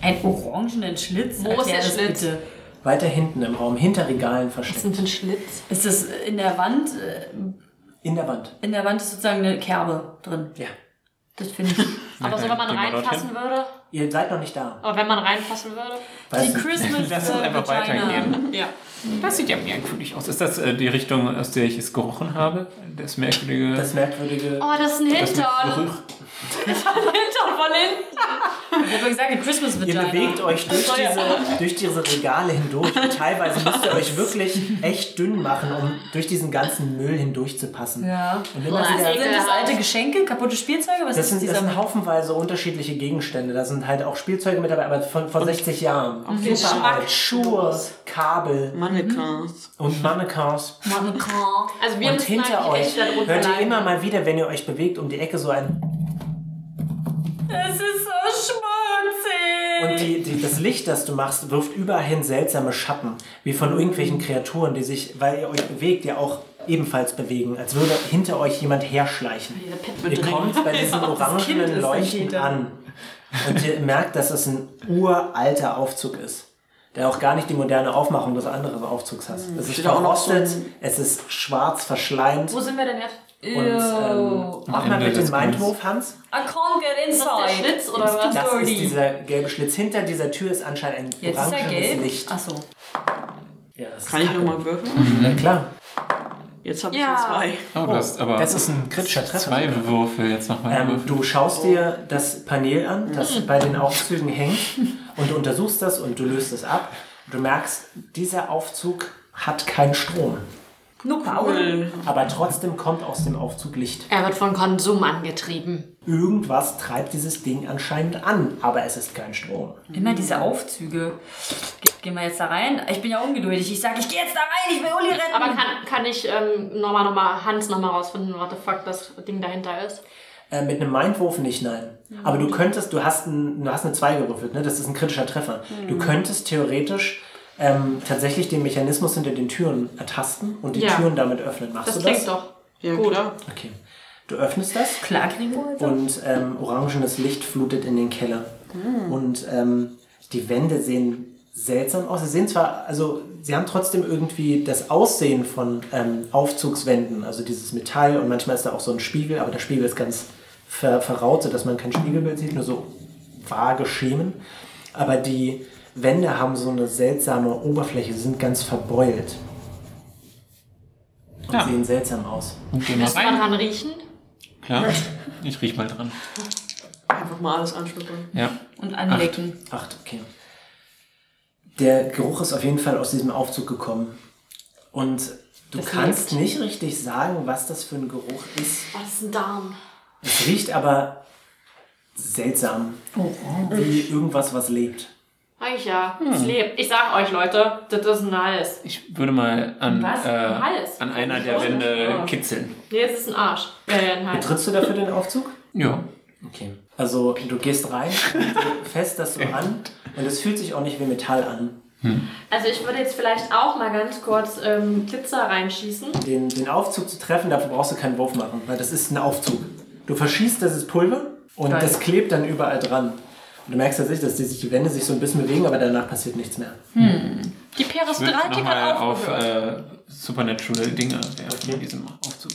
Speaker 2: Ein orangenen Schlitz?
Speaker 5: Wo ist
Speaker 2: Erklär
Speaker 5: der
Speaker 2: das
Speaker 5: Schlitz?
Speaker 2: Bitte.
Speaker 3: Weiter hinten im Raum, hinter Regalen
Speaker 5: Das
Speaker 3: versteckt.
Speaker 5: ist ein Schlitz.
Speaker 2: Ist das in der Wand? äh,
Speaker 3: In der Wand.
Speaker 2: In der Wand ist sozusagen eine Kerbe drin.
Speaker 3: Ja.
Speaker 5: Das finde ich. Aber so, wenn man
Speaker 1: Gehen wir dorthin?
Speaker 5: reinfassen würde.
Speaker 3: Ihr seid noch nicht da.
Speaker 5: Aber wenn man reinfassen würde.
Speaker 3: Weißt du?
Speaker 2: Christmas
Speaker 1: Lass uns
Speaker 2: äh,
Speaker 1: einfach
Speaker 2: Vagina.
Speaker 1: weitergehen.
Speaker 5: Ja.
Speaker 1: Das sieht ja merkwürdig aus. Ist das äh, die Richtung, aus der ich es gerochen habe? Das merkwürdige.
Speaker 3: Das merkwürdige.
Speaker 5: Oh, das ist ein Hintern.
Speaker 1: Gerüch?
Speaker 5: Hintern von hinten.
Speaker 2: Ich habe gesagt, die Christmas
Speaker 3: Ihr
Speaker 2: Vagina.
Speaker 3: bewegt euch durch
Speaker 5: soll ja-
Speaker 3: diese, durch diese Regale hindurch. Und teilweise müsst ihr euch wirklich echt dünn machen, um durch diesen ganzen Müll hindurchzupassen.
Speaker 2: Ja.
Speaker 3: Und wenn das
Speaker 5: Boah,
Speaker 3: wieder,
Speaker 5: ey.
Speaker 2: Sind das alte Geschenke, kaputte Spielzeuge? Was
Speaker 3: das
Speaker 2: ist
Speaker 3: sind, das
Speaker 2: dieser
Speaker 3: sind haufenweise unterschiedliche Gegenstände. Da sind halt auch Spielzeuge mit dabei, aber von, von 60 Jahren.
Speaker 5: Mhm.
Speaker 3: Super alt. Schuhe, Kabel
Speaker 4: Mannequins.
Speaker 3: und Mannequins.
Speaker 5: Also wir
Speaker 3: Und
Speaker 5: müssen
Speaker 3: hinter
Speaker 5: eigentlich
Speaker 3: euch
Speaker 5: echt darunter
Speaker 3: hört ihr
Speaker 5: leiden.
Speaker 3: immer mal wieder, wenn ihr euch bewegt, um die Ecke so ein.
Speaker 2: Es ist so schmutzig.
Speaker 3: Und die, die, das Licht, das du machst, wirft überall hin seltsame Schatten. Wie von irgendwelchen Kreaturen, die sich, weil ihr euch bewegt, ja auch ebenfalls bewegen. Als würde hinter euch jemand herschleichen.
Speaker 5: Diese Pet
Speaker 3: Ihr kommt bei diesem
Speaker 2: Kind ist
Speaker 3: orangenen
Speaker 2: ein
Speaker 3: Leuchten
Speaker 2: Jeder.
Speaker 3: an. Und ihr merkt, dass es ein uralter Aufzug ist. Der auch gar nicht die moderne Aufmachung des anderen Aufzugs hat.
Speaker 2: Hm.
Speaker 3: Es ist
Speaker 4: Steht auch noch so
Speaker 3: verrostet, es ist schwarz verschleimt.
Speaker 5: Wo sind wir denn jetzt?
Speaker 3: Und ähm, mach mal
Speaker 1: Ende
Speaker 3: bitte den
Speaker 1: des Ganges.
Speaker 3: Mindwurf, Hans.
Speaker 2: I can't get
Speaker 5: Ist das der
Speaker 2: inside.
Speaker 5: Schlitz oder was?
Speaker 3: Das
Speaker 2: Sorry.
Speaker 3: ist dieser gelbe Schlitz. Hinter dieser Tür ist anscheinend ein
Speaker 2: Jetzt ist er gelb.
Speaker 3: orangenes Licht.
Speaker 2: Achso.
Speaker 3: Ja, das
Speaker 4: Kann
Speaker 3: ist
Speaker 4: ich
Speaker 3: kacke.
Speaker 4: nochmal würfeln?
Speaker 3: Ja, klar.
Speaker 4: Jetzt habe ich
Speaker 5: Ja.
Speaker 4: schon zwei.
Speaker 1: Oh, das ist aber
Speaker 3: Das ist ein kritischer Treffer.
Speaker 1: zwei Würfel jetzt nochmal.
Speaker 3: Ähm,
Speaker 1: Würfel.
Speaker 3: du schaust dir das Panel an, das bei den Aufzügen hängt und du untersuchst das und du löst es ab. Du merkst, dieser Aufzug hat keinen Strom.
Speaker 2: Nur Paul.
Speaker 3: Aber trotzdem kommt aus dem Aufzug Licht.
Speaker 5: Er wird von Konsum angetrieben.
Speaker 3: Irgendwas treibt dieses Ding anscheinend an, aber es ist kein Strom.
Speaker 2: Immer diese Aufzüge. Ge- Gehen wir jetzt da rein? Ich bin ja ungeduldig. Ich sag, ich gehe jetzt da rein, ich will Uli retten.
Speaker 5: Aber kann, kann ich ähm, nochmal, nochmal Hans nochmal rausfinden, what the fuck das Ding dahinter ist?
Speaker 3: Äh, mit einem Mindwurf nicht, nein.
Speaker 5: Mhm.
Speaker 3: Aber du könntest, du hast, ein, du hast eine 2 gewürfelt, ne? das ist ein kritischer Treffer.
Speaker 5: Mhm.
Speaker 3: Du könntest theoretisch ähm, tatsächlich den Mechanismus hinter den Türen ertasten und die
Speaker 5: Ja.
Speaker 3: Türen damit öffnen. Machst
Speaker 5: Das
Speaker 3: du
Speaker 5: klingt
Speaker 3: das?
Speaker 5: doch.
Speaker 4: Ja,
Speaker 5: Gut.
Speaker 4: klar.
Speaker 3: Okay. Du öffnest das
Speaker 2: Klar, kriegen wir heute.
Speaker 3: und ähm, orangenes Licht flutet in den Keller. Und ähm, die Wände sehen seltsam aus. Sie sehen zwar, also sie haben trotzdem irgendwie das Aussehen von ähm, Aufzugswänden, also dieses Metall und manchmal ist da auch so ein Spiegel, aber der Spiegel ist ganz ver verraut, sodass man kein Spiegelbild sieht, nur so vage Schemen. Aber die Wände haben so eine seltsame Oberfläche, sie sind ganz verbeult. Und
Speaker 1: Ja.
Speaker 3: sehen seltsam aus.
Speaker 1: Geh mal
Speaker 5: Müssen wir
Speaker 1: rein.
Speaker 5: dran riechen?
Speaker 1: Klar. Ich riech mal dran.
Speaker 4: Einfach mal alles anschnuppern.
Speaker 1: Ja.
Speaker 2: Und anlecken.
Speaker 3: Acht, okay. Der Geruch ist auf jeden Fall aus diesem Aufzug gekommen. Und du
Speaker 2: Das
Speaker 3: kannst nicht richtig sagen, was das für ein Geruch ist.
Speaker 5: Oh, das ist ein Darm.
Speaker 3: Es riecht aber seltsam. Wie irgendwas, was lebt.
Speaker 5: Sag ich ja. Es lebt. Ich sag euch, Leute, das ist ein Hals.
Speaker 1: Ich würde mal
Speaker 7: Hm.
Speaker 1: an,
Speaker 2: Was?
Speaker 5: Ein
Speaker 1: äh,
Speaker 5: Hals.
Speaker 1: an einer der Wände kitzeln.
Speaker 5: Nee, es ist ein Arsch. Äh, ein Hals.
Speaker 3: Betrittst du dafür den Aufzug?
Speaker 1: Ja.
Speaker 3: Okay. Also du gehst rein, fest das so an und es fühlt sich auch nicht wie Metall an.
Speaker 5: Also ich würde jetzt vielleicht auch mal ganz kurz ähm, Glitzer reinschießen.
Speaker 3: Den, den Aufzug zu treffen, dafür brauchst du keinen Wurf machen, weil das ist ein Aufzug. Du verschießt dieses Pulver und das klebt dann überall dran. Und du merkst tatsächlich, dass die, sich, die Wände sich so ein bisschen bewegen, aber danach passiert nichts mehr.
Speaker 5: Die
Speaker 1: Ich würde
Speaker 5: Peristaltik
Speaker 1: nochmal
Speaker 5: hat
Speaker 1: auf
Speaker 5: aufgehört.
Speaker 1: äh, Supernatural Dinge werfen in diesem Aufzug.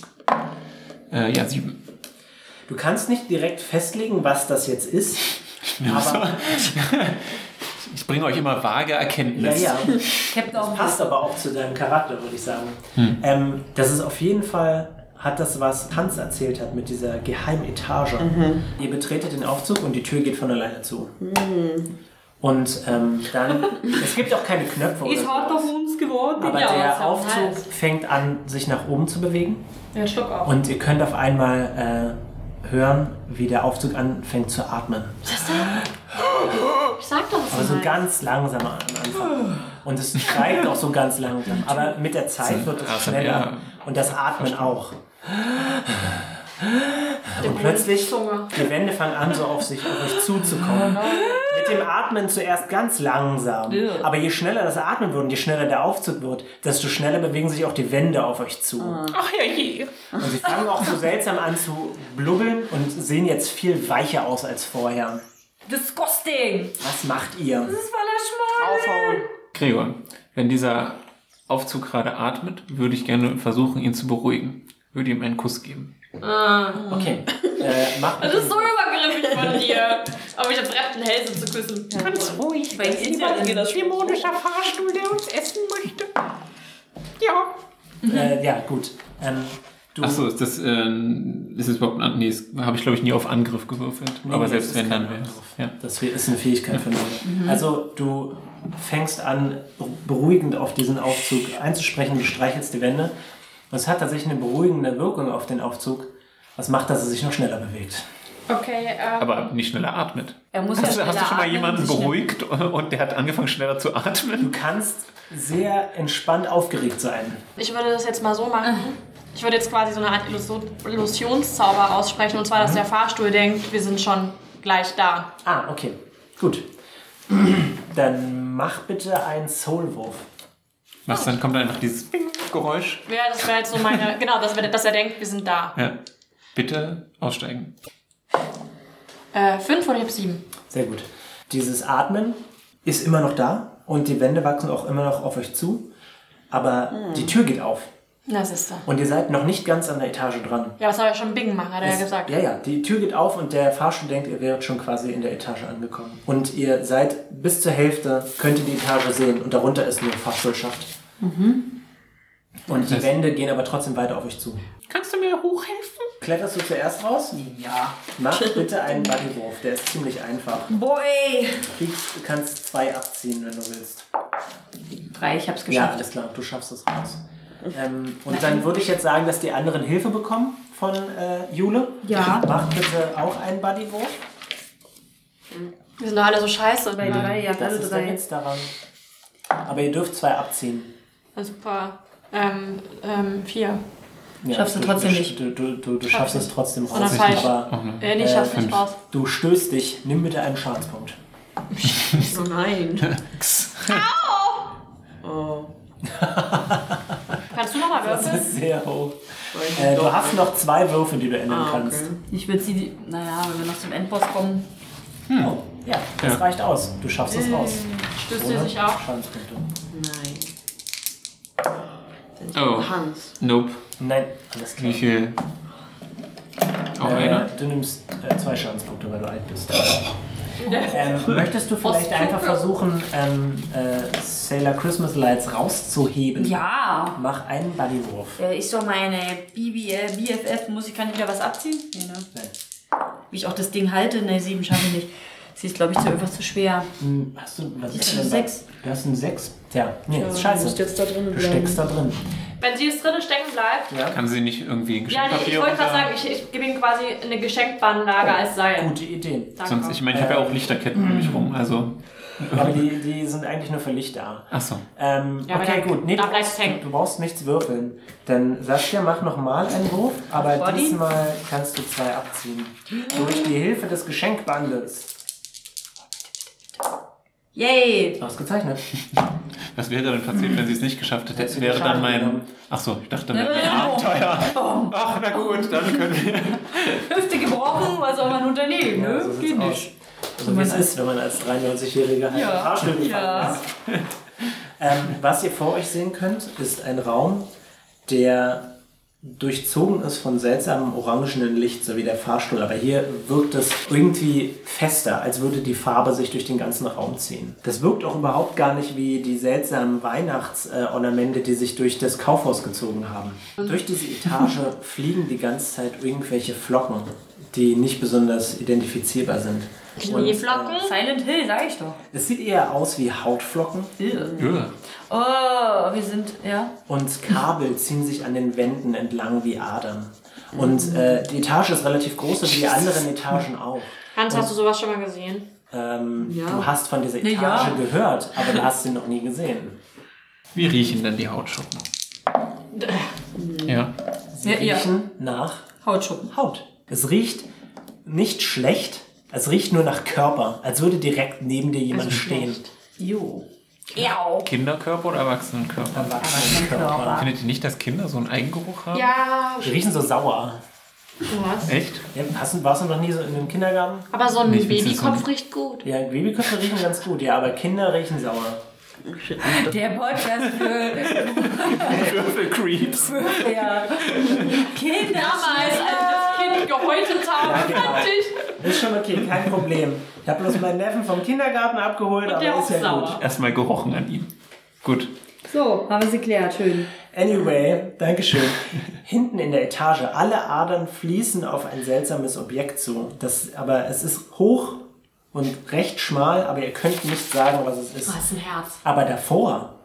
Speaker 1: Äh, ja, sieben.
Speaker 3: Du kannst nicht direkt festlegen, was das jetzt ist. Aber
Speaker 1: Ich bringe euch immer vage
Speaker 3: ja,
Speaker 1: Erkenntnisse.
Speaker 3: ja,
Speaker 2: Captain auch
Speaker 3: passt aber auch zu deinem Charakter, würde ich sagen. Ähm, das ist auf jeden Fall, hat das, was Hans erzählt hat mit dieser Geheimetage. Ihr betretet den Aufzug und die Tür geht von alleine zu. Und ähm, dann, es gibt auch keine Knöpfe. oder
Speaker 2: Ist hart
Speaker 3: sowas.
Speaker 2: auf uns geworden.
Speaker 3: Aber
Speaker 5: Ja, ist
Speaker 3: der
Speaker 5: ja
Speaker 3: Aufzug
Speaker 5: nice.
Speaker 3: fängt an, sich nach oben zu bewegen.
Speaker 5: Ja, Schluck auf.
Speaker 3: Und ihr könnt auf einmal äh, hören, wie der Aufzug anfängt zu atmen.
Speaker 5: Ich sag doch es
Speaker 3: Aber so
Speaker 5: mal.
Speaker 3: ganz langsam am Anfang. Und es steigt auch so ganz langsam. Aber mit der Zeit wird es
Speaker 1: ASMR.
Speaker 3: schneller. Und das Atmen auch.
Speaker 5: Der
Speaker 3: Und plötzlich,
Speaker 5: Zunge.
Speaker 3: die Wände fangen an, so auf, sich, auf euch zuzukommen. Mit dem Atmen zuerst ganz langsam. Aber je schneller das Atmen wird und je schneller der Aufzug wird, desto schneller bewegen sich auch die Wände auf euch zu.
Speaker 7: Ach ja, je.
Speaker 3: Und sie fangen auch so seltsam an zu blubbeln und sehen jetzt viel weicher aus als vorher.
Speaker 2: Disgusting.
Speaker 3: Was macht ihr?
Speaker 2: Das war der Schmarrn.
Speaker 4: Aufhauen.
Speaker 1: Gregor, wenn dieser Aufzug gerade atmet, würde ich gerne versuchen, ihn zu beruhigen. Würde ihm einen Kuss geben.
Speaker 5: Ah.
Speaker 3: Okay. Äh, macht
Speaker 5: Das ist so entferne mich von dir, um mich auf fremden Hälsen zu küssen.
Speaker 7: Ganz ruhig.
Speaker 2: Bei Internet geht das schon.
Speaker 7: Dämonischer Fahrstuhl, der uns essen möchte. Ja.
Speaker 3: Äh, ja, gut. Ähm, du,
Speaker 1: Achso, ist das, ähm, ist das überhaupt ein Angriff? Nee, das habe ich glaube ich nie auf Angriff gewürfelt. Aber
Speaker 3: das
Speaker 1: selbst
Speaker 3: ist
Speaker 1: wenn,
Speaker 3: kein
Speaker 1: dann wäre
Speaker 3: Angriff.
Speaker 1: Ja.
Speaker 3: Das ist eine Fähigkeit von mir. Also du fängst an, beruhigend auf diesen Aufzug einzusprechen, du streichelst die Wände. Und es hat tatsächlich eine beruhigende Wirkung auf den Aufzug. Was macht, dass er sich noch schneller bewegt?
Speaker 5: Okay, ähm,
Speaker 1: Aber nicht schneller atmet.
Speaker 2: Er muss ja
Speaker 1: Hast, du-
Speaker 2: schneller
Speaker 1: hast du schon mal
Speaker 2: atmen,
Speaker 1: jemanden
Speaker 2: sich schnell-
Speaker 1: beruhigt und der hat angefangen schneller zu atmen?
Speaker 3: Du kannst sehr entspannt aufgeregt sein.
Speaker 5: ich würde das jetzt mal so machen. Ich würde jetzt quasi so eine Art Illusion- Illusionszauber aussprechen. Und zwar,
Speaker 3: Mhm.
Speaker 5: dass der Fahrstuhl denkt, wir sind schon gleich da.
Speaker 3: Ah, okay. Gut. Dann mach bitte einen Soulwurf.
Speaker 1: Was, dann kommt einfach dieses Geräusch.
Speaker 5: Ja, das wäre jetzt so meine. genau, das wär, dass er denkt, wir sind da.
Speaker 1: Ja. Bitte aussteigen.
Speaker 5: Äh, fünf oder ich hab sieben.
Speaker 3: Sehr gut. Dieses Atmen ist immer noch da und die Wände wachsen auch immer noch auf euch zu. Aber die Tür geht auf
Speaker 5: Na, siehst du.
Speaker 3: und ihr seid noch nicht ganz an der Etage dran.
Speaker 5: Ja, das hat er schon Bing machen, hat er ja
Speaker 3: Es-
Speaker 5: gesagt.
Speaker 3: Ja, ja, die Tür geht auf und der Fahrstuhl denkt, ihr wäret schon quasi in der Etage angekommen. Und ihr seid bis zur Hälfte, könnt ihr die Etage sehen und darunter ist nur Fahrstuhlschacht.
Speaker 5: Mhm.
Speaker 3: Und die
Speaker 1: Das-
Speaker 3: Wände gehen aber trotzdem weiter auf euch zu.
Speaker 7: Kannst du mir hochhelfen?
Speaker 3: Kletterst du zuerst raus? Ja. Mach bitte einen Bodywurf, der ist ziemlich einfach.
Speaker 2: Boy!
Speaker 3: Kriegst, du kannst zwei abziehen, wenn du willst.
Speaker 2: Drei, ich hab's
Speaker 3: Ja,
Speaker 2: geschafft.
Speaker 3: alles klar, du schaffst es raus. Ähm, und dann würde ich jetzt sagen, dass die anderen Hilfe bekommen von äh, Jule.
Speaker 2: Ja.
Speaker 3: Mach bitte auch einen Bodywurf.
Speaker 5: Wir sind doch alle so scheiße.
Speaker 2: Bei drei, ihr habt
Speaker 3: Das
Speaker 2: alle
Speaker 3: ist der
Speaker 2: drei.
Speaker 3: Witz daran. Aber ihr dürft zwei abziehen.
Speaker 5: Ja, Super. Ähm, ähm, vier.
Speaker 3: Ja,
Speaker 2: Schaffst du trotzdem
Speaker 3: du,
Speaker 2: nicht.
Speaker 3: Du, du, du, du schaffst es trotzdem
Speaker 5: Oder
Speaker 3: raus.
Speaker 5: falsch.
Speaker 3: Aber
Speaker 5: Äh, nee, ich schaff's nicht raus.
Speaker 3: du stößt dich. Nimm bitte einen Schadenspunkt.
Speaker 4: Oh nein. Oh.
Speaker 5: Kannst du nochmal würfeln?
Speaker 3: Sehr hoch.
Speaker 4: weil ich
Speaker 3: Äh, du
Speaker 4: doch-
Speaker 3: hast noch zwei Würfe, die du ändern
Speaker 4: Ah,
Speaker 3: kannst.
Speaker 4: okay.
Speaker 2: Ich würde sie, die- naja, wenn wir noch zum Endboss kommen.
Speaker 3: Oh, ja, das reicht aus. Du schaffst es raus.
Speaker 5: Stößt ihr sich auch?
Speaker 3: Schadenspunkte.
Speaker 4: Nein.
Speaker 1: Oh,
Speaker 4: Hans.
Speaker 1: nope.
Speaker 3: Nein, alles klar.
Speaker 1: Wie viel? Auch einer.
Speaker 3: Äh, du nimmst äh, zwei Schadenspunkte, weil du alt bist. ähm, möchtest du vielleicht einfach versuchen, ähm, äh, Sailor Christmas Lights rauszuheben?
Speaker 2: Ja!
Speaker 3: Mach einen Buddywurf.
Speaker 2: Äh, Ich soll meine äh, BBL, BFF, muss ich, kann ich wieder was abziehen? Nee, ne?
Speaker 3: Nein.
Speaker 2: Wie ich auch das Ding halte? Ne, sieben schaffe ich nicht. Sie ist, glaube ich, zu einfach zu schwer.
Speaker 3: Hm, Hast du, was
Speaker 2: Ich
Speaker 3: ist
Speaker 2: hab
Speaker 3: denn
Speaker 2: eine
Speaker 3: bei-
Speaker 2: Sechs.
Speaker 3: Du hast eine 6? Tja, nee,
Speaker 4: Ja,
Speaker 3: ist
Speaker 4: du
Speaker 3: scheiße.
Speaker 4: musst jetzt da drin
Speaker 3: Du
Speaker 4: bleiben.
Speaker 3: steckst da drin.
Speaker 5: Wenn sie jetzt drinnen stecken bleibt.
Speaker 1: Kann sie nicht irgendwie ein
Speaker 5: Ja, nee,
Speaker 1: Geschenkpapier
Speaker 5: ich wollte gerade
Speaker 1: runter- Oh,
Speaker 5: sagen, ich, ich gebe ihm quasi eine Geschenkbahnlage als Seil.
Speaker 3: Gute Idee.
Speaker 5: Danke.
Speaker 1: Sonst, ich meine, ich habe ja auch Lichterketten um mich rum, also.
Speaker 3: Aber die, die sind eigentlich nur für Licht da.
Speaker 1: Achso.
Speaker 3: Ähm,
Speaker 5: Ja, aber
Speaker 3: okay,
Speaker 5: dann-
Speaker 3: gut. Nee, du,
Speaker 5: dann bleibt's
Speaker 3: brauchst,
Speaker 5: hängen.
Speaker 3: du brauchst nichts würfeln. Denn Saskia, mach nochmal einen Wurf, aber
Speaker 2: Body?
Speaker 3: diesmal kannst du zwei abziehen. Durch die Hilfe des Geschenkbandes.
Speaker 2: Yay!
Speaker 3: Ausgezeichnet.
Speaker 1: Was wäre denn passiert, wenn sie es nicht geschafft hätte?
Speaker 3: Hätte
Speaker 1: Das
Speaker 3: sie
Speaker 1: wäre
Speaker 3: den
Speaker 1: dann
Speaker 3: Schaden
Speaker 1: mein.
Speaker 3: genommen.
Speaker 1: Achso, ich dachte,
Speaker 2: Ne?
Speaker 1: dann wäre mein Abenteuer. Ach, na gut, dann können wir.
Speaker 2: Hüfte gebrochen, was soll man unternehmen?
Speaker 3: Ja,
Speaker 2: ne?
Speaker 3: so sieht's
Speaker 2: Geht
Speaker 3: aus.
Speaker 2: nicht.
Speaker 3: So wie es ist, wenn man als 93-Jähriger halt
Speaker 2: Ja.
Speaker 3: ja. Fahrstuhl gefahren
Speaker 2: Ja.
Speaker 3: ist. Ähm, was ihr vor euch sehen könnt, ist ein Raum, der durchzogen ist von seltsamem orangenen Licht, so wie der Fahrstuhl. Aber hier wirkt es irgendwie fester, als würde die Farbe sich durch den ganzen Raum ziehen. Das wirkt auch überhaupt gar nicht wie die seltsamen Weihnachtsornamente, die sich durch das Kaufhaus gezogen haben. Durch diese Etage fliegen die ganze Zeit irgendwelche Flocken, die nicht besonders identifizierbar sind. Und,
Speaker 5: Schneeflocken?
Speaker 2: Silent Hill, sag ich doch.
Speaker 3: äh, Es sieht eher aus wie Hautflocken,
Speaker 1: Ja.
Speaker 2: Oh, wir sind, ja.
Speaker 3: Und Kabel ziehen sich an den Wänden entlang wie Adern. Und äh, die Etage ist relativ groß, so wie die anderen Etagen auch.
Speaker 5: Hans, hast du sowas schon mal gesehen?
Speaker 3: Ähm,
Speaker 4: Ja.
Speaker 3: Du hast von dieser Etage
Speaker 2: ja.
Speaker 3: gehört, aber du hast sie noch nie gesehen.
Speaker 1: Wie riechen denn die Hautschuppen? Ja.
Speaker 3: Sie
Speaker 2: Ja, ja.
Speaker 3: riechen nach
Speaker 2: Hautschuppen.
Speaker 3: Haut. Es riecht nicht schlecht, es riecht nur nach Körper, als würde direkt neben dir jemand
Speaker 2: Also
Speaker 3: stehen.
Speaker 2: Jo. Ja.
Speaker 1: Kinderkörper oder Erwachsenenkörper?
Speaker 3: Erwachsene Körper.
Speaker 1: Findet ihr nicht, dass Kinder so einen Eigengeruch haben?
Speaker 5: Ja,
Speaker 3: Die riechen so sauer.
Speaker 5: was?
Speaker 1: Echt?
Speaker 3: Ja, hast, du- warst du noch nie so in einem Kindergarten?
Speaker 5: Aber so ein
Speaker 1: Nee, ich find's jetzt
Speaker 5: Babykopf
Speaker 1: so-
Speaker 5: riecht gut.
Speaker 3: Ja, Babyköpfe riechen ganz gut, ja, aber Kinder riechen sauer.
Speaker 2: Der Podcast für
Speaker 1: Würfelcreeps.
Speaker 2: ja. Kinder.
Speaker 5: Damals, als das Kindheit gehäutet
Speaker 3: Ja,
Speaker 5: haben.
Speaker 3: genau.
Speaker 5: Fand ich.
Speaker 3: Ist schon okay, kein Problem. Ich habe bloß meinen Neffen vom Kindergarten abgeholt,
Speaker 5: Und der
Speaker 3: aber ist
Speaker 5: ist
Speaker 3: ja
Speaker 5: sauer.
Speaker 3: gut.
Speaker 1: Erstmal gerochen an ihm. Gut.
Speaker 6: So, haben wir sie klärt, schön.
Speaker 3: Anyway, Dankeschön. Hinten in der Etage, alle Adern fließen auf ein seltsames Objekt zu. Das, aber es ist hoch und recht schmal, aber ihr könnt nicht sagen, was es ist.
Speaker 5: Das ist ein Herz.
Speaker 3: Aber davor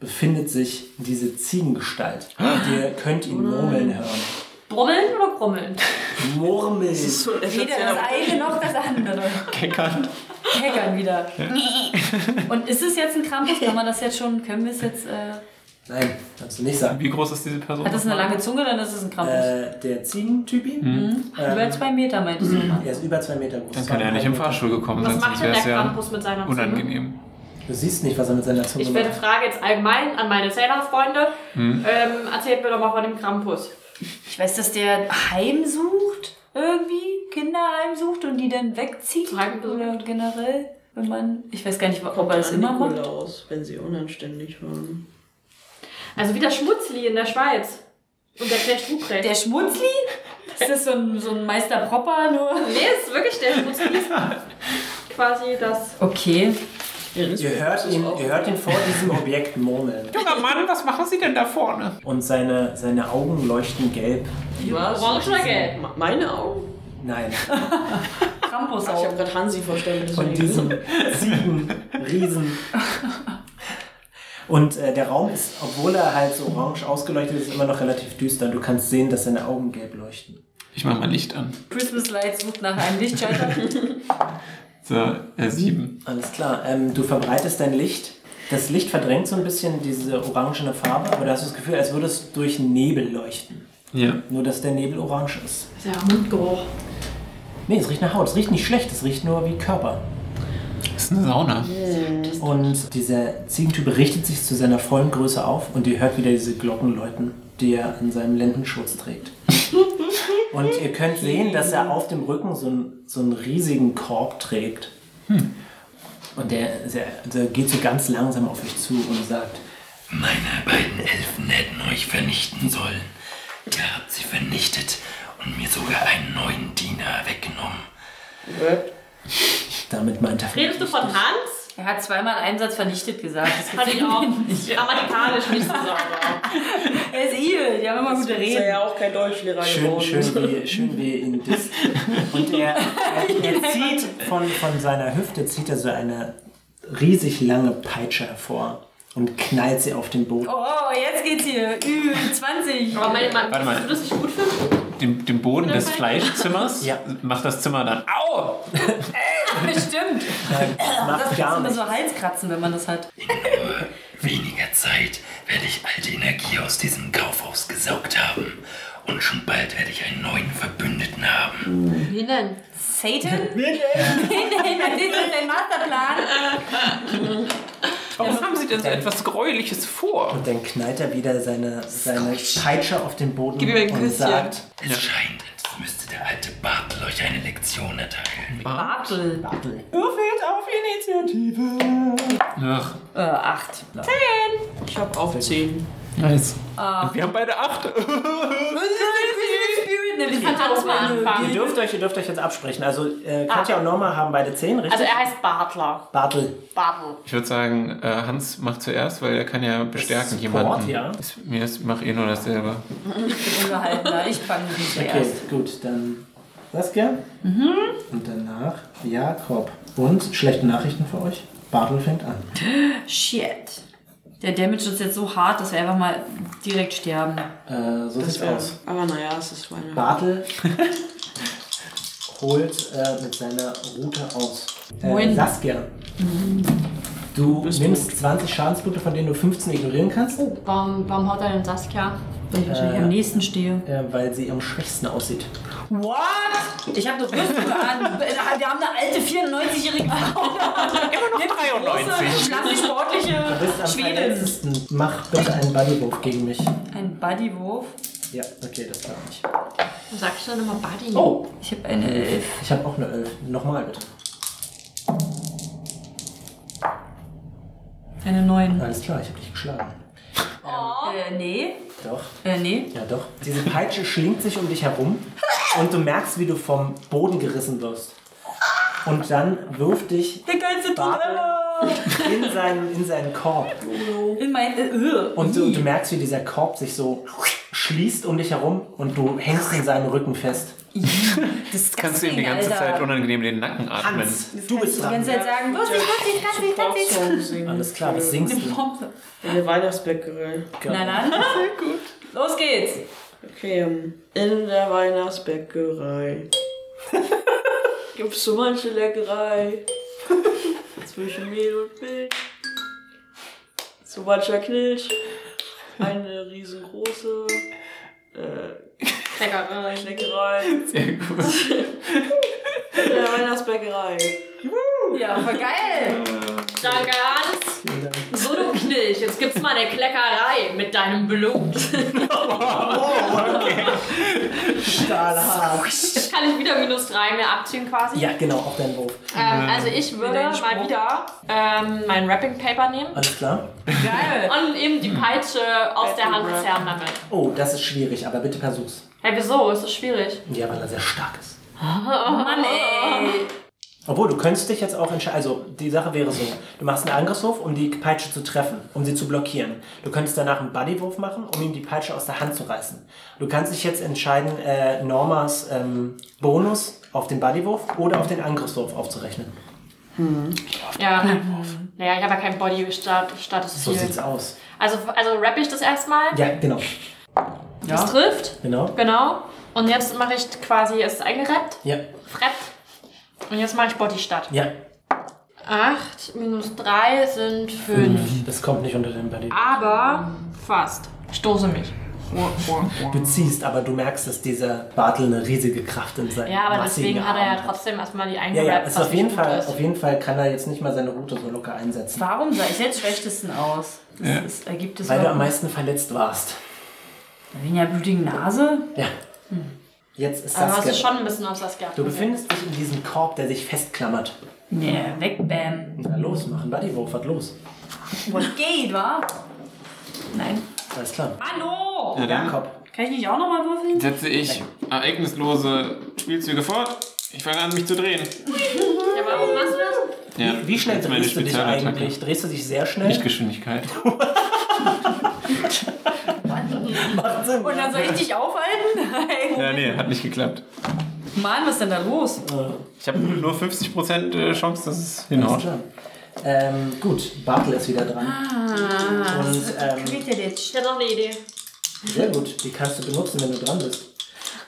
Speaker 3: befindet sich diese Ziegengestalt. Und ihr könnt ihn murmeln hören.
Speaker 5: Brummeln oder grummeln?
Speaker 3: Murmeln.
Speaker 2: Weder das eine noch das andere.
Speaker 1: Keckern.
Speaker 2: Hackern wieder. Und ist es jetzt ein Krampus? Kann man das jetzt schon, können wir es jetzt, äh,
Speaker 3: Nein, kannst du nicht sagen.
Speaker 1: Wie groß ist diese Person?
Speaker 2: hat das eine lange Zunge, dann ist es ein Krampus.
Speaker 3: Äh, der Ziegentypi,
Speaker 6: ähm,
Speaker 2: Über zwei Meter meintest
Speaker 6: mm.
Speaker 2: du immer.
Speaker 3: er ist über zwei Meter groß.
Speaker 1: Dann kann er nicht im Fahrstuhl gekommen
Speaker 5: Was
Speaker 1: sein,
Speaker 5: macht
Speaker 1: sonst
Speaker 5: denn
Speaker 1: wäre
Speaker 5: der
Speaker 1: es ja
Speaker 5: Krampus mit seiner Zunge?
Speaker 1: unangenehm.
Speaker 3: Du siehst nicht, was er mit seiner Zunge
Speaker 5: Ich werde
Speaker 3: macht.
Speaker 5: Frage jetzt allgemein an meine Zählerfreunde.
Speaker 1: Hm.
Speaker 5: Ähm, erzählt mir doch mal von dem Krampus.
Speaker 2: Ich weiß, dass der heimsucht, irgendwie, Kinder heimsucht und die dann wegzieht.
Speaker 5: Heimbesucht.
Speaker 2: Oder generell, wenn man, ich weiß gar nicht, ob er das immer macht.
Speaker 4: Nikolaus, wenn sie unanständig waren.
Speaker 5: Also wie das Schmutzli in der Schweiz. Und der Knecht Ruprecht.
Speaker 2: Der Schmutzli? Ist das so ein, so ein Meister Propper nur?
Speaker 5: nee, ist wirklich der Schmutzli. ist quasi das...
Speaker 2: Okay.
Speaker 3: Ihr hört, ihn, ihr hört ihn vor diesem Objekt murmeln.
Speaker 7: Junger Mann, was machen Sie denn da vorne?
Speaker 3: Und seine, seine Augen leuchten gelb.
Speaker 4: Was?
Speaker 5: Orange oder gelb?
Speaker 4: Me- Meine Augen?
Speaker 3: Nein,
Speaker 2: Krampus
Speaker 4: Ich
Speaker 2: auch.
Speaker 4: habe gerade Hansi verstanden.
Speaker 3: von
Speaker 4: deswegen-
Speaker 3: diesem Ziegenriesen. Und äh, der Raum ist, obwohl er halt so orange ausgeleuchtet ist, immer noch relativ düster. Und du kannst sehen, dass seine Augen gelb leuchten.
Speaker 1: Ich mach mal Licht an.
Speaker 2: Christmas Lights sucht nach einem Lichtschalter.
Speaker 1: So, äh, sieben.
Speaker 3: Alles klar. Ähm, du verbreitest dein Licht. Das Licht verdrängt so ein bisschen diese orangene Farbe, aber du hast das Gefühl, als würde es durch Nebel leuchten.
Speaker 1: Ja.
Speaker 3: Nur, dass der Nebel orange ist.
Speaker 5: Das ist ja Mundgeruch.
Speaker 3: Nee, es riecht nach Haut. Es riecht nicht schlecht, es riecht nur wie Körper.
Speaker 1: Ist eine Sauna.
Speaker 3: Und dieser Ziegentyp richtet sich zu seiner vollen Größe auf und ihr hört wieder diese Glocken läuten, die er an seinem Lendenschurz trägt. und ihr könnt sehen, dass er auf dem Rücken so einen, so einen riesigen Korb trägt. Und der, der, der geht so ganz langsam auf euch zu und sagt,
Speaker 8: Meine beiden Elfen hätten euch vernichten sollen. Ihr habt sie vernichtet und mir sogar einen neuen Diener weggenommen.
Speaker 3: damit meint er...
Speaker 5: Redest du von Hans?
Speaker 2: Er hat zweimal einen Satz vernichtet gesagt. Das
Speaker 5: Fand ich auch grammatikalisch nicht so sauber.
Speaker 2: er ist evil, die haben immer gute
Speaker 4: Ist er
Speaker 2: Reden.
Speaker 4: ja auch kein Deutschlehrer
Speaker 3: Schön,
Speaker 4: geworden.
Speaker 3: schön, wie, schön wie ihn disst. Und er, er, er zieht von, von seiner Hüfte zieht er so eine riesig lange Peitsche hervor und knallt sie auf den Boden.
Speaker 2: Oh, jetzt geht's hier. Ü, 20.
Speaker 5: Aber meine Mann,
Speaker 1: Warte mal.
Speaker 5: würdest du das nicht gut finden?
Speaker 1: Den, den Boden des Fleischzimmers
Speaker 3: Ja.
Speaker 1: macht das Zimmer dann. Au!
Speaker 2: Bestimmt.
Speaker 3: Das macht
Speaker 2: Das
Speaker 3: gar
Speaker 2: sind immer
Speaker 3: nichts.
Speaker 2: so Halskratzen, wenn man das hat.
Speaker 8: Weniger Zeit werde ich all die Energie aus diesem Kaufhaus gesaugt haben. Und schon bald werde ich einen neuen Verbündeten haben.
Speaker 5: Wie denn?
Speaker 2: Satan? Nein, nein, nein, das ist dein Masterplan.
Speaker 7: Warum haben Sie denn so etwas Gräuliches vor?
Speaker 3: Und dann knallt er wieder seine, seine Peitsche auf den Boden
Speaker 4: ihm ein
Speaker 3: und
Speaker 4: Küsschen.
Speaker 3: sagt,
Speaker 8: Es scheint, als müsste der alte Bartel euch eine Lektion erteilen.
Speaker 2: Bartel.
Speaker 3: Bartel.
Speaker 1: Ach,
Speaker 2: Äh, acht.
Speaker 4: Ich habe auf 10.
Speaker 1: nice. Wir haben beide acht.
Speaker 2: Spirit, ne?
Speaker 5: Kann Hans mal anfangen.
Speaker 3: Ihr dürft euch, ihr dürft euch jetzt absprechen. Also äh, Katja
Speaker 4: Ah.
Speaker 3: und Norma haben beide 10, richtig?
Speaker 5: Also er heißt
Speaker 4: Also-
Speaker 5: Bartler.
Speaker 3: Bartel.
Speaker 5: Bartel.
Speaker 1: Ich würde sagen, äh, Hans macht zuerst, weil er kann ja bestärken
Speaker 3: Support,
Speaker 1: jemanden.
Speaker 3: ja.
Speaker 1: Ist- Mir ist, mach eh nur dasselbe.
Speaker 2: ungehaltener. ne? Ich fange nicht
Speaker 3: Okay,
Speaker 2: zuerst.
Speaker 3: gut, dann Saskia.
Speaker 4: Mhm.
Speaker 3: Und danach Jakob. Und schlechte Nachrichten für euch. Bartel fängt an.
Speaker 2: Shit. Der Damage ist jetzt so hart, dass wir einfach mal direkt sterben.
Speaker 3: Äh, so sieht's
Speaker 4: Ja.
Speaker 3: aus.
Speaker 4: Aber naja, es ist meine.
Speaker 3: Bartel holt äh, mit seiner Rute aus. Äh,
Speaker 2: Moin.
Speaker 3: Saskia. Du nimmst 20 Schadenspunkte, von denen du 15 ignorieren kannst,
Speaker 5: Warum, warum haut er denn Saskia?
Speaker 2: Wenn ich wahrscheinlich am nächsten stehe.
Speaker 3: äh, weil sie am schwächsten aussieht.
Speaker 2: What? Ich habe eine Rüstung an. Wir haben eine alte 94-jährige Frau. Immer noch 93. Schlanke,
Speaker 3: Du bist am
Speaker 2: sportliche Schwedin.
Speaker 3: verletztesten. Mach bitte einen Bodywurf gegen mich.
Speaker 2: Ein Bodywurf.
Speaker 3: Ja, okay, das darf ich.
Speaker 5: Warum sagst du denn immer Buddy?
Speaker 3: Oh,
Speaker 2: Ich habe eine 11.
Speaker 3: ich habe auch eine 11. Nochmal bitte.
Speaker 2: Eine 9.
Speaker 3: Alles klar, ich habe dich geschlagen.
Speaker 2: Äh, nee.
Speaker 3: Doch,
Speaker 2: Äh, nee.
Speaker 3: ja doch. Diese Peitsche schlingt sich um dich herum Und du merkst, wie du vom Boden gerissen wirst. Und dann wirft dich
Speaker 2: Der geilste Tod
Speaker 3: Bartel
Speaker 2: ever!
Speaker 3: in seinen, in seinen Korb.
Speaker 2: In mein. Äh, äh.
Speaker 3: Und du, du merkst, wie dieser Korb sich so schließt um dich herum und du hängst in seinem Rücken fest.
Speaker 2: Das
Speaker 7: Kannst du ihm die ganze Zeit unangenehm den Nacken atmen?
Speaker 3: Hans, du bist
Speaker 2: Die
Speaker 3: dran.
Speaker 2: ganze Zeit sagen, was ich was ich was ich was ich.
Speaker 4: Popsong singen.
Speaker 3: Alles klar, was singst du? Genau.
Speaker 4: Eine Weihnachtsbäckerei.
Speaker 2: Na dann. Gut. Los geht's.
Speaker 4: Okay, ähm, in der Weihnachtsbäckerei gibt's so manche Leckerei. Zwischen Mehl und Milch. So mancher Knilch. Eine riesengroße äh,
Speaker 5: Lecker.
Speaker 4: Leckerei. Sehr gut. In der Weihnachtsbäckerei.
Speaker 2: Ja, voll geil.
Speaker 5: Danke, Hans. So, du Knilch, jetzt gibt's mal eine Kleckerei mit deinem Blut.
Speaker 3: Stahlhaar.
Speaker 5: Jetzt kann ich wieder minus 3 mehr abziehen quasi.
Speaker 3: Ja, genau, auf deinen Wurf.
Speaker 5: Ähm, also ich würde mal wieder ähm, mein Wrapping Paper nehmen
Speaker 3: Alles klar?
Speaker 2: Geil.
Speaker 5: und eben die Peitsche aus der Hand zerren damit.
Speaker 3: Oh, das ist schwierig, aber bitte versuch's.
Speaker 5: Hey, wieso? Es ist schwierig.
Speaker 3: Ja, weil er sehr stark ist.
Speaker 5: Oh
Speaker 2: Mann, ey.
Speaker 3: Obwohl, du könntest dich jetzt auch entscheiden. Also, die Sache wäre so: Du machst einen Angriffswurf, um die Peitsche zu treffen, um sie zu blockieren. Du könntest danach einen Bodywurf machen, um ihm die Peitsche aus der Hand zu reißen. Du kannst dich jetzt entscheiden, äh, Normas ähm, Bonus auf den Bodywurf oder auf den Angriffswurf aufzurechnen.
Speaker 5: Ja. Naja, ich habe ja kein Body-Status
Speaker 3: So sieht's
Speaker 5: hier.
Speaker 3: aus.
Speaker 5: Also, also rappe ich das erstmal.
Speaker 3: Ja, genau.
Speaker 5: Das trifft.
Speaker 3: Genau.
Speaker 5: Genau. Und jetzt mache ich quasi, es ist eingerappt.
Speaker 3: Ja,
Speaker 5: Freppt. Und jetzt mache ich Body statt.
Speaker 3: ja.
Speaker 5: 8 minus 3 sind 5.
Speaker 3: Das kommt nicht unter den Body.
Speaker 5: Aber fast. Stoße mich.
Speaker 3: Du ziehst, aber du merkst, dass dieser Bartel eine riesige Kraft in seinem
Speaker 5: Ja, aber
Speaker 3: massigen
Speaker 5: deswegen hat er ja
Speaker 3: Arm
Speaker 5: trotzdem erstmal die
Speaker 3: Ja,
Speaker 5: eingerappt.
Speaker 3: ja, ist
Speaker 5: was
Speaker 3: auf jeden,
Speaker 5: nicht
Speaker 3: Fall,
Speaker 5: gut ist.
Speaker 3: auf jeden Fall kann er jetzt nicht mal seine Route so locker einsetzen.
Speaker 2: Warum sah ich jetzt schlechtesten aus? Das, das ergibt es
Speaker 3: Weil du am
Speaker 2: überhaupt nicht.
Speaker 3: meisten verletzt warst.
Speaker 2: Wegen der blutigen Nase?
Speaker 3: Ja. Jetzt ist
Speaker 5: Also hast du
Speaker 3: das.
Speaker 5: schon ein bisschen auf Saskia.
Speaker 3: Du befindest dich in diesem Korb, der sich festklammert.
Speaker 2: Nee, weg, bam.
Speaker 3: Na los, mach einen Bodywurf, was los?
Speaker 2: Was geht, wa? Nein.
Speaker 3: Alles klar.
Speaker 2: Hallo!
Speaker 3: Oh,
Speaker 1: Ja, dann
Speaker 3: Jakob.
Speaker 2: Kann ich nicht auch nochmal würfeln?
Speaker 1: setze ich ereignislose Spielzüge fort. Ich fange an, mich zu drehen.
Speaker 5: Ja, warum machst du das?
Speaker 1: Ja,
Speaker 3: Wie, wie schnell
Speaker 1: das ist meine
Speaker 3: drehst du dich
Speaker 1: Spezialattacke.
Speaker 3: eigentlich? Drehst du dich sehr schnell?
Speaker 1: Lichtgeschwindigkeit.
Speaker 3: Macht Sinn.
Speaker 2: Und dann soll ich dich aufhalten? Nein.
Speaker 1: Ja, nee, hat nicht geklappt.
Speaker 2: Mann, was ist denn da los?
Speaker 1: Ich habe nur 50% Chance, dass es
Speaker 3: Alles
Speaker 1: hinhaut.
Speaker 3: klar. Ähm, gut, Bartel ist wieder dran. Und ähm,
Speaker 2: Bitte jetzt.
Speaker 5: Ich hätte noch eine Idee.
Speaker 3: sehr gut, die kannst du benutzen, wenn du dran bist.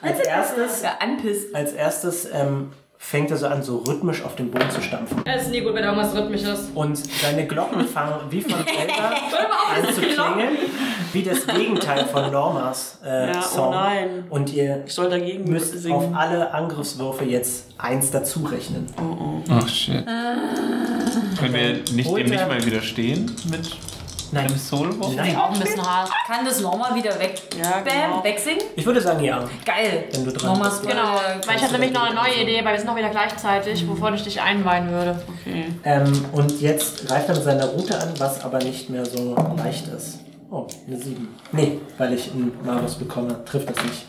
Speaker 3: Als erstes,
Speaker 2: Ja, anpisst.
Speaker 3: als erstes ähm, fängt er so an, so rhythmisch auf den Boden zu stampfen.
Speaker 5: Es ist nie gut, wenn irgendwas rhythmisch ist.
Speaker 3: Und seine Glocken fangen wie von selber an zu klingeln, wie das Gegenteil von Normas äh,
Speaker 4: Ja, oh
Speaker 3: Song.
Speaker 4: nein.
Speaker 3: Und ihr
Speaker 4: Ich soll dagegen
Speaker 3: müsst auf
Speaker 4: singen.
Speaker 3: alle Angriffswürfe jetzt eins dazu rechnen.
Speaker 1: Ach, shit. Können wir nicht,
Speaker 3: Holt
Speaker 1: dem nicht
Speaker 3: er-
Speaker 1: mal widerstehen mit
Speaker 3: Nein,
Speaker 1: einem Soulwurf?
Speaker 3: Nein.
Speaker 5: Auch ein bisschen hart.
Speaker 2: Kann das nochmal wieder weg?
Speaker 4: Ja,
Speaker 2: Bam,
Speaker 4: genau.
Speaker 2: wegsingen?
Speaker 3: ich würde sagen ja.
Speaker 2: Geil.
Speaker 3: Wenn du dran
Speaker 2: Nochmal
Speaker 3: bist.
Speaker 5: Genau, weil ich
Speaker 3: Kannst
Speaker 5: hatte
Speaker 3: du
Speaker 5: nämlich noch
Speaker 3: dagegen
Speaker 5: eine neue Idee, weil wir sind noch wieder gleichzeitig, wovon ich dich einweihen würde.
Speaker 4: Okay.
Speaker 3: Ähm, und jetzt greift er mit seiner Route an, was aber nicht mehr so leicht ist. Oh, eine 7. Nee, weil ich einen Malus bekomme, trifft das nicht.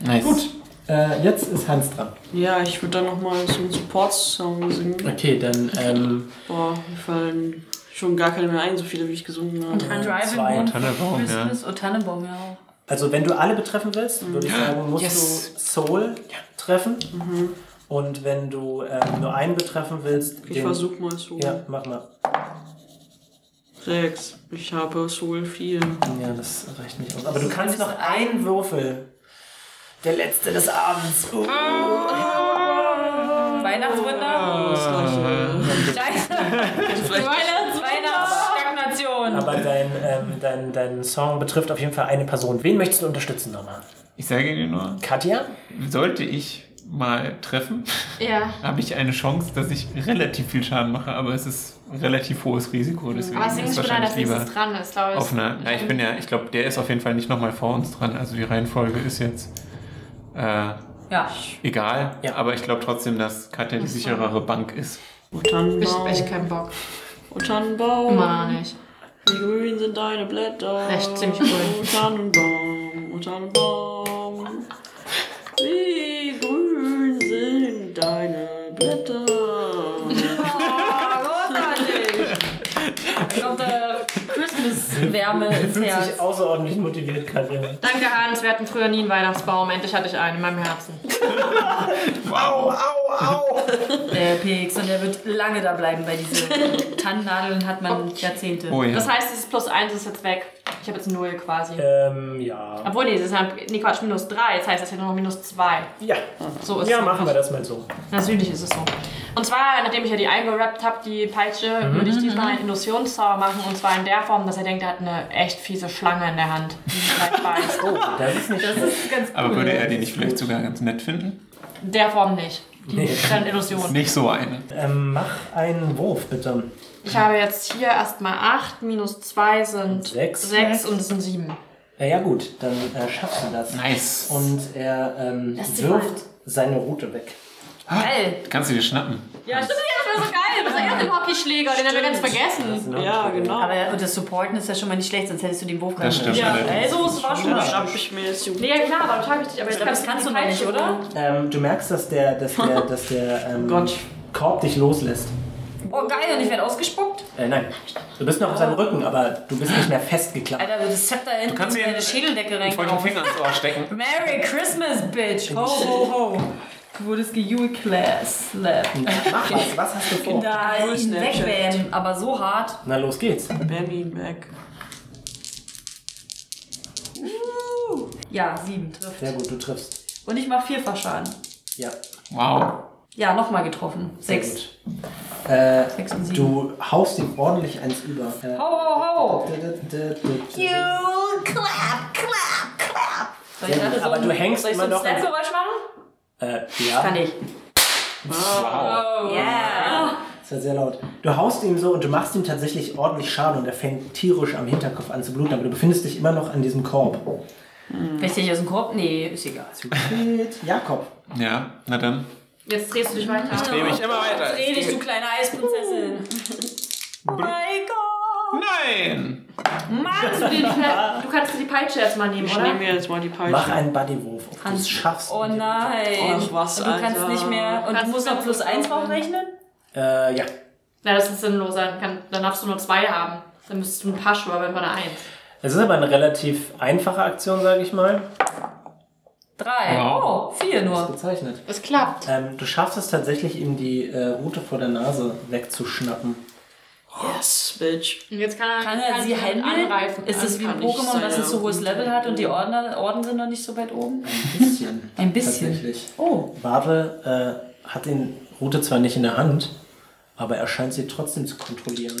Speaker 1: Nice.
Speaker 3: Gut, äh, jetzt ist Hans dran.
Speaker 4: Ja, ich würde dann nochmal so einen Support-Song singen.
Speaker 3: Okay, dann ähm,
Speaker 4: Boah, mir fallen schon gar keine mehr ein, so viele wie ich gesungen habe.
Speaker 2: Driving
Speaker 3: Zwei.
Speaker 2: Moon
Speaker 1: Tannenbaum, ja.
Speaker 2: Business. Oh, Tannenbaum, ja auch.
Speaker 3: Also wenn du alle betreffen willst, würde ich sagen, musst
Speaker 1: Yes.
Speaker 3: du Soul treffen. Und wenn du ähm, nur einen betreffen willst,
Speaker 4: Ich versuch mal so.
Speaker 3: Ja, mach mal.
Speaker 4: Sechs. Ich habe Soul 4.
Speaker 3: Ja, das reicht nicht aus. Aber du kannst noch einen Würfel. Der letzte des Abends. Uh.
Speaker 2: Weihnachtswunder.
Speaker 4: Das gleiche.
Speaker 2: Scheiße. Weihnachtsstagnation.
Speaker 3: Aber dein, ähm, dein, dein Song betrifft auf jeden Fall eine Person. Wen möchtest du unterstützen nochmal?
Speaker 1: Ich sage dir nur,
Speaker 3: Katja?
Speaker 1: sollte ich mal treffen,
Speaker 5: Ja.
Speaker 1: habe ich eine Chance, dass ich relativ viel Schaden mache, aber es ist ein relativ hohes Risiko, deswegen
Speaker 5: Mhm. Aber es
Speaker 1: ist
Speaker 5: ist
Speaker 1: es
Speaker 5: schon einer,
Speaker 1: wahrscheinlich
Speaker 5: dass
Speaker 1: lieber
Speaker 5: wenigstens dran ist, glaube ich.
Speaker 1: auf einer. Na, ich bin ja, ich glaube, der ist auf jeden Fall nicht nochmal vor uns dran. Also die Reihenfolge ist jetzt äh,
Speaker 2: Ja.
Speaker 1: egal,
Speaker 3: Ja.
Speaker 1: aber ich glaube trotzdem, dass Katja die sicherere Bank ist.
Speaker 4: Und
Speaker 5: Ich hab echt
Speaker 4: Tannenbaum.
Speaker 5: keinen Bock.
Speaker 4: Oh Tannenbaum.
Speaker 5: Immer noch nicht.
Speaker 4: Wie grün sind deine Blätter.
Speaker 5: Echt ziemlich cool.
Speaker 4: Oh Tannenbaum. Oh Tannenbaum. Wie
Speaker 2: verkörperte Christmas-Wärme ins
Speaker 3: Fühlt sich
Speaker 2: Herz.
Speaker 3: außerordentlich motiviert, Katja.
Speaker 5: Danke, Hans. Wir hatten früher nie einen Weihnachtsbaum. Endlich hatte ich einen in meinem Herzen.
Speaker 3: Au, au, au!
Speaker 2: Der Pix und der wird lange da bleiben, weil diese Tannennadeln hat man Jahrzehnte.
Speaker 1: Oh ja.
Speaker 5: Das heißt, dieses Plus 1 ist jetzt weg. Ich habe jetzt 0 quasi.
Speaker 3: ähm, ja.
Speaker 5: Obwohl, nee, das ist ja, nee, Quatsch, minus 3. Das heißt, das ist ja nur noch minus 2.
Speaker 3: Ja,
Speaker 5: So ist
Speaker 3: ja
Speaker 5: es.
Speaker 3: machen wir das mal so.
Speaker 5: Natürlich ist es so. Und zwar, nachdem ich ja die eingerappt habe, die Peitsche,
Speaker 3: Mhm.
Speaker 5: würde ich diesmal einen Illusionszauber machen. Und zwar in der Form, dass er denkt, er hat eine echt fiese Schlange in der Hand. Die ich vielleicht beißt.
Speaker 3: Oh, Das ist nicht
Speaker 1: Aber würde er den nicht vielleicht sogar ganz nett finden?
Speaker 5: In der Form nicht. Die
Speaker 3: Nee.
Speaker 5: ist dann Illusion.
Speaker 1: Nicht so eine.
Speaker 3: ähm, Mach einen Wurf, bitte.
Speaker 5: Ich habe jetzt hier erstmal 8, minus 2 sind
Speaker 3: Sechs.
Speaker 5: 6 und es sind 7.
Speaker 3: Na ja, gut, dann äh, schaffst du das.
Speaker 1: Nice.
Speaker 3: Und er ähm,
Speaker 2: Lass sie
Speaker 3: wirft seine Route weg.
Speaker 2: Geil.
Speaker 1: Kannst du dir schnappen.
Speaker 5: Ja, stimmt, das war so geil. Das war erst den Hockeyschläger, den haben wir ganz vergessen.
Speaker 4: Ja, genau.
Speaker 2: Aber und das Supporten ist ja schon mal nicht schlecht, sonst hättest du den Wurf gar
Speaker 1: Das
Speaker 2: nicht. Also,
Speaker 1: stimmt.
Speaker 5: Ja,
Speaker 1: allerdings.
Speaker 5: ey, so ist es war schon
Speaker 4: Dann
Speaker 5: mal.
Speaker 4: schnapp ich mir jetzt Jugend.
Speaker 5: Nee, ja klar, aber total wichtig. Aber jetzt
Speaker 2: glaub, das kannst du noch nicht, oder?
Speaker 3: Ähm, du merkst, dass der, dass der, dass der ähm,
Speaker 4: Gott.
Speaker 3: Korb dich loslässt.
Speaker 2: Oh, geil, und ich werde ausgespuckt.
Speaker 3: Äh, nein, du bist noch auf
Speaker 2: Oh.
Speaker 3: seinem Rücken, aber du bist nicht mehr festgeklappt.
Speaker 2: Alter, wird das Zepter hinten
Speaker 1: kannst
Speaker 2: in
Speaker 1: mir-
Speaker 2: deine Schädeldecke
Speaker 1: Ich wollte den
Speaker 2: reinkommen.
Speaker 1: Finger ins Ohr stecken.
Speaker 2: Merry Christmas, Bitch. Ho, ho, ho. Du wurdest gejuhlclass.
Speaker 3: Mach was, was hast du vor?
Speaker 2: Da
Speaker 4: Cool,
Speaker 2: ihn
Speaker 4: Snapchat.
Speaker 2: wegbähen, aber so hart.
Speaker 3: Na, los geht's.
Speaker 4: Bammy Mac.
Speaker 2: Ja, sieben trifft.
Speaker 3: Sehr gut, du triffst.
Speaker 2: Und ich mache vierfach Schaden.
Speaker 3: Ja,
Speaker 1: Wow.
Speaker 2: Ja, nochmal getroffen.
Speaker 3: sehr
Speaker 2: Sechs.
Speaker 3: gut. Äh,
Speaker 2: Sechs und sieben.
Speaker 3: du haust ihm ordentlich eins über. Äh,
Speaker 2: Ho, ho, ho.
Speaker 3: Sehr
Speaker 2: clap, clap, clap. Soll ich alle
Speaker 3: gut,
Speaker 2: so
Speaker 3: aber
Speaker 2: ein-
Speaker 3: du hängst
Speaker 2: soll ich so
Speaker 3: immer
Speaker 2: ein
Speaker 3: noch. an-
Speaker 2: Snap-Geräusch machen?
Speaker 3: Äh, ja.
Speaker 2: Kann ich. Oh.
Speaker 1: Wow.
Speaker 2: Yeah.
Speaker 3: Das war sehr laut. Du haust ihm so und du machst ihm tatsächlich ordentlich Schaden und er fängt tierisch am Hinterkopf an zu bluten, aber du befindest dich immer noch an diesem Korb.
Speaker 2: Wächst ich aus dem Korb? Nee, ist egal.
Speaker 3: Mit Jakob.
Speaker 1: Ja, na dann.
Speaker 5: Jetzt drehst du dich weiter.
Speaker 1: Nehme ich immer weiter.
Speaker 2: Dreh dich, du kleine Eisprinzessin. Oh mein Gott.
Speaker 1: Nein!
Speaker 5: Magst du den Fle- Du kannst dir die Peitsche erstmal nehmen,
Speaker 4: Ich
Speaker 5: oder?
Speaker 4: nehme mir jetzt mal die Peitsche.
Speaker 3: Mach einen Bodywurf, ob du es schaffst.
Speaker 2: Oh nein.
Speaker 4: Ach, was,
Speaker 2: Und du kannst
Speaker 4: Alter.
Speaker 2: nicht mehr. Und du
Speaker 5: Kannst
Speaker 2: musst
Speaker 5: du
Speaker 2: noch plus
Speaker 5: das
Speaker 2: eins
Speaker 5: aufnehmen?
Speaker 2: draufrechnen?
Speaker 3: Äh, ja.
Speaker 5: Na, das ist sinnlos. Dann, kann, dann darfst du nur zwei haben. Dann müsstest du ein paar Schuhe, aber immer eine Eins.
Speaker 3: Es ist aber eine relativ einfache Aktion, sage ich mal.
Speaker 2: Drei.
Speaker 1: Wow.
Speaker 2: Oh, vier nur.
Speaker 3: Bezeichnet.
Speaker 5: Es klappt.
Speaker 3: Ähm, du schaffst es tatsächlich, ihm die äh, Rute vor der Nase wegzuschnappen.
Speaker 4: Yes, Bitch.
Speaker 5: Und jetzt kann er,
Speaker 2: Kann er sie
Speaker 5: halt
Speaker 2: handeln?
Speaker 5: angreifen.
Speaker 2: Ist es wie ein
Speaker 4: kann ich
Speaker 2: Pokémon, dass
Speaker 4: seine
Speaker 2: es so hohes Level hat und die Ordner, Orden sind noch nicht so weit oben?
Speaker 3: Ein bisschen.
Speaker 2: Ein bisschen.
Speaker 3: Tatsächlich.
Speaker 2: Oh.
Speaker 3: Warte äh, hat den Rute zwar nicht in der Hand, aber er scheint sie trotzdem zu kontrollieren.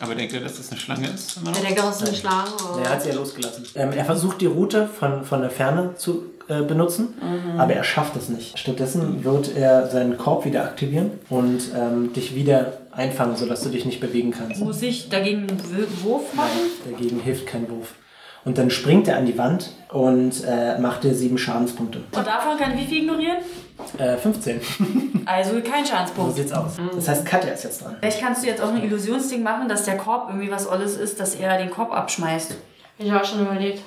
Speaker 1: Aber denkt ihr, dass das eine Schlange ist? Immer
Speaker 5: Der
Speaker 1: noch?
Speaker 5: denkt, das ist eine Schlange.
Speaker 3: Er hat sie ja losgelassen. Ähm, er versucht die Route von, von der Ferne zu äh, benutzen, aber er schafft es nicht. Stattdessen wird er seinen Korb wieder aktivieren und ähm, dich wieder einfangen, sodass du dich nicht bewegen kannst.
Speaker 2: Muss ich dagegen einen W- Wurf machen?
Speaker 3: Dagegen hilft kein Wurf. Und dann springt er an die Wand und äh, macht dir sieben Schadenspunkte.
Speaker 2: Und davon kann wie viel ignorieren?
Speaker 3: Äh, 15.
Speaker 2: Also kein
Speaker 3: So
Speaker 2: Schadenspunkt.
Speaker 3: sieht's aus. Das heißt, Katja ist jetzt dran.
Speaker 2: Vielleicht kannst du jetzt auch ein Illusionsding machen, dass der Korb irgendwie was Olles ist, dass er den Korb abschmeißt.
Speaker 5: Ich habe auch schon überlegt.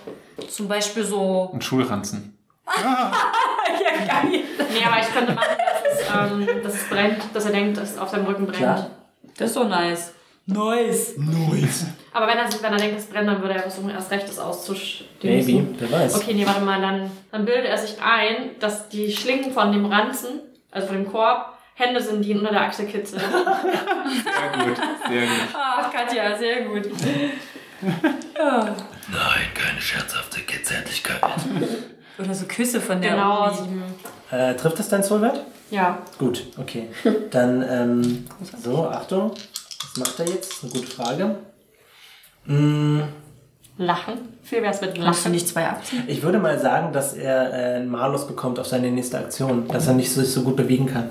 Speaker 2: Zum Beispiel so.
Speaker 1: Ein Schulranzen.
Speaker 2: Ja, geil.
Speaker 5: Nee, aber ich könnte machen, dass es, ähm, dass es brennt, dass er denkt, dass es auf seinem Rücken brennt.
Speaker 3: Klar.
Speaker 2: Das ist so nice. Nice.
Speaker 5: Aber wenn er, wenn er denkt, es brennt, dann würde er versuchen, erst recht das auszuschließen.
Speaker 3: Maybe, wer weiß.
Speaker 5: Okay, nee, warte mal, dann, dann bildet er sich ein, dass die Schlingen von dem Ranzen, also von dem Korb, Hände sind, die ihn unter der Achse kitzeln.
Speaker 1: Sehr gut, sehr gut.
Speaker 2: Ach, Katja, sehr gut.
Speaker 8: Nein, keine scherzhafte Zärtlichkeit.
Speaker 2: Oder so Küsse von der
Speaker 5: genau,
Speaker 2: Uni.
Speaker 5: sieben.
Speaker 3: Äh, trifft es dein Soulwert?
Speaker 5: Ja.
Speaker 3: Gut, okay. Dann, ähm, so, Achtung. Was macht er jetzt? Eine gute Frage. Mm,
Speaker 5: Lachen. Viel wär's mit
Speaker 2: Machst du
Speaker 5: Lachen.
Speaker 2: nicht zwei ab?
Speaker 3: Ich würde mal sagen, dass er äh, einen Malus bekommt auf seine nächste Aktion, dass er nicht so, sich so gut bewegen kann.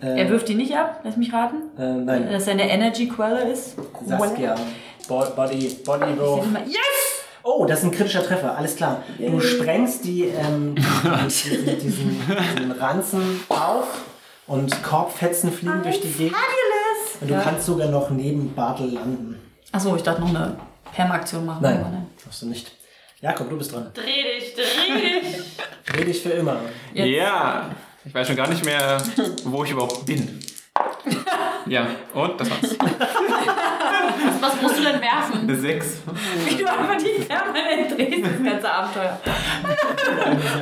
Speaker 2: Er wirft die nicht ab, lass mich raten.
Speaker 3: Äh, nein,
Speaker 2: Dass er eine Energy-Quelle ist.
Speaker 3: Saskia. Bo Body, Body Roll.
Speaker 2: Yes!
Speaker 3: Oh, das ist ein kritischer Treffer, alles klar. Du sprengst die, ähm, diesen, diesen, diesen Ranzen auf und Korbfetzen fliegen durch die Gegend. Und du kannst sogar noch neben Bartel landen.
Speaker 2: Achso, ich dachte noch eine Permaktion machen. aber
Speaker 3: Nein,
Speaker 2: ne.
Speaker 3: darfst du nicht. Jakob, du bist dran.
Speaker 5: Dreh dich, dreh dich.
Speaker 3: Rede ich für immer.
Speaker 1: Ja. Ich weiß schon gar nicht mehr, wo ich überhaupt bin. Ja, und das war's.
Speaker 5: Was musst du denn werfen?
Speaker 1: Eine 6.
Speaker 6: Wie du einfach die permanent drehst, das ganze Abenteuer.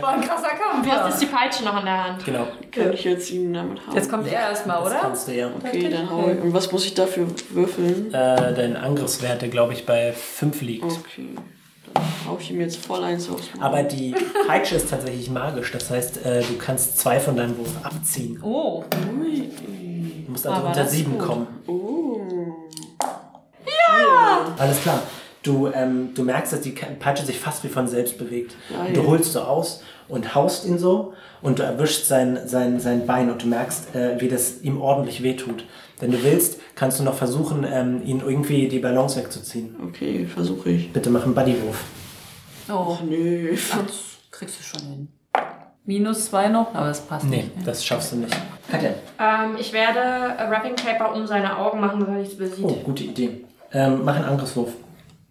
Speaker 6: War ein krasser Kampf.
Speaker 5: Du hast jetzt die Peitsche noch in der Hand.
Speaker 3: Genau.
Speaker 4: Kann ich jetzt ihn damit hauen?
Speaker 2: Jetzt kommt er erstmal,
Speaker 3: Das
Speaker 2: oder?
Speaker 3: kannst du ja.
Speaker 4: okay, dann hau ich. Und was muss ich dafür würfeln?
Speaker 3: Äh, dein Angriffswert, der glaube ich bei 5 liegt.
Speaker 4: Okay. Dann hau ich ihm jetzt voll eins aufs Maul.
Speaker 3: Aber die Peitsche ist tatsächlich magisch. Das heißt, äh, du kannst zwei von deinem Wurf abziehen.
Speaker 2: Oh,
Speaker 3: Du musst also unter sieben kommen.
Speaker 4: Oh.
Speaker 3: Alles klar. Du, ähm, du merkst, dass die Ke- Peitsche sich fast wie von selbst bewegt. Und du holst so aus und haust ihn so und du erwischst sein, sein, sein Bein und du merkst, äh, wie das ihm ordentlich wehtut. Wenn du willst, kannst du noch versuchen, ähm, ihn irgendwie die Balance wegzuziehen.
Speaker 4: Okay, versuche ich.
Speaker 3: Bitte mach einen Buddywurf.
Speaker 2: Oh.
Speaker 4: Och nö.
Speaker 2: das kriegst du schon hin. Minus zwei noch, aber das passt
Speaker 3: Nee,
Speaker 2: nicht.
Speaker 3: das schaffst du nicht. Katja.
Speaker 5: Ähm, ich werde äh, Wrapping Paper um seine Augen machen, dass er nichts besieht.
Speaker 3: Oh, gute Idee. Ähm, mach einen Angriffswurf.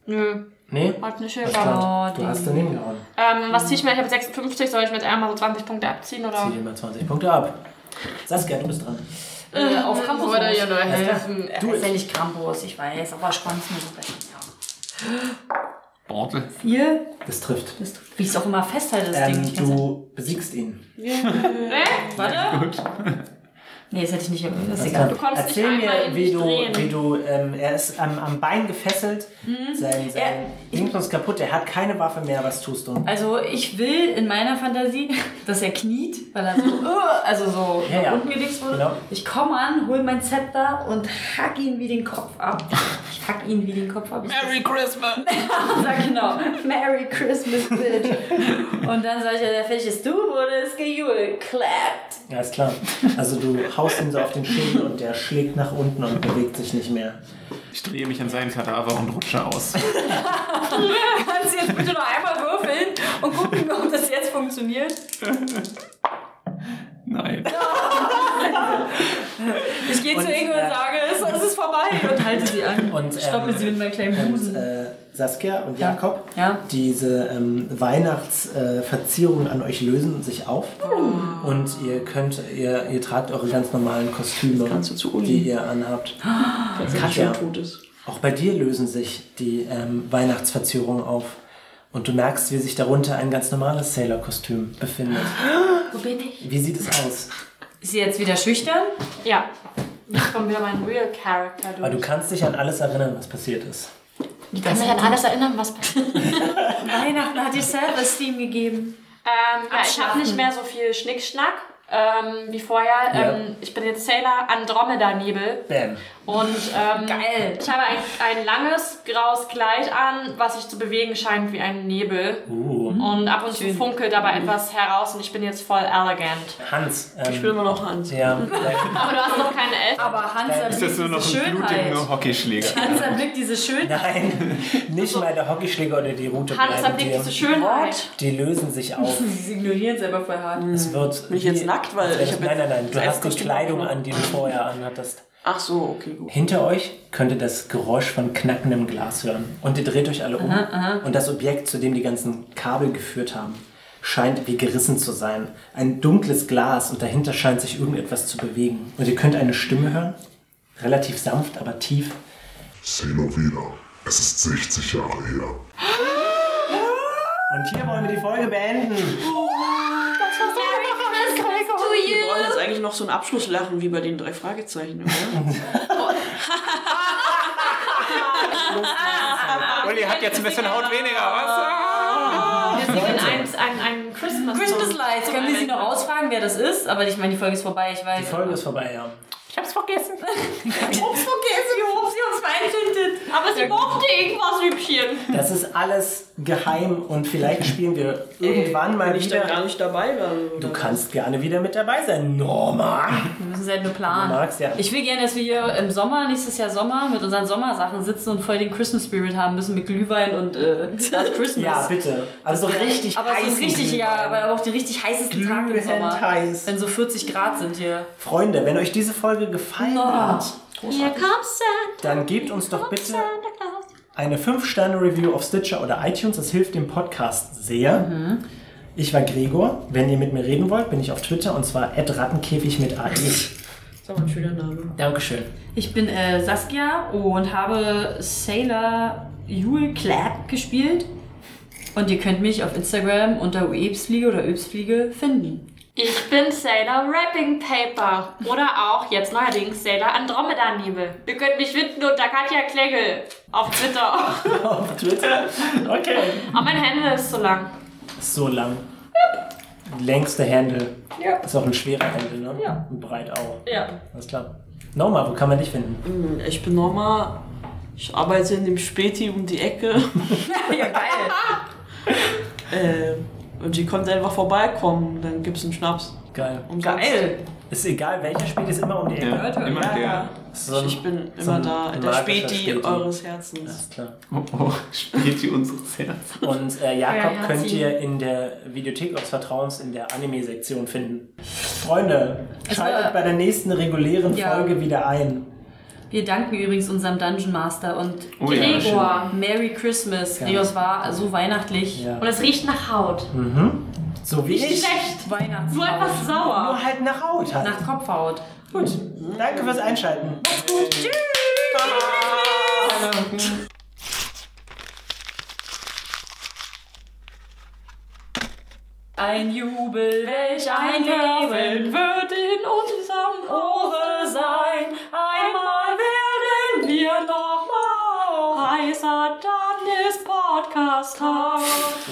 Speaker 5: Nö,
Speaker 3: Nee?
Speaker 5: hat nicht geklappt.
Speaker 3: Verstand. Du hast daneben gehauen.
Speaker 5: Ähm, was ziehe ich mir? Ich habe 56, soll ich mir jetzt einmal so 20 Punkte abziehen? Oder?
Speaker 3: Zieh dir mal 20 Punkte ab. Saskia, du bist dran.
Speaker 2: Äh, auf Campus.
Speaker 6: wollte ja nur helfen.
Speaker 2: Du ist Hm, ja nicht Krampus, ich weiß, aber Schwanz muss es besser.
Speaker 1: Bortel.
Speaker 2: Hier,
Speaker 3: Das trifft.
Speaker 2: das, wie ich es auch immer festhalte, das Ding.
Speaker 3: Ähm,
Speaker 2: Ich kann's-
Speaker 3: du besiegst ihn.
Speaker 2: Nee, das hätte ich nicht, das ist
Speaker 3: Dann
Speaker 2: egal.
Speaker 5: konntest dich
Speaker 3: Erzähl
Speaker 5: einmal
Speaker 3: mir,
Speaker 5: in
Speaker 3: wie
Speaker 5: dich
Speaker 3: du,
Speaker 5: drehen.
Speaker 3: wie du, ähm, er ist am, am Bein gefesselt,
Speaker 5: Mhm.
Speaker 3: sein, sein Linken ist kaputt, er hat keine Waffe mehr, was tust du?
Speaker 2: Also ich will in meiner Fantasie, dass er kniet, weil er so, äh, also so
Speaker 3: Ja, ja.
Speaker 2: nach unten gedingst wurde.
Speaker 3: Genau.
Speaker 2: Ich komme an, hol mein Zepter und hack ihn wie den Kopf ab. Ich hack ihn wie den Kopf ab. Ich
Speaker 7: Merry Christmas!
Speaker 2: sag genau, Merry Christmas, bitch. Und dann sage ich, der Fisch ist du, wurdest gejubelt. Clapped.
Speaker 3: Ja, ist klar. Also du haust ihn so auf den Schädel und der schlägt nach unten und bewegt sich nicht mehr.
Speaker 1: Ich drehe mich an seinen Kadaver und rutsche aus.
Speaker 2: Kannst du jetzt bitte noch einmal würfeln und gucken, ob das jetzt funktioniert?
Speaker 1: Nein.
Speaker 2: Ich gehe
Speaker 3: Und,
Speaker 2: zu Ingo
Speaker 3: äh,
Speaker 2: und sage, es, es ist vorbei und halte sie an.
Speaker 3: Und,
Speaker 2: Stoppe
Speaker 3: ähm,
Speaker 2: sie mit meinem kleinen
Speaker 3: und
Speaker 4: Mhm.
Speaker 2: Busen.
Speaker 3: äh, Saskia und Jakob,
Speaker 2: Ja.
Speaker 3: diese ähm, Weihnachtsverzierungen äh, Verzierungen an euch lösen sich auf
Speaker 4: Oh.
Speaker 3: und ihr könnt, ihr, ihr tragt eure ganz normalen Kostüme,
Speaker 4: kannst du zu Uli.
Speaker 3: die ihr anhabt.
Speaker 4: Falls
Speaker 3: Ja.
Speaker 4: er schon tot ist.
Speaker 3: Auch bei dir lösen sich die ähm, Weihnachtsverzierungen auf. Und du merkst, wie sich darunter ein ganz normales Sailor-Kostüm befindet.
Speaker 5: Wo bin ich?
Speaker 3: Wie sieht es aus?
Speaker 2: Ist sie jetzt wieder schüchtern?
Speaker 5: Ja. Jetzt kommt wieder mein Real Character
Speaker 3: Weil Ah, du
Speaker 5: durch.
Speaker 3: kannst dich an alles erinnern, was passiert ist.
Speaker 5: Ich kann mich an alles erinnern, was passiert.
Speaker 2: Weihnachten hat dir Self-Esteem gegeben.
Speaker 5: Ähm, ja, ich habe nicht mehr so viel Schnickschnack ähm, wie vorher.
Speaker 3: Ja.
Speaker 5: Ähm, ich bin jetzt Sailor Andromeda-Nebel.
Speaker 3: Bam.
Speaker 5: Und ähm,
Speaker 2: Geil.
Speaker 5: ich habe ein, ein langes graues Kleid an, was sich zu bewegen scheint wie ein Nebel.
Speaker 3: Uh.
Speaker 5: Und ab und zu funkelt aber etwas heraus und ich bin jetzt voll elegant.
Speaker 3: Hans. Ähm,
Speaker 4: Ich will immer noch Hans.
Speaker 3: ja,
Speaker 5: Aber du hast noch keine Elf.
Speaker 2: Aber Hans
Speaker 1: Ist das
Speaker 2: erblickt
Speaker 1: nur noch
Speaker 2: diese
Speaker 1: ein
Speaker 2: Schönheit.
Speaker 1: blutiger Hockeyschläger?
Speaker 2: Hans erblickt diese Schönheit.
Speaker 3: nein, nicht mal der Hockeyschläger oder die Rute
Speaker 5: Hans
Speaker 3: bleiben
Speaker 5: erblickt
Speaker 3: dir.
Speaker 5: diese Schönheit.
Speaker 3: Die lösen sich auf.
Speaker 2: Sie ignorieren es aber voll hart.
Speaker 3: Es wird
Speaker 4: Bin ich
Speaker 3: wie-
Speaker 4: jetzt nackt, weil
Speaker 3: als wäre
Speaker 4: ich
Speaker 3: das-
Speaker 4: hab
Speaker 3: Nein, nein,
Speaker 4: jetzt
Speaker 3: nein. Du
Speaker 4: das
Speaker 3: hast die
Speaker 4: Kostüm
Speaker 3: Kleidung
Speaker 4: angenommen.
Speaker 3: an, die du vorher anhattest.
Speaker 4: Ach so, okay, gut.
Speaker 3: Hinter euch könnt ihr das Geräusch von knackendem Glas hören. Und ihr dreht euch alle um. Und das Objekt, zu dem die ganzen Kabel geführt haben, scheint wie gerissen zu sein. Ein dunkles Glas und dahinter scheint sich irgendetwas zu bewegen. Und ihr könnt eine Stimme hören. Relativ sanft, aber tief.
Speaker 9: Xenovina, es ist 60 Jahre her.
Speaker 3: Und hier wollen wir die Folge beenden.
Speaker 4: Wir brauchen jetzt eigentlich noch so ein Abschlusslachen wie bei den drei Fragezeichen, oder?
Speaker 1: Uli hat jetzt ein bisschen Haut weniger, was?
Speaker 5: Wir singen ein, ein, ein Christmas.
Speaker 2: Christmas Lights. Können wir sie noch ausfragen, wer das ist? Aber ich meine, die Folge ist vorbei, ich weiß.
Speaker 3: Die Folge ist vorbei, ja.
Speaker 5: Ich hab's vergessen.
Speaker 2: Ups, okay, sie, ups, sie uns vereinzündet.
Speaker 5: Aber sie mochte irgendwas, Hübchen.
Speaker 3: Das ist alles geheim und vielleicht spielen wir
Speaker 2: Äh,
Speaker 3: irgendwann mal
Speaker 4: Wenn ich da gar
Speaker 3: wieder.
Speaker 4: nicht dabei war. oder?
Speaker 3: Du kannst gerne wieder mit dabei sein, Norma.
Speaker 2: Wir müssen es halt nur
Speaker 3: Du
Speaker 2: planen.
Speaker 3: magst ja.
Speaker 2: Ich will gerne, dass wir hier im Sommer, nächstes Jahr Sommer, mit unseren Sommersachen sitzen und voll den Christmas Spirit haben müssen mit Glühwein und äh, das Christmas.
Speaker 3: Ja, bitte. Also so richtig
Speaker 2: aber so
Speaker 3: heißen
Speaker 2: richtig, ja,
Speaker 3: Glühwein.
Speaker 2: aber auch die richtig heißesten Tage im
Speaker 3: Glühend
Speaker 2: Sommer.
Speaker 3: heiß.
Speaker 2: Wenn so 40 Grad sind hier.
Speaker 3: Freunde, wenn euch diese Folge gefallen hat,
Speaker 5: Hier kommt Santa.
Speaker 3: dann gebt uns doch
Speaker 5: kommt
Speaker 3: bitte
Speaker 5: Santa Claus.
Speaker 3: eine 5-Sterne-Review auf Stitcher oder iTunes. Das hilft dem Podcast sehr.
Speaker 2: Mhm.
Speaker 3: Ich war Gregor. Wenn ihr mit mir reden wollt, bin ich auf Twitter und zwar rattenkäfig mit AE.
Speaker 4: ist aber ein schöner Name.
Speaker 3: Dankeschön.
Speaker 2: Ich bin äh, Saskia und habe Sailor Yule Clap gespielt. Und ihr könnt mich auf Instagram unter Uebsfliege oder Übsfliege finden.
Speaker 5: Ich bin Sailor Wrapping Paper oder auch jetzt neuerdings Sailor Andromeda Nebel. Ihr könnt mich finden unter Katja Klengel auf Twitter.
Speaker 3: Auf Twitter. Okay.
Speaker 5: Aber mein Handle ist so lang.
Speaker 3: So lang. Längste Handle.
Speaker 4: Ja.
Speaker 3: Ist auch ein schwerer Handle, ne?
Speaker 4: Ja.
Speaker 3: Und breit auch.
Speaker 5: Ja.
Speaker 3: Alles klar. Norma, wo kann man dich finden?
Speaker 4: Ich bin Norma. Ich arbeite in dem Späti um die Ecke.
Speaker 2: Ja, geil.
Speaker 4: ähm, und ihr könnt einfach vorbeikommen, dann gibt's einen Schnaps.
Speaker 3: Geil.
Speaker 4: Umsonst.
Speaker 3: Ist egal, welches Spiel ist immer um die Ecke.
Speaker 1: Ja, immer
Speaker 4: Ja,
Speaker 1: der.
Speaker 4: ja.
Speaker 3: Ist so ein-
Speaker 4: ich bin
Speaker 3: so
Speaker 4: immer
Speaker 3: ein
Speaker 4: da, der
Speaker 3: magischer
Speaker 4: Späti,
Speaker 3: Späti.
Speaker 4: eures Herzens.
Speaker 3: Alles klar.
Speaker 1: Oh, oh, spielt die unseres Herz.
Speaker 3: Und äh, Jakob
Speaker 5: Euer
Speaker 3: könnt
Speaker 5: Herzi.
Speaker 3: ihr in der Videothek eures Vertrauens in der Anime-Sektion finden. Freunde,
Speaker 2: war-
Speaker 3: schaltet bei der nächsten regulären
Speaker 2: Ja.
Speaker 3: Folge wieder ein.
Speaker 2: Wir danken übrigens unserem Dungeon Master und
Speaker 1: Oh ja, schön.
Speaker 5: Gregor.
Speaker 2: Merry Christmas. Rios war so weihnachtlich.
Speaker 3: Ja.
Speaker 5: Und es riecht nach Haut.
Speaker 3: So wie ich.
Speaker 5: Schlecht.
Speaker 2: Weihnachts.
Speaker 5: So etwas sauer.
Speaker 3: Nur halt nach Haut halt.
Speaker 2: Nach Kopfhaut.
Speaker 3: Gut. Danke fürs Einschalten. Macht's gut. Tschüss.
Speaker 2: Ein Jubel, welch ein Leben wird in unserem Ohre sein. Einmal werden wir nochmal heißer, dann ist Podcast-Tag.